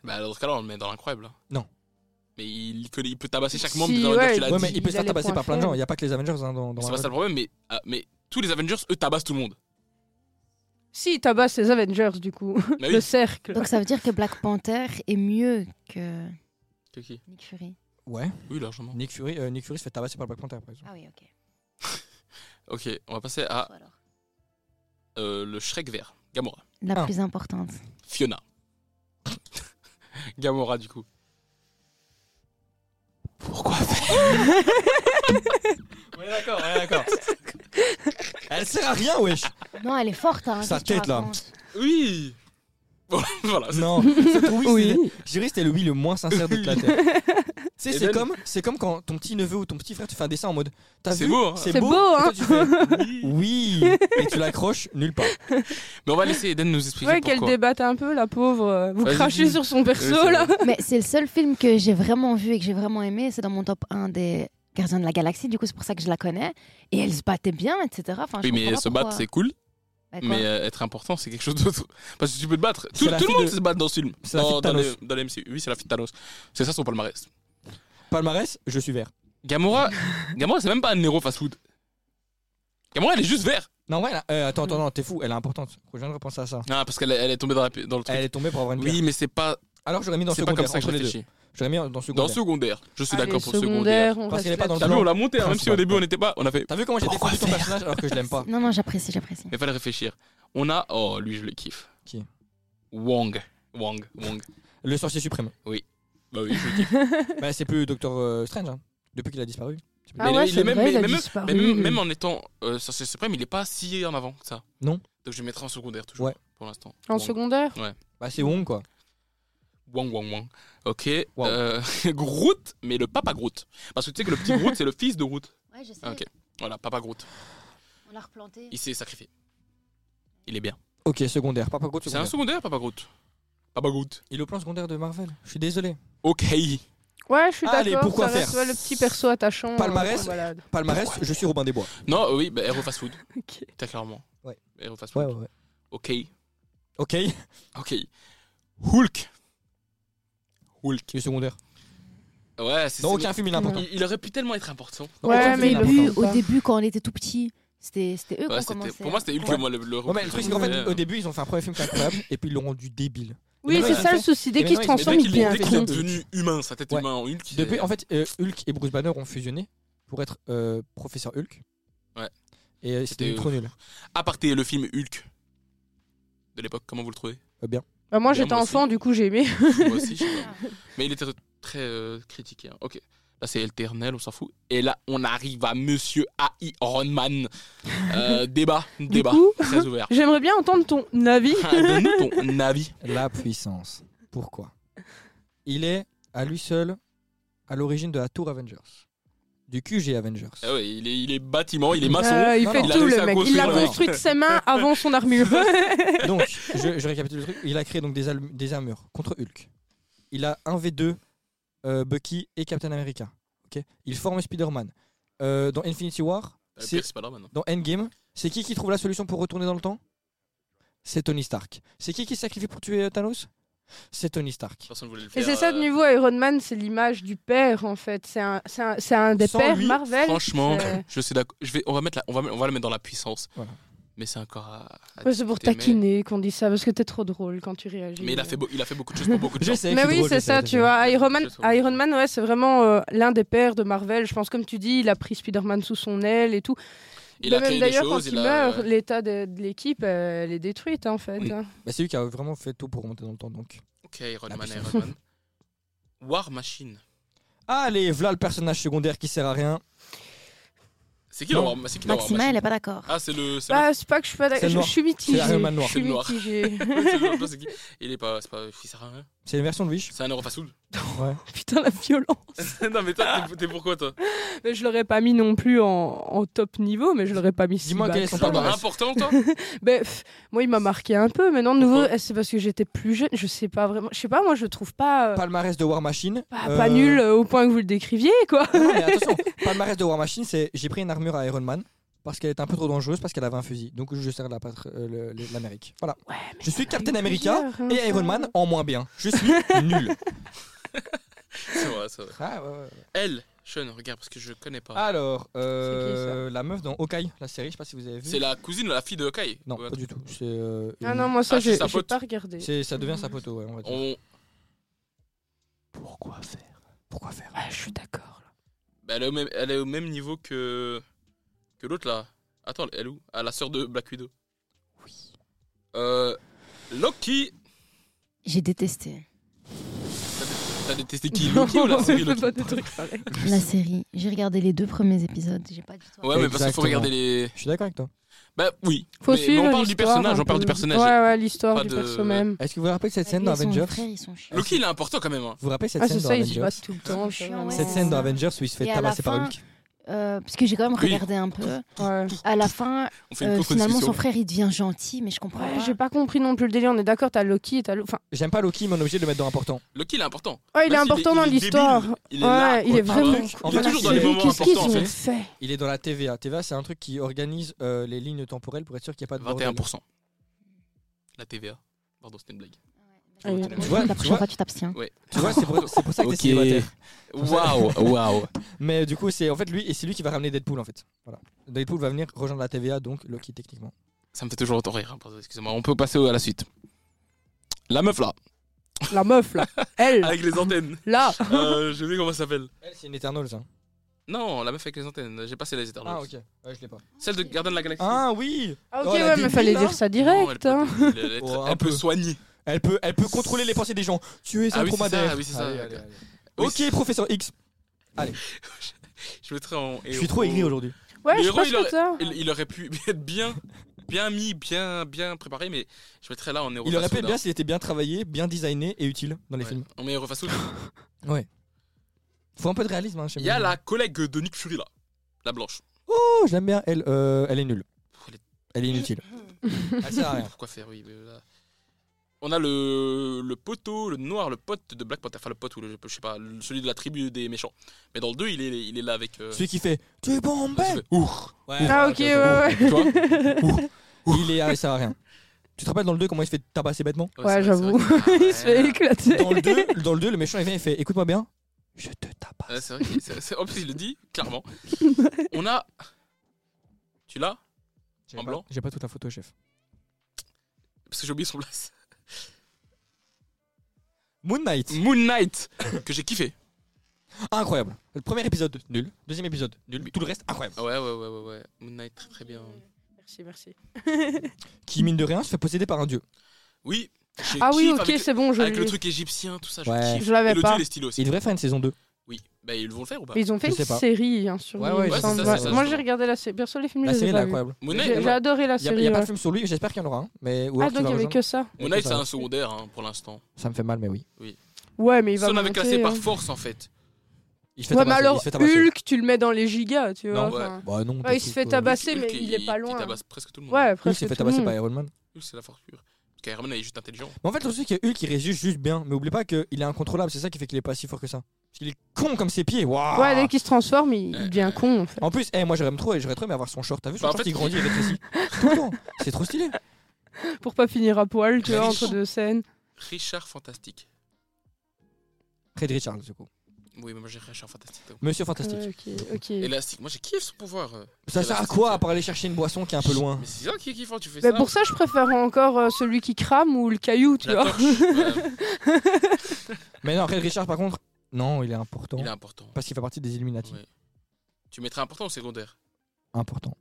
Speaker 1: Bah, dans ce cas-là, on le met dans l'incroyable. hein.
Speaker 4: Non.
Speaker 1: Mais il, connaît- il peut tabasser chaque
Speaker 3: Si,
Speaker 1: membre des Avengers,
Speaker 3: ouais,
Speaker 1: tu l'as
Speaker 4: Ouais,
Speaker 1: dit.
Speaker 4: mais il peut
Speaker 3: il
Speaker 4: se
Speaker 3: a
Speaker 4: faire
Speaker 3: les
Speaker 4: tabasser
Speaker 3: points
Speaker 4: par plein de gens.
Speaker 3: faibles.
Speaker 4: Il n'y a pas que les Avengers hein, dans, dans
Speaker 1: C'est pas
Speaker 4: Marvel.
Speaker 1: ça le problème, mais, ah, mais tous les Avengers, eux, tabassent tout le monde.
Speaker 3: Si, il tabasse les Avengers, du coup.
Speaker 1: Bah oui.
Speaker 3: Le cercle.
Speaker 2: Donc ça veut dire que Black Panther est mieux que
Speaker 1: Ok.
Speaker 2: Nick Fury.
Speaker 4: Ouais.
Speaker 1: Oui, largement.
Speaker 4: Nick Fury, euh, Nick Fury se fait tabasser par Black Panther, par exemple.
Speaker 2: Ah oui, ok.
Speaker 1: Ok, on va passer à
Speaker 2: Soit alors.
Speaker 1: euh, le Shrek vert. Gamora.
Speaker 2: La
Speaker 4: Ah.
Speaker 2: plus importante.
Speaker 1: Fiona. Gamora, du coup. Pourquoi faire
Speaker 4: Ouais, d'accord, ouais, d'accord. Elle sert à rien,
Speaker 1: Ah,
Speaker 4: wesh.
Speaker 2: Non, elle est forte. Hein,
Speaker 4: Sa
Speaker 2: qu'est-ce que tu
Speaker 4: tête, là.
Speaker 2: racontes
Speaker 1: Oui Voilà, voilà.
Speaker 4: Non, c'est oui, c'est- je dirais que c'était le oui le moins sincère de toute la terre. tu sais, c'est
Speaker 1: Eden.
Speaker 4: comme, c'est comme quand ton petit neveu ou ton petit frère te fait un dessin en mode T'as
Speaker 1: C'est
Speaker 4: vu
Speaker 1: beau, hein.
Speaker 4: C'est
Speaker 3: C'est
Speaker 4: beau,
Speaker 3: beau,
Speaker 4: Et toi,
Speaker 3: hein.
Speaker 4: tu fais,
Speaker 1: Oui.
Speaker 4: Oui Et tu l'accroches nulle part.
Speaker 1: Mais on va laisser Eden nous expliquer
Speaker 3: Ouais, qu'elle
Speaker 1: pourquoi.
Speaker 3: débatte un peu, la pauvre. euh, Vous
Speaker 1: Vas-y,
Speaker 3: crachez
Speaker 1: dis.
Speaker 3: sur son perso,
Speaker 1: c'est
Speaker 3: là.
Speaker 2: Mais c'est le seul film que j'ai vraiment vu et que j'ai vraiment aimé. C'est dans mon top 1 des Gardiens de la Galaxie. Du coup, c'est pour ça que je la connais. Et elle se battait bien, etc. Enfin, je
Speaker 1: Oui, mais
Speaker 2: comprends pas
Speaker 1: se battre,
Speaker 2: pourquoi.
Speaker 1: c'est cool.
Speaker 2: Bah, quoi
Speaker 1: Mais euh, être important, c'est quelque chose d'autre. Parce que tu peux te battre.
Speaker 4: C'est
Speaker 1: Tout,
Speaker 4: la
Speaker 1: tout le
Speaker 4: fille
Speaker 1: monde
Speaker 4: de-
Speaker 1: se bat dans ce film.
Speaker 4: c'est la
Speaker 1: Dans,
Speaker 4: fille de
Speaker 1: dans, les,
Speaker 4: Thanos.
Speaker 1: dans les MCU. Oui, c'est la fille de Thanos. C'est ça son palmarès.
Speaker 4: Palmarès, je suis vert.
Speaker 1: Gamora, Gamora c'est même pas un héros fast-food. Gamora, elle est juste vert.
Speaker 4: Non, ouais, elle a- euh,
Speaker 1: Mm.
Speaker 4: attends, attends, non, t'es fou, elle est importante. Je viens de repenser à ça.
Speaker 1: Ah, parce qu'elle elle est tombée dans, la pi- dans le truc.
Speaker 4: Elle est tombée pour avoir une pierre.
Speaker 1: Oui, mais c'est pas,
Speaker 4: Alors j'aurais mis dans
Speaker 1: c'est pas
Speaker 4: secondaire,
Speaker 1: comme ça que
Speaker 4: entre
Speaker 1: je
Speaker 4: les deux.
Speaker 1: réfléchis.
Speaker 4: J'aurais mis dans
Speaker 1: Dans
Speaker 4: secondaire.
Speaker 1: secondaire, je suis
Speaker 3: Allez,
Speaker 1: d'accord pour secondaire.
Speaker 3: on
Speaker 4: Parce
Speaker 3: reste
Speaker 4: qu'elle est pas dans le
Speaker 1: T'as vu,
Speaker 4: genre.
Speaker 1: on l'a monté, hein, même si au
Speaker 4: Principal.
Speaker 1: début on n'était pas. On a fait.
Speaker 4: T'as vu comment j'ai
Speaker 1: Pourquoi
Speaker 4: défendu ton
Speaker 1: faire
Speaker 4: personnage alors que je l'aime pas
Speaker 2: Non, non, j'apprécie, j'apprécie.
Speaker 1: Mais fallait réfléchir. On a. Oh, lui, je le kiffe.
Speaker 4: Qui
Speaker 1: Wong. Wong. Wong.
Speaker 4: Le sorcier suprême.
Speaker 1: Bah oui, je le kiffe.
Speaker 4: Bah, c'est plus Docteur euh, Strange, hein, depuis qu'il a disparu.
Speaker 1: Mais
Speaker 3: Ah
Speaker 1: il est-
Speaker 3: ouais,
Speaker 1: il
Speaker 3: c'est
Speaker 1: est même-
Speaker 3: vrai,
Speaker 1: mais
Speaker 3: il a
Speaker 1: même-
Speaker 4: Ah
Speaker 3: disparu.
Speaker 1: Mais même, même en étant euh, sorcier suprême, il est pas si en avant que ça.
Speaker 4: Non.
Speaker 1: Donc je le mettrai en secondaire toujours.
Speaker 4: Ouais.
Speaker 1: Pour l'instant.
Speaker 3: En
Speaker 1: Wong.
Speaker 3: secondaire
Speaker 4: Bah, c'est Wong quoi.
Speaker 1: Wong, Wong, Wong. Ok.
Speaker 4: Wow.
Speaker 1: euh, Groot, mais le papa Groot. Parce que tu sais que le petit Groot, c'est le fils de Groot.
Speaker 2: Ouais, je sais.
Speaker 1: Ah, ok. Voilà, papa Groot.
Speaker 2: On l'a replanté.
Speaker 1: Il s'est sacrifié. Il est bien.
Speaker 4: Ok, secondaire. Pas contre
Speaker 1: C'est un
Speaker 4: secondaire.
Speaker 1: secondaire, papa Groot. Papa Groot.
Speaker 4: Il est au plan secondaire de Marvel. Je suis désolé.
Speaker 1: Ok.
Speaker 3: Ouais, je suis
Speaker 4: Allez,
Speaker 3: d'accord.
Speaker 4: pourquoi
Speaker 3: ça reste,
Speaker 4: faire
Speaker 3: ouais, Le petit perso attachant. euh,
Speaker 4: Palmarès
Speaker 3: qu'on balade.
Speaker 4: Palmarès, je suis Robin des Bois.
Speaker 1: Non, euh, oui, bah, héros fast food.
Speaker 3: Ok.
Speaker 1: Très clairement.
Speaker 4: Ouais.
Speaker 1: Héros fast food.
Speaker 4: ouais.
Speaker 1: Ok.
Speaker 4: Ok. Le
Speaker 1: Ok. Hulk. Hulk.
Speaker 4: secondaire.
Speaker 1: Ouais, c'est
Speaker 4: Dans
Speaker 1: c'est-
Speaker 4: aucun film il est important.
Speaker 1: il, il aurait pu tellement être important.
Speaker 4: Dans
Speaker 3: Ouais,
Speaker 2: au,
Speaker 4: aucun film, il est
Speaker 3: mais
Speaker 2: début,
Speaker 4: important.
Speaker 2: au début, quand on était tout petit, c'était c'était eux
Speaker 1: Ouais,
Speaker 2: qu'on
Speaker 1: c'était-
Speaker 2: commençait.
Speaker 1: pour moi, c'était Hulk
Speaker 4: Ouais.
Speaker 1: moi, le, euh, le
Speaker 4: Ouais, mais le truc, c'est qu'en fait,
Speaker 1: Ouais.
Speaker 4: au début, ils ont fait un premier film qui est incroyable et puis ils l'ont rendu débile. Et
Speaker 3: Oui,
Speaker 4: maintenant,
Speaker 3: c'est
Speaker 4: ils
Speaker 3: ça
Speaker 4: le
Speaker 3: le
Speaker 4: font.
Speaker 3: souci.
Speaker 4: Et
Speaker 3: Dès qu'il se
Speaker 4: maintenant, ils-
Speaker 1: Dès
Speaker 3: transforme,
Speaker 1: qu'il
Speaker 3: il devient
Speaker 1: dès
Speaker 3: un
Speaker 1: qu'il est
Speaker 3: con.
Speaker 1: devenu humain, sa tête
Speaker 4: Ouais.
Speaker 1: humain en Hulk. il
Speaker 4: Depuis,
Speaker 1: est-
Speaker 4: en fait, euh, Hulk et Bruce Banner ont fusionné pour être euh, professeur Hulk.
Speaker 1: Ouais.
Speaker 4: Et euh, c'était
Speaker 1: C'était-
Speaker 4: trop nul.
Speaker 1: Aparté, le film Hulk de l'époque, comment vous le trouvez
Speaker 4: Euh, bien.
Speaker 3: Bah, Moi,
Speaker 1: Bien,
Speaker 3: j'étais
Speaker 1: moi
Speaker 3: enfant, du coup, j'ai aimé.
Speaker 1: Moi aussi, je sais pas. Mais il était très euh, critiqué. hein. Ok. Là, c'est éternel, on s'en fout. Et là, on arrive à Monsieur AI Ronman. Euh, débat, débat.
Speaker 3: coup-
Speaker 1: très ouvert.
Speaker 3: J'aimerais bien entendre ton avis.
Speaker 1: Ah, Donne-nous ton avis.
Speaker 4: La puissance. Pourquoi Il est à lui seul à l'origine de la Tour Avengers, du QG Avengers.
Speaker 1: Ah ouais, il, est, il est bâtiment, il est maçon.
Speaker 3: Euh, il
Speaker 4: Non,
Speaker 3: fait
Speaker 4: non.
Speaker 1: Il a
Speaker 3: tout
Speaker 1: réussi
Speaker 3: le
Speaker 1: à
Speaker 3: mec.
Speaker 1: construire
Speaker 3: Il a
Speaker 4: un mur.
Speaker 3: construit de ses mains avant son armure.
Speaker 4: Donc, je, je récapitule le truc. Il a créé donc des, al- des armures contre Hulk. Il a 1v2 euh, Bucky et Captain America. Ok. il forme Spider-Man. Euh, dans Infinity War,
Speaker 1: Euh,
Speaker 4: c'est
Speaker 1: Pierce Spider-Man.
Speaker 4: dans Endgame, c'est qui qui trouve la solution pour retourner dans le temps C'est Tony Stark. C'est qui qui se sacrifie pour tuer euh, Thanos C'est Tony Stark.
Speaker 1: Personne voulait le
Speaker 3: Et
Speaker 1: faire.
Speaker 3: c'est ça, de
Speaker 1: euh,
Speaker 3: nouveau, Iron Man, c'est l'image du père, en fait. C'est un, c'est un, c'est un des
Speaker 4: Sans
Speaker 3: pères
Speaker 4: lui,
Speaker 3: Marvel.
Speaker 1: Franchement,
Speaker 3: C'est- euh,
Speaker 1: je suis d'accord. Je vais, on va mettre, la- on va, on va le mettre dans la puissance.
Speaker 4: Voilà.
Speaker 1: Mais c'est encore. À, à
Speaker 3: Ouais, c'est pour
Speaker 1: discuter, mais-
Speaker 3: taquiner qu'on dit ça, parce que t'es trop drôle quand tu réagis.
Speaker 1: Mais, il a fait, beau- il a fait beaucoup de choses pour beaucoup de gens.
Speaker 4: J'essaie.
Speaker 3: Mais
Speaker 4: je suis
Speaker 3: oui,
Speaker 4: drôle,
Speaker 3: c'est
Speaker 4: j'essaie,
Speaker 3: ça,
Speaker 4: j'essaie.
Speaker 3: tu vois. Iron Man,
Speaker 1: C'est ça.
Speaker 3: Iron Man ouais, c'est vraiment euh, l'un des pères de Marvel. Je pense, comme tu dis, il a pris Spider-Man sous son aile et tout.
Speaker 1: Il
Speaker 3: De
Speaker 1: a
Speaker 3: même,
Speaker 1: créé des
Speaker 3: d'ailleurs,
Speaker 1: choses.
Speaker 3: quand il,
Speaker 1: il a-
Speaker 3: meurt, l'état de, de l'équipe, euh, elle est détruite, en fait.
Speaker 1: Oui.
Speaker 3: hein.
Speaker 4: Bah, c'est lui qui a vraiment fait tout pour remonter dans le temps donc.
Speaker 1: Ok, Iron
Speaker 4: La
Speaker 1: Man,
Speaker 4: puissance.
Speaker 1: Iron Man. War Machine.
Speaker 4: Allez, voilà le personnage secondaire qui sert à rien.
Speaker 1: C'est qui,
Speaker 4: Non.
Speaker 1: la War, c'est qui la War
Speaker 2: Maxima, elle
Speaker 1: Machine
Speaker 2: est pas d'accord.
Speaker 1: Ah, c'est le. C'est le-
Speaker 3: Bah, c'est pas que je suis pas
Speaker 4: C'est
Speaker 3: d'accord.
Speaker 4: le
Speaker 3: Je,
Speaker 4: noir.
Speaker 3: je suis
Speaker 4: C'est
Speaker 3: mitigée.
Speaker 4: Iron Man noir.
Speaker 3: Je suis
Speaker 1: C'est le noir.
Speaker 3: mitigée.
Speaker 1: C'est le- c'est qui Il est pas. C'est pas. Il sert à rien.
Speaker 4: C'est une version de Wish.
Speaker 1: C'est un Eurofasoul.
Speaker 4: Ouais.
Speaker 3: Putain, la violence.
Speaker 1: non, mais toi, t'es- t'es pourquoi, toi
Speaker 3: Mais je l'aurais pas mis non plus en, en top niveau, mais je l'aurais pas mis si
Speaker 4: Dis-moi
Speaker 3: bas
Speaker 4: quel est
Speaker 3: que
Speaker 4: son
Speaker 3: ça.
Speaker 1: Genre,
Speaker 4: palmarès.
Speaker 1: important, toi
Speaker 3: Ben, pff, moi, il m'a marqué un peu. Maintenant, de nouveau,
Speaker 1: Pourquoi
Speaker 3: est-ce que c'est parce que j'étais plus jeune. Je sais pas vraiment. Je sais pas, moi, je trouve pas. euh,
Speaker 4: Palmarès de War Machine.
Speaker 3: pas,
Speaker 4: Euh,
Speaker 3: pas nul euh, au point que vous le décriviez, quoi.
Speaker 4: Non, non, mais attention, palmarès de War Machine, c'est j'ai pris une armure à Iron Man parce qu'elle était un peu trop dangereuse parce qu'elle avait un fusil. Donc je sers la patrie- euh, le- le- l'Amérique. Voilà.
Speaker 3: Ouais,
Speaker 4: Je suis Captain
Speaker 3: mais
Speaker 4: America
Speaker 3: plusieurs, hein,
Speaker 4: et Iron
Speaker 3: ça.
Speaker 4: Man en moins bien. Je suis nul.
Speaker 1: C'est vrai, c'est vrai.
Speaker 4: Ah, ouais, ouais, ouais.
Speaker 1: Elle, Sean, regarde, parce que je connais pas.
Speaker 4: Alors, euh,
Speaker 3: C'est qui,
Speaker 4: la meuf dans Hawkeye, la série, je sais pas si vous avez vu.
Speaker 1: C'est la cousine, la fille de Kai.
Speaker 4: Non,
Speaker 1: Ouais.
Speaker 4: pas du tout. C'est. euh,
Speaker 3: Ah
Speaker 4: une-
Speaker 3: non, moi, ça,
Speaker 1: Ah, c'est
Speaker 3: j'ai
Speaker 1: sa
Speaker 3: j'ai
Speaker 1: pote.
Speaker 3: pas regardé.
Speaker 4: c'est- ça devient sa poteau, ouais, on va dire.
Speaker 1: On...
Speaker 4: Pourquoi faire Pourquoi faire
Speaker 3: Ouais, Ah, je suis d'accord. là.
Speaker 1: bah, elle, est au même... elle est au même niveau que, que l'autre, là. Attends, elle est où Ah, la sœur de Black Widow.
Speaker 4: Oui.
Speaker 1: Euh... Loki
Speaker 2: J'ai détesté
Speaker 1: T'as détesté qui Loki ou la série
Speaker 3: On fait
Speaker 1: Loki
Speaker 3: pas de trucs pareils.
Speaker 2: la série. J'ai regardé les deux premiers épisodes. J'ai pas du tout.
Speaker 1: Ouais, mais parce qu'il faut
Speaker 4: Exactement.
Speaker 1: regarder les...
Speaker 4: Je suis d'accord avec toi.
Speaker 1: Bah oui.
Speaker 3: Faut
Speaker 1: mais, mais
Speaker 3: suivre.
Speaker 1: on parle du
Speaker 3: l'histoire
Speaker 1: personnage,
Speaker 3: un
Speaker 1: on parle du
Speaker 3: peu.
Speaker 1: personnage.
Speaker 3: Ouais, ouais, l'histoire
Speaker 1: Pas
Speaker 3: du
Speaker 1: de-
Speaker 3: perso même.
Speaker 4: Est-ce que vous vous rappelez de cette scène dans
Speaker 2: Ils sont
Speaker 4: Avengers
Speaker 2: frères, ils sont chiants.
Speaker 1: Loki, il est important quand même. hein.
Speaker 4: Vous vous rappelez cette
Speaker 3: Ah, c'est
Speaker 4: scène dans
Speaker 3: ça, ils se
Speaker 4: Avengers
Speaker 3: battent tout le temps.
Speaker 2: Ils sont
Speaker 3: ça,
Speaker 2: chiants,
Speaker 3: vraiment.
Speaker 2: ouais.
Speaker 4: Cette scène dans Avengers où il se fait
Speaker 2: Et à la
Speaker 4: tabasser par
Speaker 2: fin,
Speaker 4: Hulk.
Speaker 2: Euh, parce que j'ai quand même
Speaker 1: Oui.
Speaker 2: regardé un peu.
Speaker 3: Ouais.
Speaker 2: À la fin,
Speaker 1: On fait une
Speaker 2: euh,
Speaker 1: contre
Speaker 2: finalement,
Speaker 1: discussion.
Speaker 2: son frère, il devient gentil, mais je comprends
Speaker 3: Ouais,
Speaker 2: pas.
Speaker 3: j'ai pas compris non plus le délire. On est d'accord, t'as Loki et t'as. Lo- Enfin,
Speaker 4: J'aime pas Loki, mais on est obligé de le mettre dans important.
Speaker 1: Loki, il est important.
Speaker 3: ouais, il est
Speaker 1: Même s'il
Speaker 3: important dans
Speaker 1: Bah, il est
Speaker 3: l'histoire.
Speaker 1: débile, Il est
Speaker 3: ouais,
Speaker 1: là,
Speaker 3: il est
Speaker 1: quoi, tu vois.
Speaker 3: vraiment.
Speaker 4: En
Speaker 1: Il est
Speaker 4: fait,
Speaker 1: toujours dans les
Speaker 4: c'est-
Speaker 1: moments
Speaker 3: Qu'est-ce qu'ils
Speaker 1: importants. en
Speaker 3: ont
Speaker 1: fait.
Speaker 3: fait
Speaker 4: Il est dans la TVA. TVA, c'est un truc qui organise euh, les lignes temporelles pour être sûr qu'il n'y a pas de bordel.
Speaker 1: 21%. La TVA. Pardon, c'était une blague.
Speaker 3: Ouais.
Speaker 1: Je
Speaker 4: Tu
Speaker 1: continue.
Speaker 4: vois,
Speaker 2: la
Speaker 4: tu
Speaker 2: prochaine
Speaker 4: vois,
Speaker 2: fois, tu t'abstiens.
Speaker 4: tu vois, c'est pour, c'est pour ça que t'es célibataire.
Speaker 1: Waouh, waouh.
Speaker 4: Mais du coup, c'est en fait lui et c'est lui qui va ramener Deadpool en fait. Voilà. Deadpool va venir rejoindre la TVA, donc Loki techniquement.
Speaker 1: Ça me fait toujours autant rire. hein, pardon, Excusez-moi, on peut passer au- à la suite. La meuf là,
Speaker 3: La meuf là, elle,
Speaker 1: avec les antennes.
Speaker 3: là.
Speaker 1: Euh, je sais comment ça s'appelle.
Speaker 4: Elle, c'est une Eternals. Hein.
Speaker 1: Non, la meuf avec les antennes. J'ai passé les éternels.
Speaker 4: Ah ok, ouais, je l'ai pas.
Speaker 1: Celle de Gardien de la Galaxie.
Speaker 4: Ah oui.
Speaker 3: Ah,
Speaker 4: Oh,
Speaker 3: ok,
Speaker 4: la
Speaker 3: ouais, mais
Speaker 4: débile,
Speaker 3: fallait
Speaker 4: là.
Speaker 3: dire ça
Speaker 1: Non,
Speaker 3: direct.
Speaker 1: elle
Speaker 3: hein.
Speaker 1: peut- elle- elle-
Speaker 4: Oh, un
Speaker 1: elle peut
Speaker 4: peu.
Speaker 1: soigner.
Speaker 4: Elle peut, elle peut contrôler les pensées des gens. Tu es
Speaker 1: Ah
Speaker 4: un
Speaker 1: oui, c'est ça,
Speaker 4: dromadaire.
Speaker 1: ah oui, c'est ça,
Speaker 4: Allez,
Speaker 1: ok.
Speaker 4: allez, allez.
Speaker 1: Oui,
Speaker 4: Ok, professeur X.
Speaker 1: Je mettrais en.
Speaker 4: Je suis trop aigri aujourd'hui.
Speaker 3: Ouais,
Speaker 1: Le
Speaker 3: je
Speaker 1: héros,
Speaker 3: pense
Speaker 1: il aurait-
Speaker 3: que ça.
Speaker 1: Il, il aurait pu être bien, bien mis, bien, bien préparé, mais je mettrais là en héros.
Speaker 4: Il aurait pu être
Speaker 1: Fasoud,
Speaker 4: bien
Speaker 1: hein.
Speaker 4: s'il était bien travaillé, bien designé et utile dans les
Speaker 1: Ouais.
Speaker 4: films.
Speaker 1: On met héros Fasoud.
Speaker 4: Faut un peu de réalisme. Hein, chez
Speaker 1: Il y a
Speaker 4: moi.
Speaker 1: la collègue de Nick Fury là, la blanche.
Speaker 4: Oh, je l'aime bien. Elle, euh, elle est nulle.
Speaker 1: Elle est- Euh.
Speaker 4: Elle est inutile. Elle Ah, sert à rien.
Speaker 1: Pourquoi faire oui, mais là- On a le, le poteau, le noir, le pote de Black Panther, enfin le pote ou le, je sais pas, le- celui de la tribu des méchants. Mais dans le 2, il est, il est là avec. euh,
Speaker 4: Celui qui fait Tu es bon,
Speaker 1: celui qui
Speaker 4: ben
Speaker 1: fait, Ouh
Speaker 4: Ouais,
Speaker 3: Ah,
Speaker 4: ouais,
Speaker 3: ok, ouais, ouais.
Speaker 1: Tu vois Ouais,
Speaker 4: Il est il sert à rien. Tu te rappelles dans le 2 comment il se fait tabasser bêtement
Speaker 1: c'est
Speaker 3: Ouais,
Speaker 1: vrai,
Speaker 3: j'avoue.
Speaker 1: c'est vrai que-
Speaker 3: Il se fait éclater.
Speaker 4: Dans le 2, dans le, 2 le méchant il vient et fait Écoute-moi bien, je te
Speaker 1: Ouais,
Speaker 4: tabasse.
Speaker 1: c'est vrai. que- c'est- c'est- En plus, il le dit clairement. On a. Tu l'as
Speaker 4: J'ai
Speaker 1: Euh, en
Speaker 4: pas-
Speaker 1: blanc
Speaker 4: J'ai pas toute la photo, chef.
Speaker 1: Parce que j'ai oublié son place.
Speaker 4: Moon Knight,
Speaker 1: Moon Knight Que j'ai kiffé.
Speaker 4: incroyable. Le premier épisode, nul. Deuxième épisode, nul. Tout le reste, incroyable.
Speaker 1: Ah Ouais, ouais, ouais, ouais. ouais. Moon Knight, très très bien.
Speaker 3: Merci, merci.
Speaker 4: Qui, mine de rien, se fait posséder par un dieu.
Speaker 1: Oui. je
Speaker 3: Ah oui,
Speaker 1: kiffe
Speaker 3: ok,
Speaker 1: avec,
Speaker 3: c'est bon, je
Speaker 1: avec le
Speaker 3: l'ai.
Speaker 1: truc égyptien, tout ça. Je
Speaker 4: Ouais.
Speaker 1: kiffe.
Speaker 3: Je l'avais
Speaker 1: Et le
Speaker 3: pas.
Speaker 1: dieu, il est stylé aussi.
Speaker 4: Il devrait faire une saison 2.
Speaker 1: Oui. Bah, ils vont le faire ou pas
Speaker 3: Mais Ils ont fait
Speaker 4: Je
Speaker 3: une
Speaker 4: sais pas.
Speaker 3: série hein, sur
Speaker 4: Ouais,
Speaker 3: lui,
Speaker 4: ouais,
Speaker 3: il me
Speaker 1: c'est ça,
Speaker 3: semble.
Speaker 1: c'est ça, c'est
Speaker 3: Moi,
Speaker 1: ça.
Speaker 3: j'ai regardé la série. Perso, les films,
Speaker 4: La
Speaker 3: je les
Speaker 4: série,
Speaker 3: ai
Speaker 4: elle est
Speaker 3: pas vus.
Speaker 4: incroyable.
Speaker 1: Moon
Speaker 3: J'ai
Speaker 1: Knight,
Speaker 3: j'ai adoré la
Speaker 4: Il y a,
Speaker 3: série.
Speaker 4: y a pas
Speaker 3: ouais.
Speaker 4: de hein, film sur lui, j'espère qu'il y en aura un. Mais ou
Speaker 3: Ah,
Speaker 4: alors tu
Speaker 3: donc il
Speaker 4: vas
Speaker 3: y avait
Speaker 4: rejoindre-
Speaker 3: que ça.
Speaker 1: Moon Knight, c'est un secondaire hein, pour l'instant.
Speaker 4: Ça me fait mal, mais oui.
Speaker 3: Ouais, mais il va.
Speaker 1: Ça, on avait
Speaker 3: monter,
Speaker 1: classé par
Speaker 3: hein.
Speaker 1: force en fait.
Speaker 4: Il se fait
Speaker 3: Ouais, mais
Speaker 4: tabasser. il
Speaker 3: alors,
Speaker 4: se fait tabasser.
Speaker 3: Hulk, tu le mets dans les gigas, tu vois.
Speaker 4: Non,
Speaker 1: ouais.
Speaker 3: enfin.
Speaker 4: Bah non.
Speaker 3: Ouais, il se
Speaker 4: t'es
Speaker 3: fait
Speaker 4: fou,
Speaker 3: tabasser, mais
Speaker 1: Hulk,
Speaker 3: il est pas
Speaker 1: Il
Speaker 3: loin.
Speaker 1: tabasse presque tout le monde.
Speaker 3: Ouais,
Speaker 4: Mmh. Hulk s'est
Speaker 3: presque
Speaker 4: fait
Speaker 3: tout le
Speaker 4: tabasser par
Speaker 3: monde.
Speaker 4: Iron Man.
Speaker 1: Hulk, c'est la force pure. Parce qu'Iron Man, il est juste intelligent.
Speaker 4: Mais en fait, le truc, c'est que Hulk, il résiste juste bien. Mais oublie pas qu'il est incontrôlable. C'est ça qui fait qu'il est pas si fort que ça. Parce qu'il est con comme ses pieds. Waouh
Speaker 3: Ouais, dès qu'il se transforme, il
Speaker 4: Euh,
Speaker 3: il devient con, en fait.
Speaker 4: En plus, eh, moi, j'aurais trop, j'aurais trop aimé avoir son short. T'as vu son
Speaker 1: Bah, en
Speaker 4: short,
Speaker 1: fait,
Speaker 4: il grandit, il rétrécit. Tout le temps. C'est trop stylé.
Speaker 3: Pour pas finir à poil,
Speaker 4: Bah,
Speaker 3: tu vois,
Speaker 1: Riche.
Speaker 3: entre deux scènes.
Speaker 1: Richard Fantastique.
Speaker 4: Fred Richards, du coup.
Speaker 1: Oui, mais moi j'ai Richard Fantastique. donc.
Speaker 4: Monsieur
Speaker 3: Ouais,
Speaker 4: Fantastique.
Speaker 3: Ok, ok.
Speaker 1: Élastique. Moi j'ai kiffé son pouvoir. euh.
Speaker 4: ça sert à quoi pour aller chercher une boisson qui est un peu loin
Speaker 1: Mais c'est ça qui est kiffant, tu fais
Speaker 3: Mais
Speaker 1: ça.
Speaker 3: pour ça, je préfère encore euh, celui qui crame ou le caillou, tu
Speaker 1: la
Speaker 3: vois.
Speaker 1: torche, ouais,
Speaker 4: Mais non, Fred Richards, par contre, non, il est important.
Speaker 1: il est important.
Speaker 4: Parce qu'il fait partie des Illuminati.
Speaker 1: Ouais. Tu mettrais important ou secondaire
Speaker 4: Important.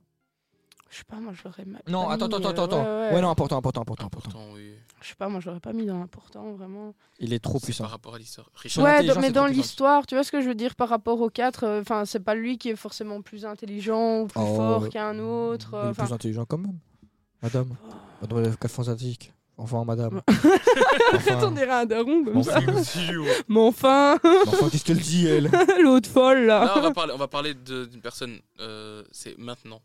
Speaker 3: Je sais pas, moi, je l'aurais ma- pas
Speaker 4: Non, attends,
Speaker 3: mis,
Speaker 4: attends,
Speaker 3: euh,
Speaker 4: attends, attends.
Speaker 3: ouais,
Speaker 4: Ouais,
Speaker 3: ouais.
Speaker 4: non, important, important, important, important.
Speaker 1: Important, oui.
Speaker 3: Je sais pas, moi, je l'aurais pas mis dans l'important, vraiment.
Speaker 4: Il est trop
Speaker 1: C'est
Speaker 4: puissant.
Speaker 1: Par rapport à l'histoire. Richard.
Speaker 4: Son
Speaker 3: Ouais,
Speaker 4: intelligence
Speaker 3: dans- mais
Speaker 4: est
Speaker 3: dans
Speaker 4: trop puissante.
Speaker 3: l'histoire, tu vois ce que je veux dire par rapport aux quatre. euh, Enfin, c'est pas lui qui est forcément plus intelligent ou plus
Speaker 4: Oh,
Speaker 3: fort
Speaker 4: ouais.
Speaker 3: qu'un autre. euh,
Speaker 4: Il est
Speaker 3: Enfin, Oh.
Speaker 4: plus intelligent quand même. Madame. Madame la Fantastique. Enfin, madame.
Speaker 3: On
Speaker 4: Enfin,
Speaker 3: dirait un daron comme ça.
Speaker 1: Non,
Speaker 3: Mais enfin,
Speaker 4: enfin, qu'est-ce qu'elle dit, elle
Speaker 3: l'autre folle là.
Speaker 1: on va parler, on va parler de- d'une personne, euh, c'est maintenant.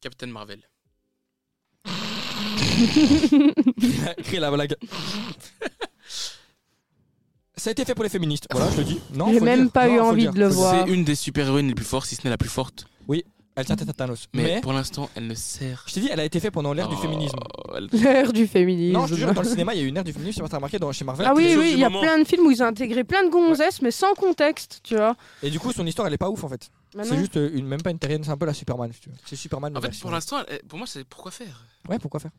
Speaker 1: Captain Marvel.
Speaker 4: Crée la blague. Ça a été fait pour les féministes, voilà, je le dis. Non,
Speaker 3: J'ai
Speaker 4: faut
Speaker 3: même
Speaker 4: dire.
Speaker 3: pas
Speaker 4: Non,
Speaker 3: eu
Speaker 4: faut
Speaker 3: envie
Speaker 4: dire,
Speaker 3: de le
Speaker 4: faut dire.
Speaker 3: voir.
Speaker 1: C'est une des super-héroïnes les plus fortes, si ce n'est la plus forte.
Speaker 4: Elle tient tête à Thanos.
Speaker 1: Mais,
Speaker 4: Mais,
Speaker 1: pour l'instant, elle ne sert.
Speaker 4: je t'ai dit, elle a été faite pendant l'ère du
Speaker 1: Oh,
Speaker 4: féminisme.
Speaker 1: elle-
Speaker 3: L'ère du féminisme.
Speaker 4: Non, je te jure, dans le cinéma, il y a eu une ère du féminisme, je sais pas si t'as remarqué, dans, chez Marvel.
Speaker 3: ah oui,
Speaker 1: chose
Speaker 3: oui,
Speaker 1: du
Speaker 3: il y a
Speaker 1: moment.
Speaker 3: plein de films où ils ont intégré plein de gonzesses, mais sans contexte, tu vois.
Speaker 4: Et du coup, son histoire, elle est pas ouf en fait.
Speaker 3: Maintenant,
Speaker 4: C'est juste euh, une, même pas une terrienne, c'est un peu la Superman, si tu veux. C'est Superman.
Speaker 1: En fait,
Speaker 4: version-
Speaker 1: pour l'instant, elle- pour moi, c'est pourquoi faire
Speaker 4: Ouais, pourquoi faire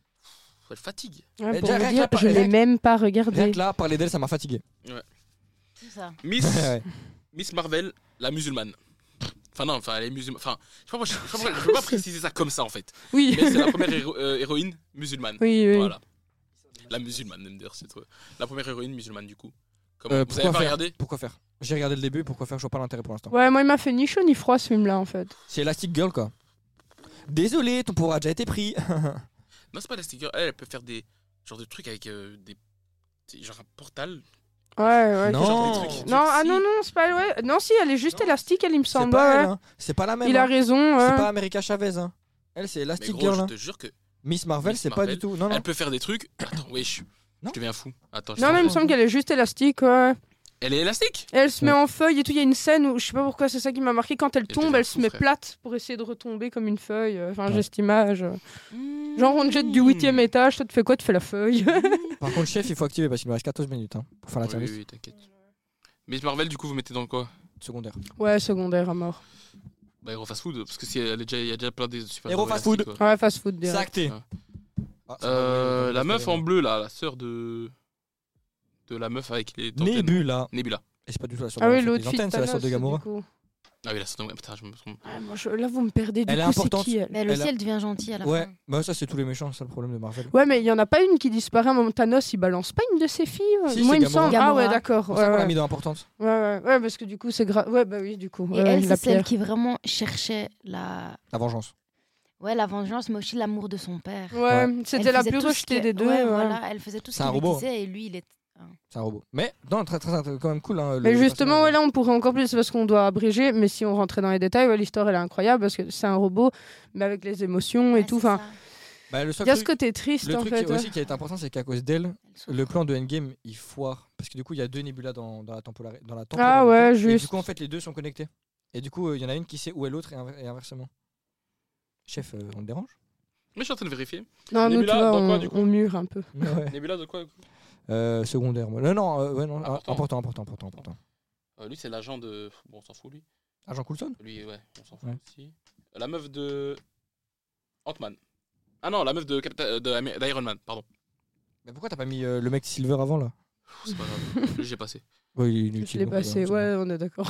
Speaker 1: Elle fatigue.
Speaker 3: ouais,
Speaker 4: Mais
Speaker 3: pour
Speaker 4: déjà,
Speaker 3: vous
Speaker 4: rien
Speaker 3: dire,
Speaker 4: que la-
Speaker 3: je l'ai
Speaker 4: rien que-
Speaker 3: même pas
Speaker 4: Rien
Speaker 3: regardé.
Speaker 4: que là, parler d'elle, ça m'a fatigué.
Speaker 2: Tout ça.
Speaker 1: Miss,
Speaker 4: Ouais.
Speaker 1: Miss Marvel, la musulmane. Enfin non, enfin elle est musulmane. Enfin, je sais pas, moi, je, je sais pas pourquoi- je peux pas préciser ça comme ça en fait.
Speaker 3: Oui,
Speaker 1: Mais c'est la première héro- euh, héroïne musulmane.
Speaker 3: oui, oui.
Speaker 1: Voilà. La musulmane même d'ailleurs, c'est trop- La première héroïne musulmane du coup. Comment-
Speaker 4: Euh,
Speaker 1: Vous avez
Speaker 4: pourquoi
Speaker 1: pas
Speaker 4: faire
Speaker 1: regardé
Speaker 4: Pourquoi faire J'ai regardé le début, pourquoi faire Je vois pas l'intérêt pour l'instant.
Speaker 3: Ouais, moi, il m'a fait ni chaud ni froid ce film-là, en fait.
Speaker 4: C'est Elastic Girl, quoi. Désolé, ton pouvoir a déjà été pris.
Speaker 1: Non, c'est pas la sticker. Elle, elle peut faire des genre de trucs avec euh, des des- genre un portal.
Speaker 3: Ouais, ouais.
Speaker 4: Non.
Speaker 3: quelque chose-
Speaker 1: Genre des trucs.
Speaker 3: Non, ah
Speaker 1: Si.
Speaker 3: non, non, c'est pas. Ouais. Non, si, elle est juste
Speaker 4: Non.
Speaker 3: élastique, elle, il me
Speaker 4: C'est
Speaker 3: semble.
Speaker 4: pas,
Speaker 3: ouais.
Speaker 4: elle, hein. C'est pas la même.
Speaker 3: Il a
Speaker 4: hein.
Speaker 3: raison.
Speaker 4: C'est
Speaker 3: ouais.
Speaker 4: pas America Chavez. Hein. Elle, c'est
Speaker 1: Mais
Speaker 4: Elastic
Speaker 1: gros,
Speaker 4: Girl.
Speaker 1: je
Speaker 4: hein.
Speaker 1: te jure que
Speaker 4: Miss Marvel,
Speaker 1: Miss
Speaker 4: c'est pas
Speaker 1: Marvel,
Speaker 4: du tout. Non, non.
Speaker 1: elle peut faire des trucs. Attends, wesh.
Speaker 4: Non.
Speaker 1: Je deviens fou. Attends, je
Speaker 3: Non,
Speaker 1: te-
Speaker 3: mais il me semble qu'elle est juste élastique. ouais.
Speaker 1: Elle est élastique.
Speaker 3: Elle se
Speaker 4: Ouais.
Speaker 3: met en feuille et tout. Il y a une scène où je sais pas pourquoi c'est ça qui m'a marqué. Quand elle
Speaker 1: Elle
Speaker 3: tombe,
Speaker 1: devient
Speaker 3: elle se
Speaker 1: fou,
Speaker 3: met
Speaker 1: frère.
Speaker 3: plate pour essayer de retomber comme une feuille. euh, Enfin,
Speaker 4: Ouais.
Speaker 3: j'ai cette image. Genre, on te jette du
Speaker 4: Hmm.
Speaker 3: huitième étage. Toi, tu fais quoi Tu fais la feuille.
Speaker 4: Par contre, chef, il faut activer parce qu'il nous reste 14 minutes hein, pour faire la
Speaker 1: Oui,
Speaker 4: tier
Speaker 1: oui,
Speaker 4: list
Speaker 1: oui, t'inquiète. Miss Marvel, du coup, vous mettez dans quoi
Speaker 4: secondaire.
Speaker 3: ouais, secondaire à mort.
Speaker 1: Bah, Hero Fast Food, parce que si elle est déjà, il y a déjà plein des super.
Speaker 4: Hero
Speaker 1: héros
Speaker 4: Fast
Speaker 1: élastiques, quoi.
Speaker 3: Ah Ouais, fast food.
Speaker 4: C'est
Speaker 3: direct.
Speaker 4: acté.
Speaker 1: Ah.
Speaker 4: Ah, c'est
Speaker 1: Euh,
Speaker 4: pas
Speaker 1: la
Speaker 4: vrai,
Speaker 1: meuf
Speaker 4: c'est
Speaker 1: en
Speaker 4: pas
Speaker 1: bleu, là, la sœur de. De la meuf avec les.
Speaker 4: vrai.
Speaker 1: antennes.
Speaker 4: Nebula.
Speaker 1: Nebula.
Speaker 4: hein. Et c'est pas du tout la sœur
Speaker 3: Ah
Speaker 4: de
Speaker 3: oui,
Speaker 4: Gamora,
Speaker 3: l'autre
Speaker 4: c'est
Speaker 3: fille.
Speaker 4: des antennes, c'est la sœur de Gamora.
Speaker 1: Ah oui, la sœur de. Putain, je me trompe.
Speaker 3: là, vous me perdez. Du
Speaker 4: Elle est
Speaker 3: coup, c'est
Speaker 4: importante.
Speaker 3: qui, elle
Speaker 2: Mais elle,
Speaker 4: Elle
Speaker 2: aussi,
Speaker 4: a-
Speaker 2: elle devient gentille à la
Speaker 4: Ouais,
Speaker 2: fin.
Speaker 4: bah ça c'est tous les méchants, c'est ça le problème de Marvel.
Speaker 3: Ouais, mais il y en a pas une qui disparaît. Un moment, Thanos, il balance pas une de ses filles.
Speaker 4: Si,
Speaker 3: Moi,
Speaker 4: c'est
Speaker 3: il me
Speaker 4: Gamora.
Speaker 3: semble. Ah ouais,
Speaker 2: Gamora.
Speaker 3: d'accord.
Speaker 4: C'est
Speaker 3: Ouais,
Speaker 4: pour ça qu'on l'a
Speaker 3: ouais.
Speaker 4: mis dans importante.
Speaker 3: Ouais, ouais, ouais, parce que du coup, c'est grave. Ouais, bah oui, du coup.
Speaker 2: Et
Speaker 3: ouais,
Speaker 2: elle,
Speaker 3: la
Speaker 2: c'est
Speaker 3: pierre.
Speaker 2: celle qui vraiment cherchait la...
Speaker 4: La vengeance.
Speaker 2: Ouais, la vengeance, mais aussi l'amour de son père.
Speaker 3: Ouais,
Speaker 4: Ouais.
Speaker 3: c'était
Speaker 2: Elle
Speaker 3: la
Speaker 2: faisait
Speaker 3: plus
Speaker 2: tout ce
Speaker 3: rejetée
Speaker 2: que-
Speaker 3: des deux. hein. euh.
Speaker 2: Ouais,
Speaker 3: ouais.
Speaker 2: Voilà, elle faisait tout ce
Speaker 4: C'est un
Speaker 2: qu'il lui
Speaker 4: robot.
Speaker 2: disait et lui, il est.
Speaker 4: C'est un robot. Mais non, très, très, très- quand même cool. hein, le-
Speaker 3: Mais
Speaker 4: le
Speaker 3: justement, ouais,
Speaker 4: personnage.
Speaker 3: là, on pourrait encore plus parce qu'on doit abréger. Mais si on rentrait dans les détails, ouais, l'histoire, elle est incroyable parce que c'est un robot, mais avec les émotions et
Speaker 2: Ouais,
Speaker 3: tout.
Speaker 2: c'est
Speaker 3: Enfin,
Speaker 2: ça.
Speaker 4: Bah, le
Speaker 3: il
Speaker 4: seul
Speaker 3: y a ce
Speaker 4: truc-
Speaker 3: côté triste,
Speaker 4: Le
Speaker 3: en
Speaker 4: truc
Speaker 3: fait. hein.
Speaker 4: qui-
Speaker 3: ouais.
Speaker 4: aussi qui a été important, c'est qu'à cause d'elle,
Speaker 2: Elle souffre.
Speaker 4: le plan de Endgame, il foire. Parce que du coup, il y a deux nébulas dans, dans la temporalité. Dans la temporalité.
Speaker 3: Ah ouais,
Speaker 4: Et
Speaker 3: juste.
Speaker 4: du coup, en fait, les deux sont connectés. Et du coup, euh, il y en a une qui sait où est l'autre et, inver- et inversement. Chef, euh, on le dérange
Speaker 1: Mais je suis en train de vérifier.
Speaker 3: Non, nous, tu
Speaker 1: Nebula,
Speaker 3: vois,
Speaker 1: dans quoi,
Speaker 3: on,
Speaker 1: du coup
Speaker 3: on mûre un peu.
Speaker 4: ouais.
Speaker 1: Nebula de quoi
Speaker 4: euh, Secondaire. moi. Non, non, euh, ouais, non ah,
Speaker 1: Important.
Speaker 4: important, important, important, important.
Speaker 1: Euh, Lui, c'est l'agent de. Bon, on s'en fout, lui.
Speaker 4: Agent Coulson
Speaker 1: Lui, ouais, on s'en fout
Speaker 4: Ouais.
Speaker 1: aussi. Euh, La meuf de. Ant-Man. Ah non, la meuf de Capita- euh, de Ami- d'Iron Man, pardon.
Speaker 4: Mais pourquoi t'as pas mis euh, le mec Silver avant là
Speaker 1: Pff, C'est pas grave. Lui, j'ai passé.
Speaker 4: Ouais, il est
Speaker 3: Je
Speaker 4: inutile.
Speaker 3: l'ai
Speaker 4: donc, euh,
Speaker 3: passé.
Speaker 4: ça va.
Speaker 3: Ouais, on est d'accord.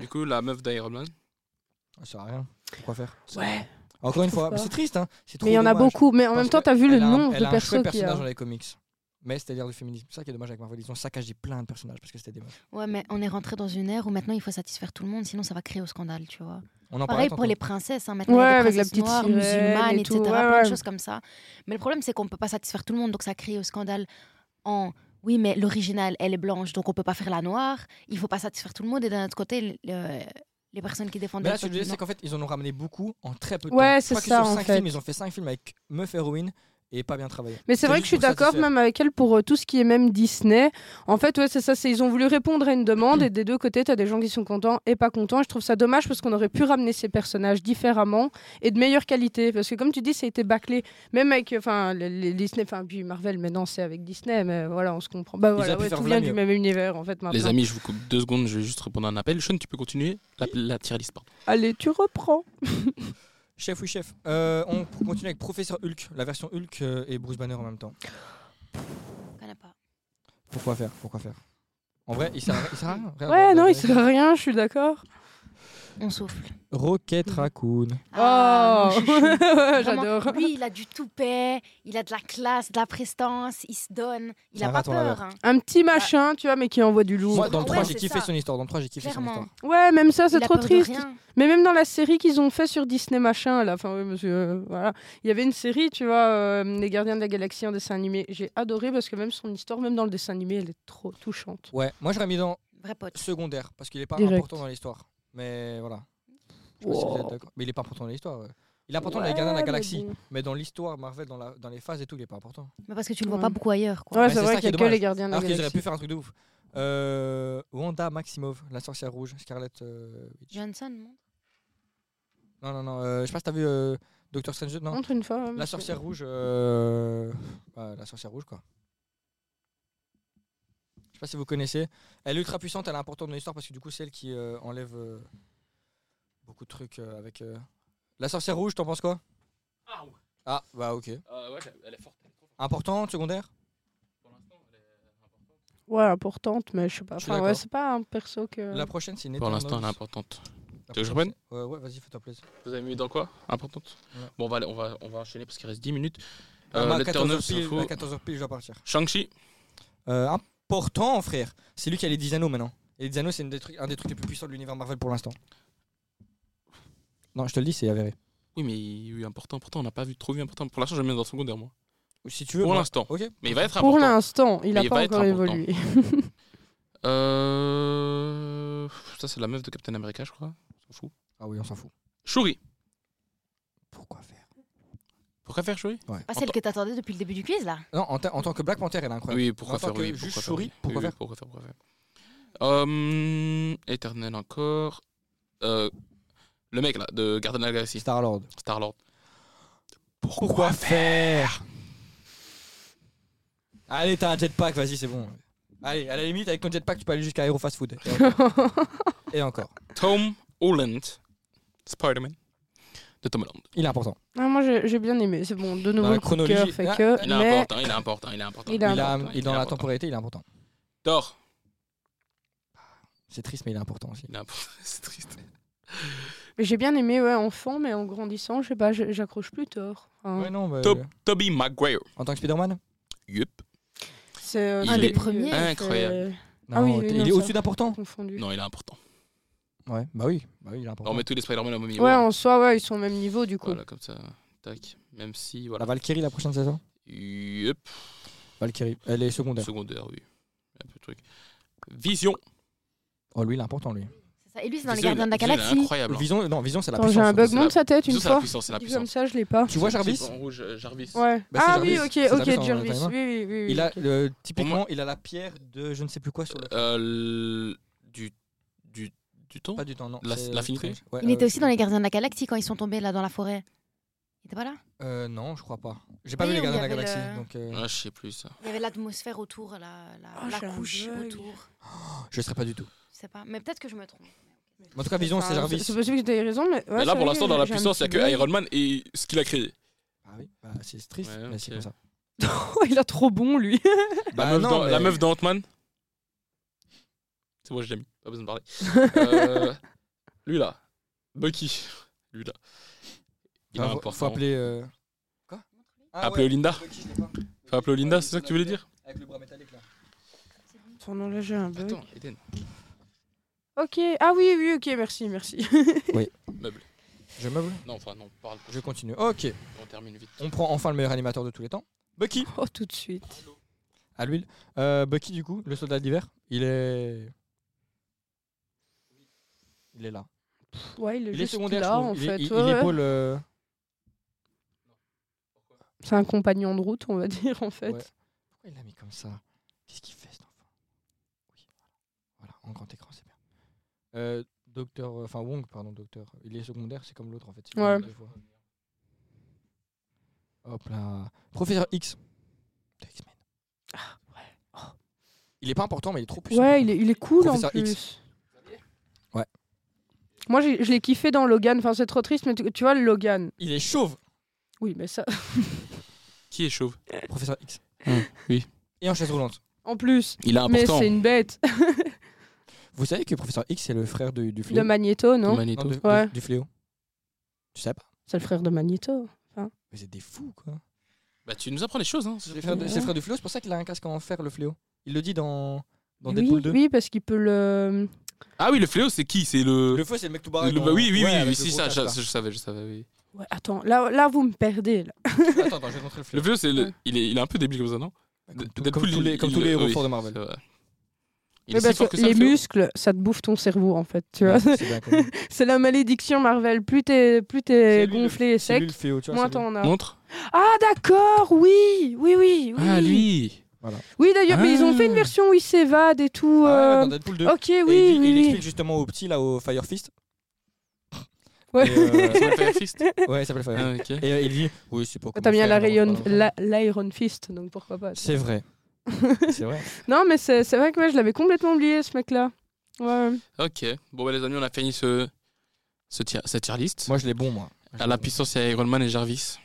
Speaker 1: Du coup, la meuf d'Iron Man.
Speaker 4: Ah, Ça sert à rien. Pourquoi faire
Speaker 3: ouais.
Speaker 4: Encore une
Speaker 3: trouve
Speaker 4: fois,
Speaker 3: pas.
Speaker 4: mais c'est triste, hein. C'est trop
Speaker 3: Mais il y en a
Speaker 4: dommage.
Speaker 3: beaucoup. Mais en
Speaker 4: Parce
Speaker 3: même temps,
Speaker 4: que
Speaker 3: t'as vu le
Speaker 4: elle a un-
Speaker 3: nombre
Speaker 4: elle
Speaker 3: de
Speaker 4: a un
Speaker 3: persos
Speaker 4: chouette
Speaker 3: qu'il y
Speaker 4: personnage
Speaker 3: a.
Speaker 4: dans les comics. Mais c'était l'ère du féminisme. C'est ça qui est dommage avec Marvel. Ils ont saccagé plein de personnages parce que c'était des meufs.
Speaker 2: Ouais, mais on est rentré dans une ère où maintenant il faut satisfaire tout le monde, sinon ça va créer au scandale, tu vois.
Speaker 4: On en parlait
Speaker 2: Pareil pour
Speaker 4: tantôt.
Speaker 2: les princesses, hein, maintenant
Speaker 3: Ouais,
Speaker 2: il y a des
Speaker 3: avec
Speaker 2: princesses
Speaker 3: la petite
Speaker 2: noires,
Speaker 3: sirène
Speaker 2: musulmanes,
Speaker 3: et tout,
Speaker 2: etc.,
Speaker 3: ouais,
Speaker 2: plein de
Speaker 3: ouais.
Speaker 2: choses comme ça. Mais le problème, c'est qu'on peut pas satisfaire tout le monde, donc ça crée au scandale en. Oui, mais l'original, elle est blanche, donc on peut pas faire la noire. Il faut pas satisfaire tout le monde. Et d'un autre côté, le- le- les personnes qui défendent
Speaker 4: Mais là,
Speaker 2: la
Speaker 4: ce que je veux dire, c'est
Speaker 2: cause
Speaker 4: qu'en fait, ils en ont ramené beaucoup en très peu de temps.
Speaker 3: Ouais,
Speaker 4: Je
Speaker 3: c'est
Speaker 4: crois que
Speaker 3: ça,
Speaker 4: sur
Speaker 3: en
Speaker 4: cinq
Speaker 3: fait.
Speaker 4: films, ils ont fait 5 films avec meuf héroïne et pas bien travaillé.
Speaker 3: Mais c'est
Speaker 4: C'est
Speaker 3: vrai
Speaker 4: juste
Speaker 3: que je suis
Speaker 4: pour ça
Speaker 3: d'accord
Speaker 4: qu'il fait.
Speaker 3: même avec elle pour euh, tout ce qui est même Disney. En fait, ouais, c'est ça, c'est ils ont voulu répondre à une demande et des deux côtés, tu as des gens qui sont contents et pas contents. Et je trouve ça dommage parce qu'on aurait pu ramener ces personnages différemment et de meilleure qualité parce que comme tu dis, ça a été bâclé même avec euh, enfin les, les Disney enfin puis Marvel maintenant c'est avec Disney mais voilà, on se comprend. Bah
Speaker 4: auraient
Speaker 3: voilà,
Speaker 4: pu
Speaker 3: ouais,
Speaker 4: faire
Speaker 3: tout vient
Speaker 4: v'là
Speaker 3: du
Speaker 4: mieux.
Speaker 3: même univers en fait maintenant.
Speaker 1: Les amis, je vous coupe deux secondes, je vais juste répondre à un appel. Sean, tu peux continuer la, la tier list, pardon.
Speaker 3: Allez, tu reprends.
Speaker 4: Chef, oui, chef. Euh, on continue avec Professeur Hulk, la version Hulk euh, et Bruce Banner en même temps.
Speaker 2: Je connais pas.
Speaker 4: Pourquoi faire Pourquoi faire En vrai, il sert à, il sert à rien. Regarde,
Speaker 3: Ouais,
Speaker 4: regarde,
Speaker 3: non, il
Speaker 4: regarde.
Speaker 3: sert à rien, je suis d'accord.
Speaker 2: On souffle.
Speaker 4: Rocket
Speaker 3: Mhm.
Speaker 2: Mmh.
Speaker 4: Raccoon.
Speaker 2: Ah,
Speaker 3: oh
Speaker 2: mon chouchou. Vraiment,
Speaker 3: J'adore.
Speaker 2: Lui, il a du toupet, il a de la classe, de la prestance, il se donne, il a
Speaker 4: Un
Speaker 2: pas
Speaker 4: raton laveur.
Speaker 2: peur. hein.
Speaker 3: Un petit machin, tu vois, mais qui envoie du lourd.
Speaker 4: Moi, dans le
Speaker 2: Ouais,
Speaker 4: 3, j'ai
Speaker 2: c'est
Speaker 4: kiffé
Speaker 2: ça.
Speaker 4: son histoire. Dans le 3, j'ai kiffé son
Speaker 2: Clairement.
Speaker 4: histoire.
Speaker 3: Ouais, même ça, c'est
Speaker 2: Il a
Speaker 3: trop
Speaker 2: peur de
Speaker 3: triste.
Speaker 2: rien.
Speaker 3: Mais même dans la série qu'ils ont fait sur Disney machin, là, enfin, oui, parce que, euh, voilà, il y avait une série, tu vois, euh, Les Gardiens de la Galaxie, un dessin animé. J'ai adoré parce que même son histoire, même dans le dessin animé, elle est trop touchante.
Speaker 4: Ouais, moi, j'aurais mis dans
Speaker 2: Vrai pote.
Speaker 4: secondaire parce qu'il est pas
Speaker 3: Direct.
Speaker 4: important dans l'histoire. Mais voilà. Je sais pas si vous êtes d'accord. Mais il est pas important dans l'histoire. ouais. Il est important dans les gardiens de la
Speaker 3: Ouais,
Speaker 4: galaxie,
Speaker 3: mais bon.
Speaker 4: mais dans l'histoire Marvel, dans, la- dans les phases et tout, il est pas important.
Speaker 2: Mais parce que tu le vois
Speaker 3: Ouais.
Speaker 2: pas beaucoup ailleurs. Quoi.
Speaker 3: Ouais,
Speaker 4: Bah,
Speaker 3: c'est
Speaker 4: c'est ça
Speaker 3: vrai
Speaker 4: qui est
Speaker 3: qu'il y a que
Speaker 4: dommage.
Speaker 3: les Gardiens de la
Speaker 4: Alors qu'ils auraient
Speaker 3: Galaxie.
Speaker 4: pu faire un truc de ouf. Euh, Wanda Maximov, la sorcière rouge, Scarlet euh, Witch.
Speaker 2: Johnson, non
Speaker 4: Non, non, non. euh, je sais pas si t'as vu euh, Doctor Strange. Non.
Speaker 3: Entre une fois. ouais,
Speaker 4: La
Speaker 3: monsieur.
Speaker 4: sorcière rouge. euh, bah, la sorcière rouge, quoi. Je sais pas si vous connaissez. Elle est ultra puissante, elle est importante dans l'histoire parce que du coup, c'est elle qui euh, enlève euh, beaucoup de trucs euh, avec. euh, La sorcière rouge, t'en penses quoi
Speaker 1: Ah ouais,
Speaker 4: Ah, bah ok.
Speaker 1: Euh, ouais, elle est forte. elle est trop forte.
Speaker 4: Importante, secondaire
Speaker 1: Pour l'instant, elle est importante.
Speaker 3: Ouais, importante, mais je sais pas.
Speaker 4: Je suis
Speaker 3: Enfin, ouais,
Speaker 4: d'accord.
Speaker 3: c'est pas un perso que.
Speaker 4: La prochaine, c'est une
Speaker 1: Pour l'instant, elle est
Speaker 4: Eternals.
Speaker 1: importante.
Speaker 4: La
Speaker 1: Tu veux que je
Speaker 4: prochaine, c'est- Ouais, ouais, vas-y, fais-toi plaisir.
Speaker 1: Vous avez mis dans quoi Importante
Speaker 4: Ouais.
Speaker 1: Bon, on va, aller- on, va, on va enchaîner parce qu'il reste 10 minutes.
Speaker 4: Ah,
Speaker 1: Euh,
Speaker 4: à 14h
Speaker 1: L'Eternal,
Speaker 4: pile,
Speaker 1: faut...
Speaker 4: à 14h pile, je dois partir.
Speaker 1: Shang-Chi
Speaker 4: Euh, important, frère. C'est lui qui a les 10 anneaux maintenant. Et les 10 anneaux, c'est une des trucs- un des trucs les plus puissants de l'univers Marvel pour l'instant. Non, je te le dis, c'est avéré.
Speaker 1: Oui, mais il- oui, important, pourtant, on n'a pas vu trop vu important. Pour l'instant, je le mets dans le secondaire, moi.
Speaker 4: Si tu veux.
Speaker 1: Pour
Speaker 4: moi-
Speaker 1: l'instant.
Speaker 4: Ok.
Speaker 1: Mais il va être
Speaker 3: Pour
Speaker 1: important.
Speaker 3: l'instant, il
Speaker 1: Mais
Speaker 3: a
Speaker 1: il
Speaker 3: pas
Speaker 1: va être
Speaker 3: encore
Speaker 1: important.
Speaker 3: évolué.
Speaker 1: Euh... Ça, c'est la meuf de Captain America, je crois. On s'en fout.
Speaker 4: Ah oui, on s'en fout.
Speaker 1: Shuri.
Speaker 4: Pourquoi faire
Speaker 1: Pourquoi faire Shuri
Speaker 2: Pas celle que t'attendais depuis le début du quiz, là
Speaker 4: Non, en, ta- en tant que Black Panther, elle est incroyable.
Speaker 1: Oui, pourquoi
Speaker 4: En tant
Speaker 1: faire
Speaker 4: que
Speaker 1: oui,
Speaker 4: juste
Speaker 1: pourquoi faire,
Speaker 4: Shuri,
Speaker 1: oui.
Speaker 4: pourquoi
Speaker 1: Oui, oui,
Speaker 4: faire
Speaker 1: Pourquoi faire, pourquoi faire. Hum, Éternel encore. Euh, le mec, là, de Garden of the Galaxy,
Speaker 4: Star Lord.
Speaker 1: Star-Lord.
Speaker 4: Pourquoi faire Allez, t'as un jetpack, vas-y, c'est bon. Allez, à la limite, avec ton jetpack, tu peux aller jusqu'à Aero Fast Food. Et encore. Et encore.
Speaker 1: Tom Holland, Spider-Man, de Tom Holland.
Speaker 4: Il est important.
Speaker 3: Ah, moi, j'ai j'ai bien aimé. C'est bon, de nouveau,
Speaker 4: la
Speaker 3: le coup de cœur
Speaker 4: chronologie,
Speaker 3: fait
Speaker 4: là,
Speaker 3: que.
Speaker 1: Il est
Speaker 3: mais
Speaker 1: important, il est important, il est important.
Speaker 3: Il
Speaker 4: Il
Speaker 3: est
Speaker 4: a-
Speaker 1: important,
Speaker 4: il- dans
Speaker 1: est
Speaker 4: la
Speaker 1: important.
Speaker 4: temporalité, il est important.
Speaker 1: Thor,
Speaker 4: C'est triste, mais il est important aussi.
Speaker 1: il est important. C'est triste.
Speaker 3: mais j'ai bien aimé, ouais, enfant, mais en grandissant, je sais pas, j'ai- j'accroche plus tort. Hein.
Speaker 4: Ouais, non, mais- euh,
Speaker 1: Top. Tobey Maguire,
Speaker 4: En tant que Spider-Man
Speaker 1: yup.
Speaker 3: C'est euh,
Speaker 1: Il
Speaker 2: Un
Speaker 1: est
Speaker 2: des premiers.
Speaker 3: c'est-
Speaker 1: incroyable.
Speaker 3: Ah oui, oui,
Speaker 4: t'es-
Speaker 3: non,
Speaker 4: il est
Speaker 3: ça.
Speaker 4: au-dessus d'important.
Speaker 3: Confondu.
Speaker 1: Non, il est important.
Speaker 4: Ouais, bah oui, bah oui, il est
Speaker 1: On
Speaker 4: important.
Speaker 1: met tous les Spider-Man au même niveau.
Speaker 3: Ouais, en soi, ouais, ils sont au même niveau du coup.
Speaker 1: Voilà, comme ça, tac. Même si,
Speaker 4: La
Speaker 1: voilà.
Speaker 4: Valkyrie, la prochaine saison
Speaker 1: Yup.
Speaker 4: Valkyrie, elle est secondaire.
Speaker 1: Secondaire, oui. Un peu de truc. Vision.
Speaker 4: Oh, lui, il est important, lui.
Speaker 2: C'est ça. Et lui, c'est dans les
Speaker 1: Vision,
Speaker 2: Gardiens de
Speaker 1: il est- il
Speaker 2: la
Speaker 1: est
Speaker 2: Galaxie.
Speaker 1: Incroyable. hein.
Speaker 4: Vision, non, Vision, c'est la
Speaker 3: Attends, j'ai un
Speaker 4: puissance.
Speaker 3: bug,
Speaker 1: c'est
Speaker 3: monte
Speaker 1: la-
Speaker 3: sa tête
Speaker 1: Vision,
Speaker 3: une
Speaker 1: c'est la
Speaker 3: fois.
Speaker 1: puissance, c'est la
Speaker 3: Dit comme
Speaker 1: puissance.
Speaker 3: ça, je l'ai pas.
Speaker 4: Tu vois
Speaker 1: C'est le
Speaker 4: Jarvis
Speaker 1: type En rouge, euh, Jarvis.
Speaker 3: Ouais.
Speaker 4: Bah, c'est
Speaker 3: ah
Speaker 4: Jarvis.
Speaker 3: oui,
Speaker 4: C'est
Speaker 3: ok,
Speaker 4: Jarvis en
Speaker 3: ok, Jarvis.
Speaker 4: Timer.
Speaker 3: Oui, oui, oui. oui,
Speaker 4: Il a,
Speaker 3: ok.
Speaker 4: le-
Speaker 1: Pour
Speaker 4: typiquement, il a la pierre de je ne sais plus quoi sur le.
Speaker 1: Euh, l- du, du, du temps
Speaker 4: Pas du temps, non.
Speaker 1: La-
Speaker 4: c'est-
Speaker 1: l'infinité
Speaker 4: Ouais,
Speaker 2: Il
Speaker 4: euh,
Speaker 2: était aussi dans les Gardiens de la Galaxie quand ils sont tombés là dans la forêt. Il était pas là
Speaker 4: Euh, non, je crois pas. J'ai pas
Speaker 2: Oui,
Speaker 4: vu les
Speaker 2: où
Speaker 4: Gardiens de la
Speaker 2: il y
Speaker 4: Galaxie.
Speaker 2: avait le-
Speaker 4: Donc, euh,
Speaker 1: Ah, je sais plus ça.
Speaker 2: Il y avait l'atmosphère autour, la, la,
Speaker 3: Oh,
Speaker 2: la
Speaker 3: j'ai un
Speaker 2: couche
Speaker 3: bug.
Speaker 2: autour.
Speaker 4: je ne serais pas du tout.
Speaker 2: Je sais pas. Mais peut-être que je me trompe.
Speaker 4: Mais en tout cas, Vision,
Speaker 3: Enfin,
Speaker 4: c'est Jarvis.
Speaker 3: C'est possible que t'aies raison, mais. ouais,
Speaker 1: mais
Speaker 3: c'est
Speaker 1: là,
Speaker 3: vrai
Speaker 1: pour l'instant,
Speaker 3: que
Speaker 1: dans la
Speaker 3: j'ai un
Speaker 1: puissance, il n'y a
Speaker 3: petit
Speaker 1: que
Speaker 3: bug.
Speaker 1: Iron Man et ce qu'il a créé.
Speaker 4: Ah oui, bah, c'est triste,
Speaker 1: Ouais,
Speaker 4: mais c'est
Speaker 1: ok.
Speaker 4: comme ça.
Speaker 3: Oh, il a trop bon, lui.
Speaker 1: La
Speaker 4: Bah
Speaker 1: meuf
Speaker 4: non,
Speaker 1: dans- la
Speaker 4: mais-
Speaker 1: meuf dans Ant-Man. C'est moi, je l'ai mis. Pas besoin de parler. Euh, lui là. Bucky. Lui là. Il est
Speaker 4: Enfin, faut-
Speaker 1: Ah, important.
Speaker 4: Faut appeler. euh, Quoi Ah
Speaker 1: Appeler
Speaker 4: ouais,
Speaker 1: Olinda.
Speaker 4: Bucky, je l'ai pas.
Speaker 1: Faut appeler Olinda, c'est ça que tu voulais dire
Speaker 4: Avec le bras métallique, là.
Speaker 3: Attends, non, là, j'ai un bug.
Speaker 1: Attends, Eden.
Speaker 3: Ok, ah oui, oui, ok, merci, merci.
Speaker 1: Meuble.
Speaker 4: Je meuble
Speaker 1: Non, enfin, non, parle.
Speaker 4: Je continue. Ok,
Speaker 1: On termine vite.
Speaker 4: on prend enfin le meilleur animateur de tous les temps. Bucky
Speaker 3: Oh, tout de suite.
Speaker 4: À l'huile. Euh, Bucky, du coup, le soldat d'hiver, il est. Il est là.
Speaker 3: Ouais, il est,
Speaker 4: Il est
Speaker 3: juste
Speaker 4: secondaire,
Speaker 3: là,
Speaker 4: je
Speaker 3: en
Speaker 4: trouve. Il est-
Speaker 3: fait.
Speaker 4: il-
Speaker 3: ouais,
Speaker 4: il
Speaker 3: ouais.
Speaker 4: épaule. euh,
Speaker 3: C'est un compagnon de route, on va dire, en fait.
Speaker 4: Ouais. Pourquoi il l'a mis comme ça Qu'est-ce qu'il fait cet enfant Oui, voilà. Voilà, en grand écran, c'est bien. Euh, docteur, enfin Wong, pardon, docteur. Il est secondaire, c'est comme l'autre en fait. c'est
Speaker 3: Ouais.
Speaker 4: comme deux fois. Hop là. Professeur X. De X-Men.
Speaker 3: ouais. Oh.
Speaker 4: Il est pas important, mais il est trop
Speaker 3: Ouais,
Speaker 4: puissant.
Speaker 3: il, est, il est cool
Speaker 4: Professeur
Speaker 3: en plus.
Speaker 4: Ouais.
Speaker 3: Moi, j'ai- je l'ai kiffé dans Logan. Enfin, c'est trop triste, mais tu, tu vois, le Logan.
Speaker 4: Il est chauve,
Speaker 3: Oui, mais ça.
Speaker 1: Qui est chauve
Speaker 4: professeur X.
Speaker 1: oui.
Speaker 4: Et en chaise roulante.
Speaker 3: En plus.
Speaker 1: Il est
Speaker 3: Mais
Speaker 1: important.
Speaker 3: c'est une bête.
Speaker 4: Vous savez que Professeur X est le frère de- du
Speaker 3: De
Speaker 4: fléau
Speaker 3: Magneto, non
Speaker 4: Non,
Speaker 1: Magneto.
Speaker 4: de- de-
Speaker 3: Ouais.
Speaker 4: Du fléau. Tu sais pas
Speaker 3: C'est le frère de Magneto.
Speaker 4: Mais c'est des fous, quoi.
Speaker 1: Bah, tu nous apprends des choses, hein.
Speaker 4: C'est le frère, de- c'est le frère du fléau, c'est pour ça qu'il a un casque en fer, le fléau. Il le dit dans, dans
Speaker 3: oui,
Speaker 4: Deadpool 2.
Speaker 3: oui, parce qu'il peut le.
Speaker 1: Ah oui, le fléau, c'est qui C'est le.
Speaker 4: Le feu, c'est le mec tout barré.
Speaker 1: le-
Speaker 4: dans-
Speaker 1: bah oui, oui,
Speaker 4: Ouais,
Speaker 1: oui,
Speaker 4: avec
Speaker 1: oui,
Speaker 4: le
Speaker 1: si,
Speaker 4: gros
Speaker 1: ça,
Speaker 4: casque,
Speaker 1: je,
Speaker 4: là.
Speaker 1: je savais, je savais, oui.
Speaker 3: Ouais, attends, là, là vous me perdez. Là.
Speaker 4: Attends, attends, je vais te montrer le
Speaker 1: Le
Speaker 4: fléau.
Speaker 1: fléau, c'est le- il, est, il est un peu débile comme ça, non
Speaker 4: Comme, tout-
Speaker 1: Deadpool,
Speaker 4: comme tous
Speaker 1: il-
Speaker 4: les, comme
Speaker 1: il-
Speaker 4: tous les héros
Speaker 1: oui,
Speaker 4: forts de Marvel.
Speaker 1: c'est vrai. Il
Speaker 3: Mais
Speaker 1: est si
Speaker 3: parce
Speaker 1: fort
Speaker 3: que
Speaker 1: que ça,
Speaker 3: bah, les
Speaker 1: le fléau
Speaker 3: muscles, ça te bouffe ton cerveau en fait. Tu vois
Speaker 4: Ouais, c'est bien connu.
Speaker 3: c'est la malédiction Marvel. Plus t'es plus t'es
Speaker 4: C'est lui le-
Speaker 3: gonflé et
Speaker 4: C'est lui
Speaker 3: sec,
Speaker 4: le fléau, tu vois.
Speaker 3: moins
Speaker 4: c'est
Speaker 3: t'en
Speaker 4: lui.
Speaker 3: as.
Speaker 1: Montre.
Speaker 3: Ah d'accord, oui, oui, oui, oui.
Speaker 1: Ah, lui
Speaker 3: Oui d'ailleurs, mais ils ont fait une
Speaker 1: Ah.
Speaker 3: version où il s'évade et tout.
Speaker 4: Ah ouais,
Speaker 3: euh,
Speaker 4: dans Deadpool 2.
Speaker 3: Ok, oui,
Speaker 4: Et il, dit-
Speaker 3: oui,
Speaker 4: il
Speaker 3: oui.
Speaker 4: explique justement au petit, là, au Fire Fist.
Speaker 3: Ouais.
Speaker 4: Et, euh,
Speaker 1: C'est le Fire Fist
Speaker 4: ouais, il s'appelle Fire Fist.
Speaker 1: Ah, ok.
Speaker 4: Et euh, il dit Oui, c'est pour.
Speaker 3: T'as
Speaker 4: bien
Speaker 3: bien la Rayon- la- l'Iron Fist, donc pourquoi pas. tu
Speaker 4: C'est vrai. c'est vrai.
Speaker 3: Non, mais c'est c'est vrai que ouais, je l'avais complètement oublié, ce mec-là. Ouais.
Speaker 1: Ok. Bon, bah, les amis, on a fini ce, ce tier, cette tier list.
Speaker 4: Moi, je l'ai bon, moi. Je
Speaker 1: à
Speaker 4: l'ai
Speaker 1: la
Speaker 4: bon.
Speaker 1: puissance, il y a Iron Man et Jarvis.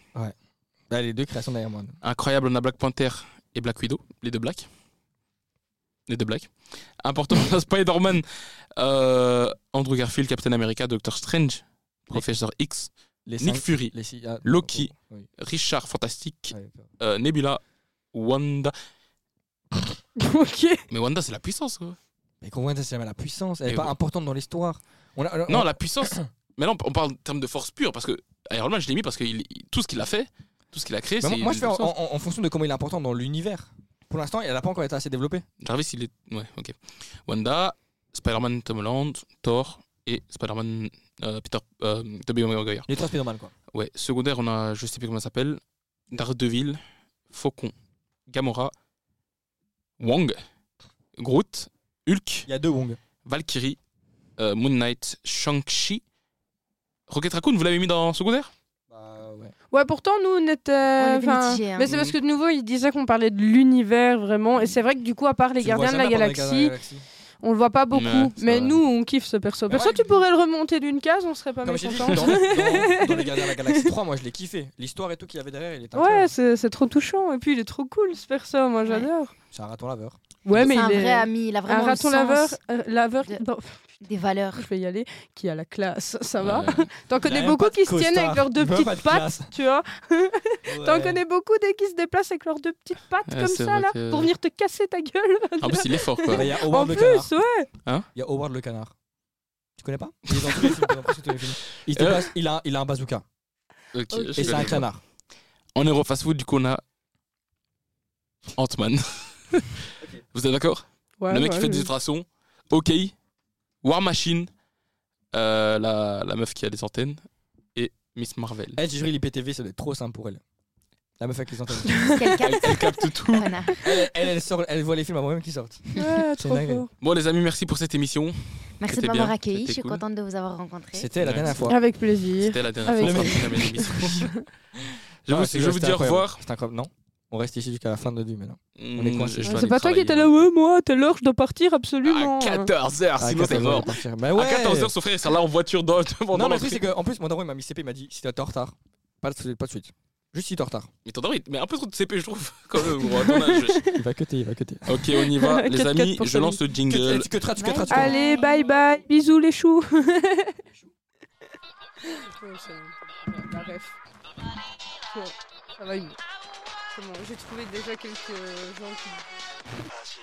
Speaker 4: Là, les deux créations derrière moi.
Speaker 1: Incroyable, on a Black Panther et Black Widow, les deux Blacks. Les deux Blacks. Important, on a Spider-Man, euh, Andrew Garfield, Captain America, Doctor Strange, Professeur X,
Speaker 4: Les
Speaker 1: Nick
Speaker 4: cinq-
Speaker 1: Fury,
Speaker 4: les six- ah,
Speaker 1: Loki.
Speaker 4: oui, Ah,
Speaker 1: Richard Fantastique,
Speaker 4: ouais.
Speaker 1: euh, Nebula, Wanda.
Speaker 3: ok.
Speaker 1: Mais Wanda, c'est la puissance, quoi.
Speaker 4: Mais qu'on ça c'est jamais la puissance. Elle
Speaker 1: Et
Speaker 4: n'est pas
Speaker 1: ouais.
Speaker 4: importante dans l'histoire. On a- on-
Speaker 1: Non, la puissance. Mais là, on on parle en termes de force pure, parce que Iron Man, je l'ai mis parce que il- il- tout ce qu'il a fait, tout ce qu'il a créé,
Speaker 4: Mais
Speaker 1: c'est.
Speaker 4: moi, moi, je
Speaker 1: une
Speaker 4: fais en,
Speaker 1: puissance.
Speaker 4: en- en fonction de comment il est important dans l'univers. Pour l'instant, elle n'a pas encore été assez développée.
Speaker 1: Jarvis, il est. Ouais, ok. Wanda, Spider-Man Tom Holland, Thor et Spider-Man euh, Peter. Euh, Tobey Maguire.
Speaker 4: Les trois Spider-Man, quoi.
Speaker 1: Ouais, secondaire, on a. Je sais plus comment ça s'appelle. Daredevil, Faucon, Gamora, Wong, Groot, Hulk,
Speaker 4: Il y a deux Wong.
Speaker 1: Valkyrie, euh, Moon Knight, Shang-Chi. Rocket Raccoon, vous l'avez mis dans secondaire
Speaker 4: Bah ouais.
Speaker 3: Ouais, pourtant, nous, on était.
Speaker 2: était
Speaker 3: enfin,
Speaker 2: mitigés, hein.
Speaker 3: Mais c'est
Speaker 4: Mm.
Speaker 3: parce que de nouveau, il disait qu'on parlait de l'univers vraiment. Et c'est vrai que du coup, à part les
Speaker 4: Tu le vois
Speaker 3: Gardiens de la
Speaker 4: jamais pendant les Gardiens de
Speaker 3: Galaxie,
Speaker 4: la Galaxie.
Speaker 3: on le voit pas beaucoup.
Speaker 1: Ouais, c'est
Speaker 3: mais
Speaker 1: vrai.
Speaker 3: nous, on kiffe ce perso.
Speaker 4: Mais
Speaker 3: Perso,
Speaker 4: ouais.
Speaker 3: tu pourrais le remonter d'une case, on serait pas hein.
Speaker 4: Comme j'ai dit,
Speaker 3: mécontents.
Speaker 4: dans, dans- dans les Gardiens de la Galaxie 3, moi je l'ai kiffé. L'histoire et tout qu'il y avait derrière, il était
Speaker 3: Ouais,
Speaker 4: incroyable.
Speaker 3: c'est c'est trop touchant. Et puis, il est trop cool, ce perso. Moi, j'adore.
Speaker 4: C'est un raton laveur.
Speaker 3: Ouais, mais
Speaker 2: c'est un
Speaker 3: il
Speaker 2: vrai
Speaker 3: est.
Speaker 2: ami, il a
Speaker 3: Un
Speaker 2: vraiment
Speaker 3: raton
Speaker 2: le sens
Speaker 3: laveur, euh, laveur
Speaker 2: de-
Speaker 3: bon,
Speaker 2: des valeurs.
Speaker 3: je vais y aller, qui a la classe, ça va.
Speaker 1: Euh,
Speaker 3: T'en
Speaker 4: Il a
Speaker 3: connais
Speaker 4: même
Speaker 3: beaucoup
Speaker 4: pas de
Speaker 3: qui se tiennent
Speaker 4: costard.
Speaker 3: avec leurs deux
Speaker 4: Il a
Speaker 3: petites
Speaker 4: pas de
Speaker 3: pattes,
Speaker 4: classe.
Speaker 3: tu vois. T'en
Speaker 4: Ouais.
Speaker 3: connais beaucoup dès qu'ils se déplacent avec leurs deux petites pattes
Speaker 1: Ouais,
Speaker 3: comme
Speaker 1: c'est
Speaker 3: ça
Speaker 1: vrai
Speaker 3: là
Speaker 1: que-
Speaker 3: pour venir te casser ta gueule.
Speaker 1: En plus, il est fort, quoi.
Speaker 4: Bah, Il y a
Speaker 3: en
Speaker 4: Howard le
Speaker 3: plus,
Speaker 4: canard.
Speaker 3: ouais.
Speaker 4: Il y a Howard le canard. Tu connais pas Il est dans tous les films, dans presque tous les films. Il, se déplace, il, a, il a un bazooka.
Speaker 1: Ok,
Speaker 3: Et
Speaker 1: je
Speaker 4: Et c'est un
Speaker 1: connais pas.
Speaker 4: canard.
Speaker 1: En Euro Fast Food, du coup, on a Ant-Man. Vous êtes d'accord
Speaker 3: Ouais, bah
Speaker 1: Le mec
Speaker 3: ouais,
Speaker 1: qui fait des
Speaker 3: ouais.
Speaker 1: ultrasons. OK. War Machine. euh, la, la meuf qui a des antennes. Et Miss Marvel.
Speaker 4: Elle, Eh, j'ai juré, l'IPTV, ça doit être trop simple pour elle. La meuf avec les antennes.
Speaker 2: Quel
Speaker 1: Elle, elle capte tout.
Speaker 2: connard.
Speaker 4: elle, elle, elle sort, elle voit les films avant même qu'ils sortent.
Speaker 3: Ouais, trop
Speaker 4: dingue.
Speaker 3: fort.
Speaker 1: Bon, les amis, merci pour cette émission.
Speaker 2: Merci
Speaker 1: C'était
Speaker 2: de m'avoir
Speaker 1: bien,
Speaker 2: accueilli, je
Speaker 1: c'était
Speaker 2: suis
Speaker 1: cool.
Speaker 2: contente de vous avoir rencontré.
Speaker 4: C'était la
Speaker 1: Ouais.
Speaker 4: dernière fois.
Speaker 3: Avec plaisir.
Speaker 1: C'était la dernière
Speaker 3: Avec-
Speaker 1: fois. qu'on termine l'émission. je
Speaker 4: Non,
Speaker 1: vous,
Speaker 4: c'est-
Speaker 1: je vous
Speaker 4: c'était
Speaker 1: dis au
Speaker 4: incroyable.
Speaker 1: revoir.
Speaker 4: C'était incroyable. Non, on reste ici jusqu'à la fin de notre vie maintenant.
Speaker 1: On
Speaker 4: est coincés.
Speaker 3: C'est pas toi qui
Speaker 4: hein.
Speaker 3: étais là, ouais, moi, t'es l'heure, je dois partir
Speaker 1: À
Speaker 3: absolument.
Speaker 1: 14h,
Speaker 4: Ah,
Speaker 1: sinon t'es mort.
Speaker 4: Mais
Speaker 1: À 14h, son frère il sera là en voiture dans, devant
Speaker 4: Non, mais le truc,
Speaker 1: l'entrée.
Speaker 4: c'est qu'en plus, mon daron, il m'a mis CP, il m'a dit si t'es en retard, pas de, pas de suite. Juste si t'es en retard.
Speaker 1: Mais t'entends, il met un peu trop de CP, je trouve. Quand même, gros, à ton âge.
Speaker 4: Il va cutter, il va cutter.
Speaker 1: Ok, on y va. Les
Speaker 3: 4-4
Speaker 1: amis,
Speaker 3: pour
Speaker 1: je lance le
Speaker 4: Tu
Speaker 1: jingle.
Speaker 4: tu cutteras, tu cutteras, tu cutteras.
Speaker 3: Allez, bye bye, bisous les choux. Ça va, C'est bon, j'ai trouvé déjà quelques gens qui